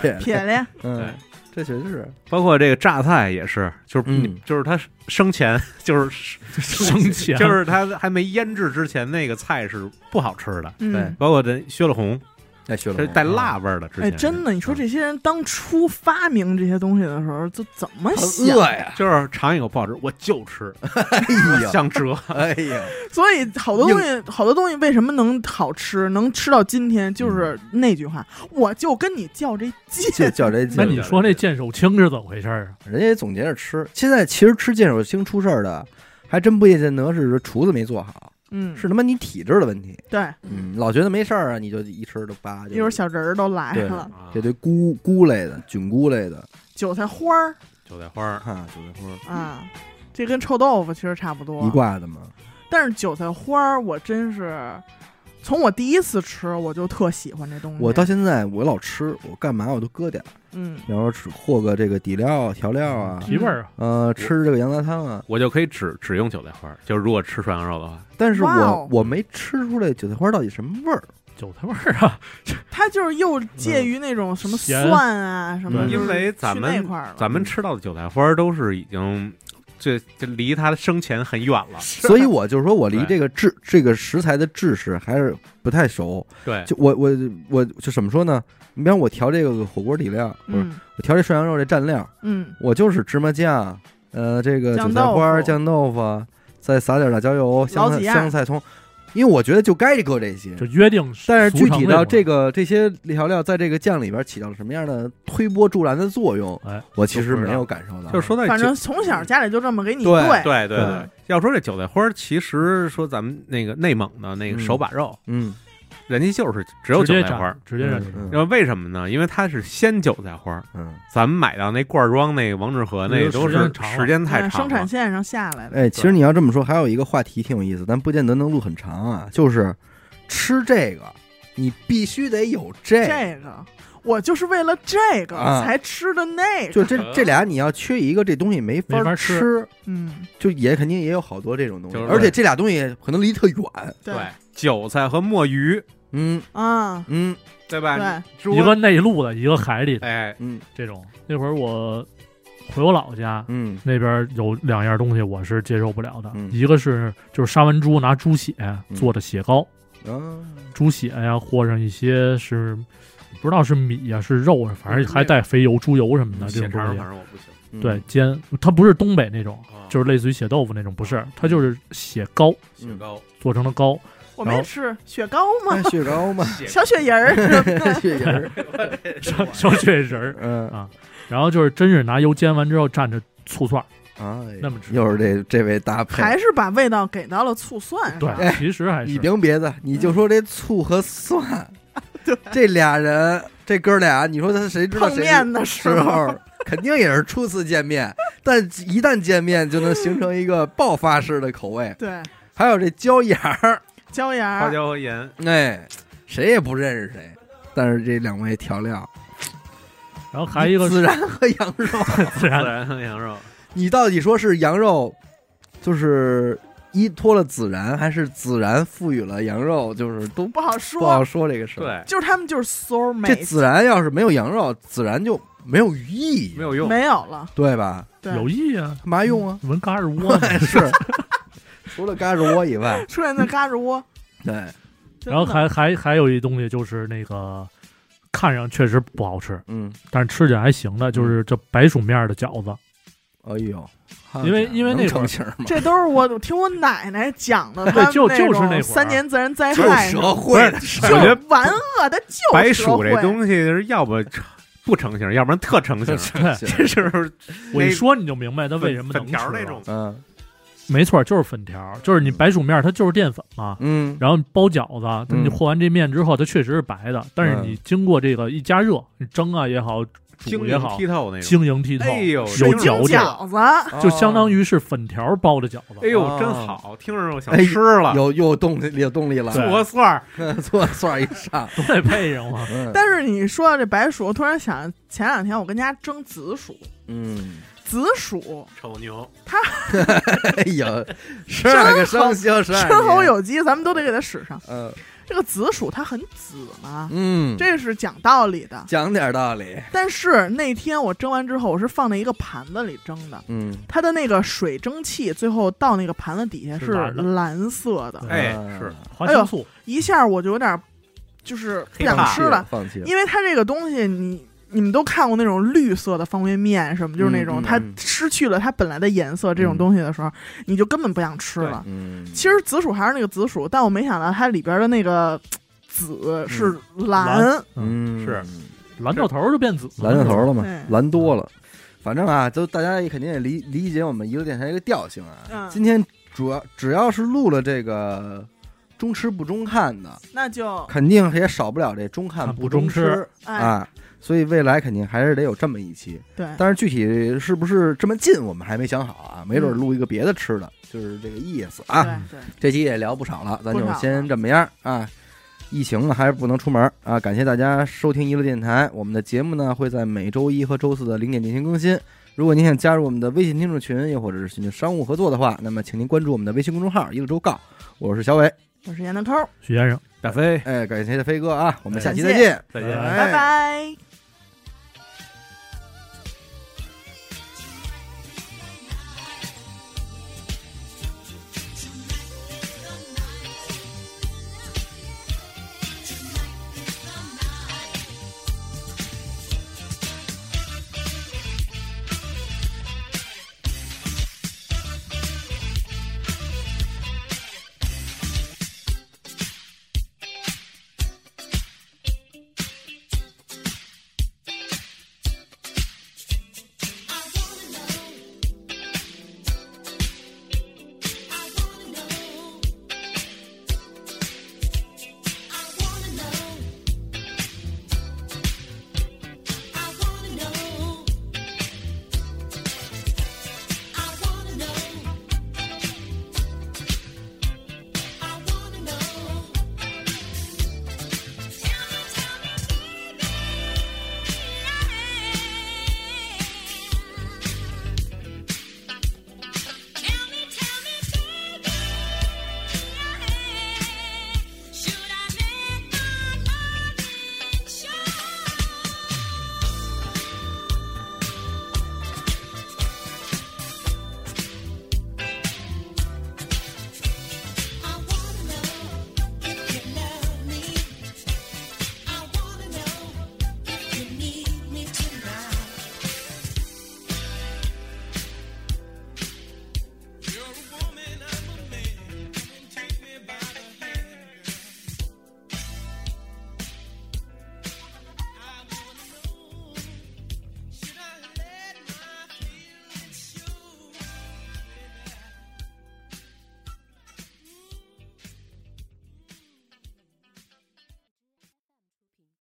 A: 撇了，
B: 撇咧，
A: 嗯，这确实是，
C: 包括这个榨菜也是，就是你、
A: 嗯
C: 就是它生前 就是
D: 生前
C: 就是它还没腌制之前那个菜是不好吃的，
B: 嗯，
C: 包括这薛了红，
A: 哎，学了
C: 这是带辣味儿的。之
B: 哎，
C: 前
B: 真的，你说
C: 嗯
B: 这些人当初发明这些东西的时候，就怎么想
A: 饿 呀，
C: 就是尝一口不好吃，我就吃，
A: 哎呀，
C: 想折。
A: 哎呀，
B: 所以好多东西，好多东西为什么能好吃，能吃到今天，就是那句话，我就跟你较这
A: 嗯就
B: 劲。
A: 叫这劲儿。
D: 那你说那剑手青是怎么回事儿啊？
A: 人家也总结着吃。现在其实吃见手青出事儿的，还真不见得是厨子没做好，
B: 嗯，
A: 是他妈你体质的问题。
B: 对，
A: 嗯，老觉得没事儿啊，你就一吃就扒，就
B: 一会儿小人儿都来了，
A: 这
C: 啊
A: 堆菇菇类的、菌菇类的，
B: 韭菜花儿
C: 韭菜花儿，
A: 哈、韭菜花儿
B: 啊，这跟臭豆腐其实差不
A: 一
B: 多。
A: 挂的嘛。
B: 但是韭菜花儿，我真是从我第一次吃我就特喜欢这东西。
A: 我到现在我老吃，我干嘛我都搁点儿，
B: 嗯，
A: 然后吃和个这个底料啊、调料啊，
D: 提味儿啊，
A: 呃，吃这个羊杂汤啊。
C: 我就可以只只用韭菜花儿，就是如果吃涮羊肉的话，
A: 但是我、
B: 哇哦
A: 我没吃出来韭菜花到底什么味儿。
D: 韭菜味儿啊，
B: 它就是又介于那种什么
D: 咸
B: 蒜啊什么，
A: 嗯
B: 就是
C: 因为咱们
B: 去那块
D: 啊
B: 儿了
D: 嗯
C: 咱们吃到的韭菜花儿都是已经这这离它生前很远了。
A: 所以我就说我离
C: 对
A: 这个制这个食材的制式还是不太熟。
C: 对，
A: 就我我我就怎么说呢？你比方我调这个火锅底料，不是、
B: 嗯
A: 我调这涮羊肉这蘸料，
B: 嗯，
A: 我就是芝麻酱，呃，这个
B: 酱
A: 韭菜花、
B: 豆腐
A: 酱豆腐，再撒点辣椒油、香
B: 老
A: 菜、
B: 几样
A: 香菜、葱。因为我觉得就该搁这些。
D: 就约定俗成
A: 但
D: 那
A: 是
D: 种。
A: 具体到这个这些调料在这个酱里边起到了什么样的推波助澜的作用，
D: 哎，
A: 我其实没有感受到。
C: 就是说到
B: 反
C: 这
B: 正从小家里就这么给
A: 嗯
B: 你
A: 对
B: 对
C: 对对
A: 对
D: 嗯
C: 对，要说这韭菜花儿，其实说咱们那个内蒙的那个
A: 嗯
C: 手把肉，
A: 嗯，
C: 人家就是只有
D: 直
C: 韭
D: 接
C: 菜花儿
D: 斩，。直接斩。
A: 嗯
C: 然后为什么呢？因为它是鲜韭菜花儿，
A: 嗯，
C: 咱们买到那罐装那王致和那
D: 嗯
C: 都
D: 时
C: 是
D: 间长了
C: 时间太
B: 嗯
C: 长
B: 生产
C: 了。
B: 线上下来的。
A: 哎，其实你要这么说，还有一个话题挺有意思，但不见得能录很长啊。就是吃这个，你必须得有这个，
B: 这个我就是为了这个
A: 啊
B: 才吃的那个，
A: 就这这俩你要缺一个，这东西没
D: 没
A: 法
D: 法
A: 吃，
B: 嗯，
A: 就也肯定也有好多这种东西，
C: 就是
A: 而且这俩东西可能离特远。
B: 对
C: 韭菜和墨鱼，
A: 嗯
B: 啊，
A: 嗯
C: 对吧？
B: 对，
C: 对
D: 一个内陆的，一个海里的
C: 哎，
A: 嗯
D: 这种。那会儿我回我姥姥家，
A: 嗯
D: 那边有两样东西我是接受不了的，
A: 嗯
D: 一个是就是杀完猪拿猪血做的血糕，
A: 嗯
D: 猪血呀和上一些是不知道是米呀、是肉啊，反正还带肥油、猪油什么的这
C: 血
D: 种
C: 肠反
D: 东西。
C: 正我不行，
A: 嗯哦
D: 对，煎它不是东北那种，
C: 啊
D: 就是类似于血豆腐那种，不是，它就是血糕
C: 血糕、
D: 做成的糕，
B: 我
D: 然
B: 没
D: 后
B: 吃雪糕吗？
A: 那雪糕 嘛，
B: 小雪人儿，
A: 雪人儿，
D: 烧烧血人儿，
A: 嗯
D: 然后就是真是拿油煎完之后蘸着醋蒜儿，
A: 啊，
D: 那么吃
A: 又是这这位搭配，
B: 还是把味道给到了醋蒜
A: 哎
B: 上。
D: 对，其实还
A: 你
D: 是
A: 甭别的，你就说这醋和蒜，这俩人，这哥俩，你说他谁知道
B: 碰
A: 谁
B: 面的时
A: 时
B: 候，
A: 候，肯定也是初次见面，但一旦见面就能形成一个爆发式的口味。
B: 对，
A: 还有这椒盐儿，
B: 椒盐
C: 花
B: 儿，
C: 椒和盐，
A: 哎，谁也不认识谁，但是这两位调料，
D: 然后还一个
A: 孜
D: 是
A: 然和羊肉，
D: 孜
C: 孜
D: 然
C: 然和羊肉，
A: 你到底说是羊肉，就是依托了孜然，还是孜然赋予了羊肉？就是都
B: 不好
A: 不
B: 说
A: 好，说这个事儿。
C: 对，
B: 就是他们就是 soul
A: 这
B: mate，
A: 孜然要是没有羊肉，孜然就没有寓意，
C: 没有用，
B: 没有了，
A: 对吧？
B: 对，
D: 有意啊，
A: 干嘛用啊？。
D: 闻嘎吱窝呢
A: 是， 除了嘎吱窝以外，
B: 出现在嘎吱窝，
A: 对，
B: 真
D: 然后
B: 的
D: 还还还有一东西就是那个，看上确实不好吃，
A: 嗯，
D: 但是吃起来还行
C: 嗯
D: 的，就是这白薯面的饺子。
A: 哎呦，
D: 因为因为
A: 能
D: 那会儿
A: 成型吗？
B: 这都是我我听我奶奶讲的，
D: 对
B: 他
D: 就
B: 们
D: 就是
B: 种
D: 那会儿
B: 三年自然灾
A: 就
B: 害，
A: 社会的
C: 不是
A: 事
B: 就
A: 儿
C: 我觉得
B: 玩恶的就
C: 白
B: 社
C: 薯
B: 会
C: 这东西是要不成不成型，要不然特成 型。
A: 是
C: 这是不是
D: 我
C: 那
D: 一说你就明白它
C: 粉
D: 为什么能
C: 粉
D: 吃啊
C: 条
D: 了
C: 那种？
A: 嗯
D: 没错，就是粉条，就是你白薯面它就是淀粉嘛。
A: 嗯，
D: 然后包饺子，
A: 嗯
D: 你和完这面之后，它确实是白的，但是
A: 嗯
D: 你经过这个一加热，你蒸啊也好，
C: 晶
D: 煮也
C: 莹
D: 好，
C: 剔透那种。
D: 晶莹剔透，
C: 哎呦
D: 有
B: 水晶
D: 嚼劲，
B: 饺子，
A: 嗯
D: 就相当于是粉条包的饺
C: 哎
D: 子。
C: 呦，
A: 哦
C: 真好，听着我想
A: 哎
C: 吃了。
A: 有有动力有动力了，
D: 对
C: 和蒜儿，
A: 做算儿一 上，
D: 都得配上嘛。
A: 嗯
B: 但是你说到这白薯，我突然想，前两天我跟家蒸紫薯，
A: 嗯，
B: 紫薯
C: 丑牛，
A: 哎呦，十二个生肖，十二
B: 生猴有机，咱们都得给它使上。
A: 嗯
B: 这个紫薯它很紫嘛，
A: 嗯，
B: 这是讲道理的。
A: 讲点道理，
B: 但是那天我蒸完之后，我是放在一个盘子里蒸的，
A: 嗯，
B: 它的那个水蒸气最后到那个盘子底下
D: 是
B: 是
D: 蓝的
B: 蓝色的，
C: 哎
A: 嗯
C: 是
D: 花
B: 哎呦
D: 青素，
B: 一下我就有点儿就是不想
C: 害怕
B: 吃了，
A: 放弃了，
B: 因为它这个东西你。你们都看过那种绿色的方便面什么，就是那种
A: 嗯嗯
B: 它
A: 嗯
B: 失去了它本来的颜色这种
A: 嗯
B: 东西的时候，你就根本不想吃
C: 对
B: 了。
A: 嗯，
B: 其实紫薯还是那个紫薯，但我没想到它里边的那个紫是蓝，
A: 嗯
C: 是
D: 蓝豆头就变紫了，
A: 蓝掉头了嘛
B: 对，
A: 蓝多了，反正啊，就大家也肯定也理理解我们一个电台一个调性啊。
B: 嗯
A: 今天主要只要是录了这个中吃不中看的，
B: 那就
A: 肯定也少不了这中看
D: 看
A: 不
D: 不中
A: 吃
B: 哎
A: 啊。所以未来肯定还是得有这么一期，
B: 对，
A: 但是具体是不是这么近，我们还没想好啊。没准录一个别的吃的，就是这个意思啊。
B: 嗯对对，
A: 这期也聊不少了，咱
B: 不
A: 就
B: 少
A: 先
B: 了
A: 这么样啊。疫情呢还是不能出门啊！感谢大家收听一路电台，我们的节目呢会在每周一和周四的零点进行更新。如果您想加入我们的微信听众群，又或者是寻求商务合作的话，那么请您关注我们的微信公众号“一路周告”。我是小伟，
B: 我是闫德抠，
D: 许先生。
C: 大飞，
A: 哎，感谢飞哥啊，我们下期再
B: 感谢
A: 见，
C: 再见
A: 哎
B: 拜拜。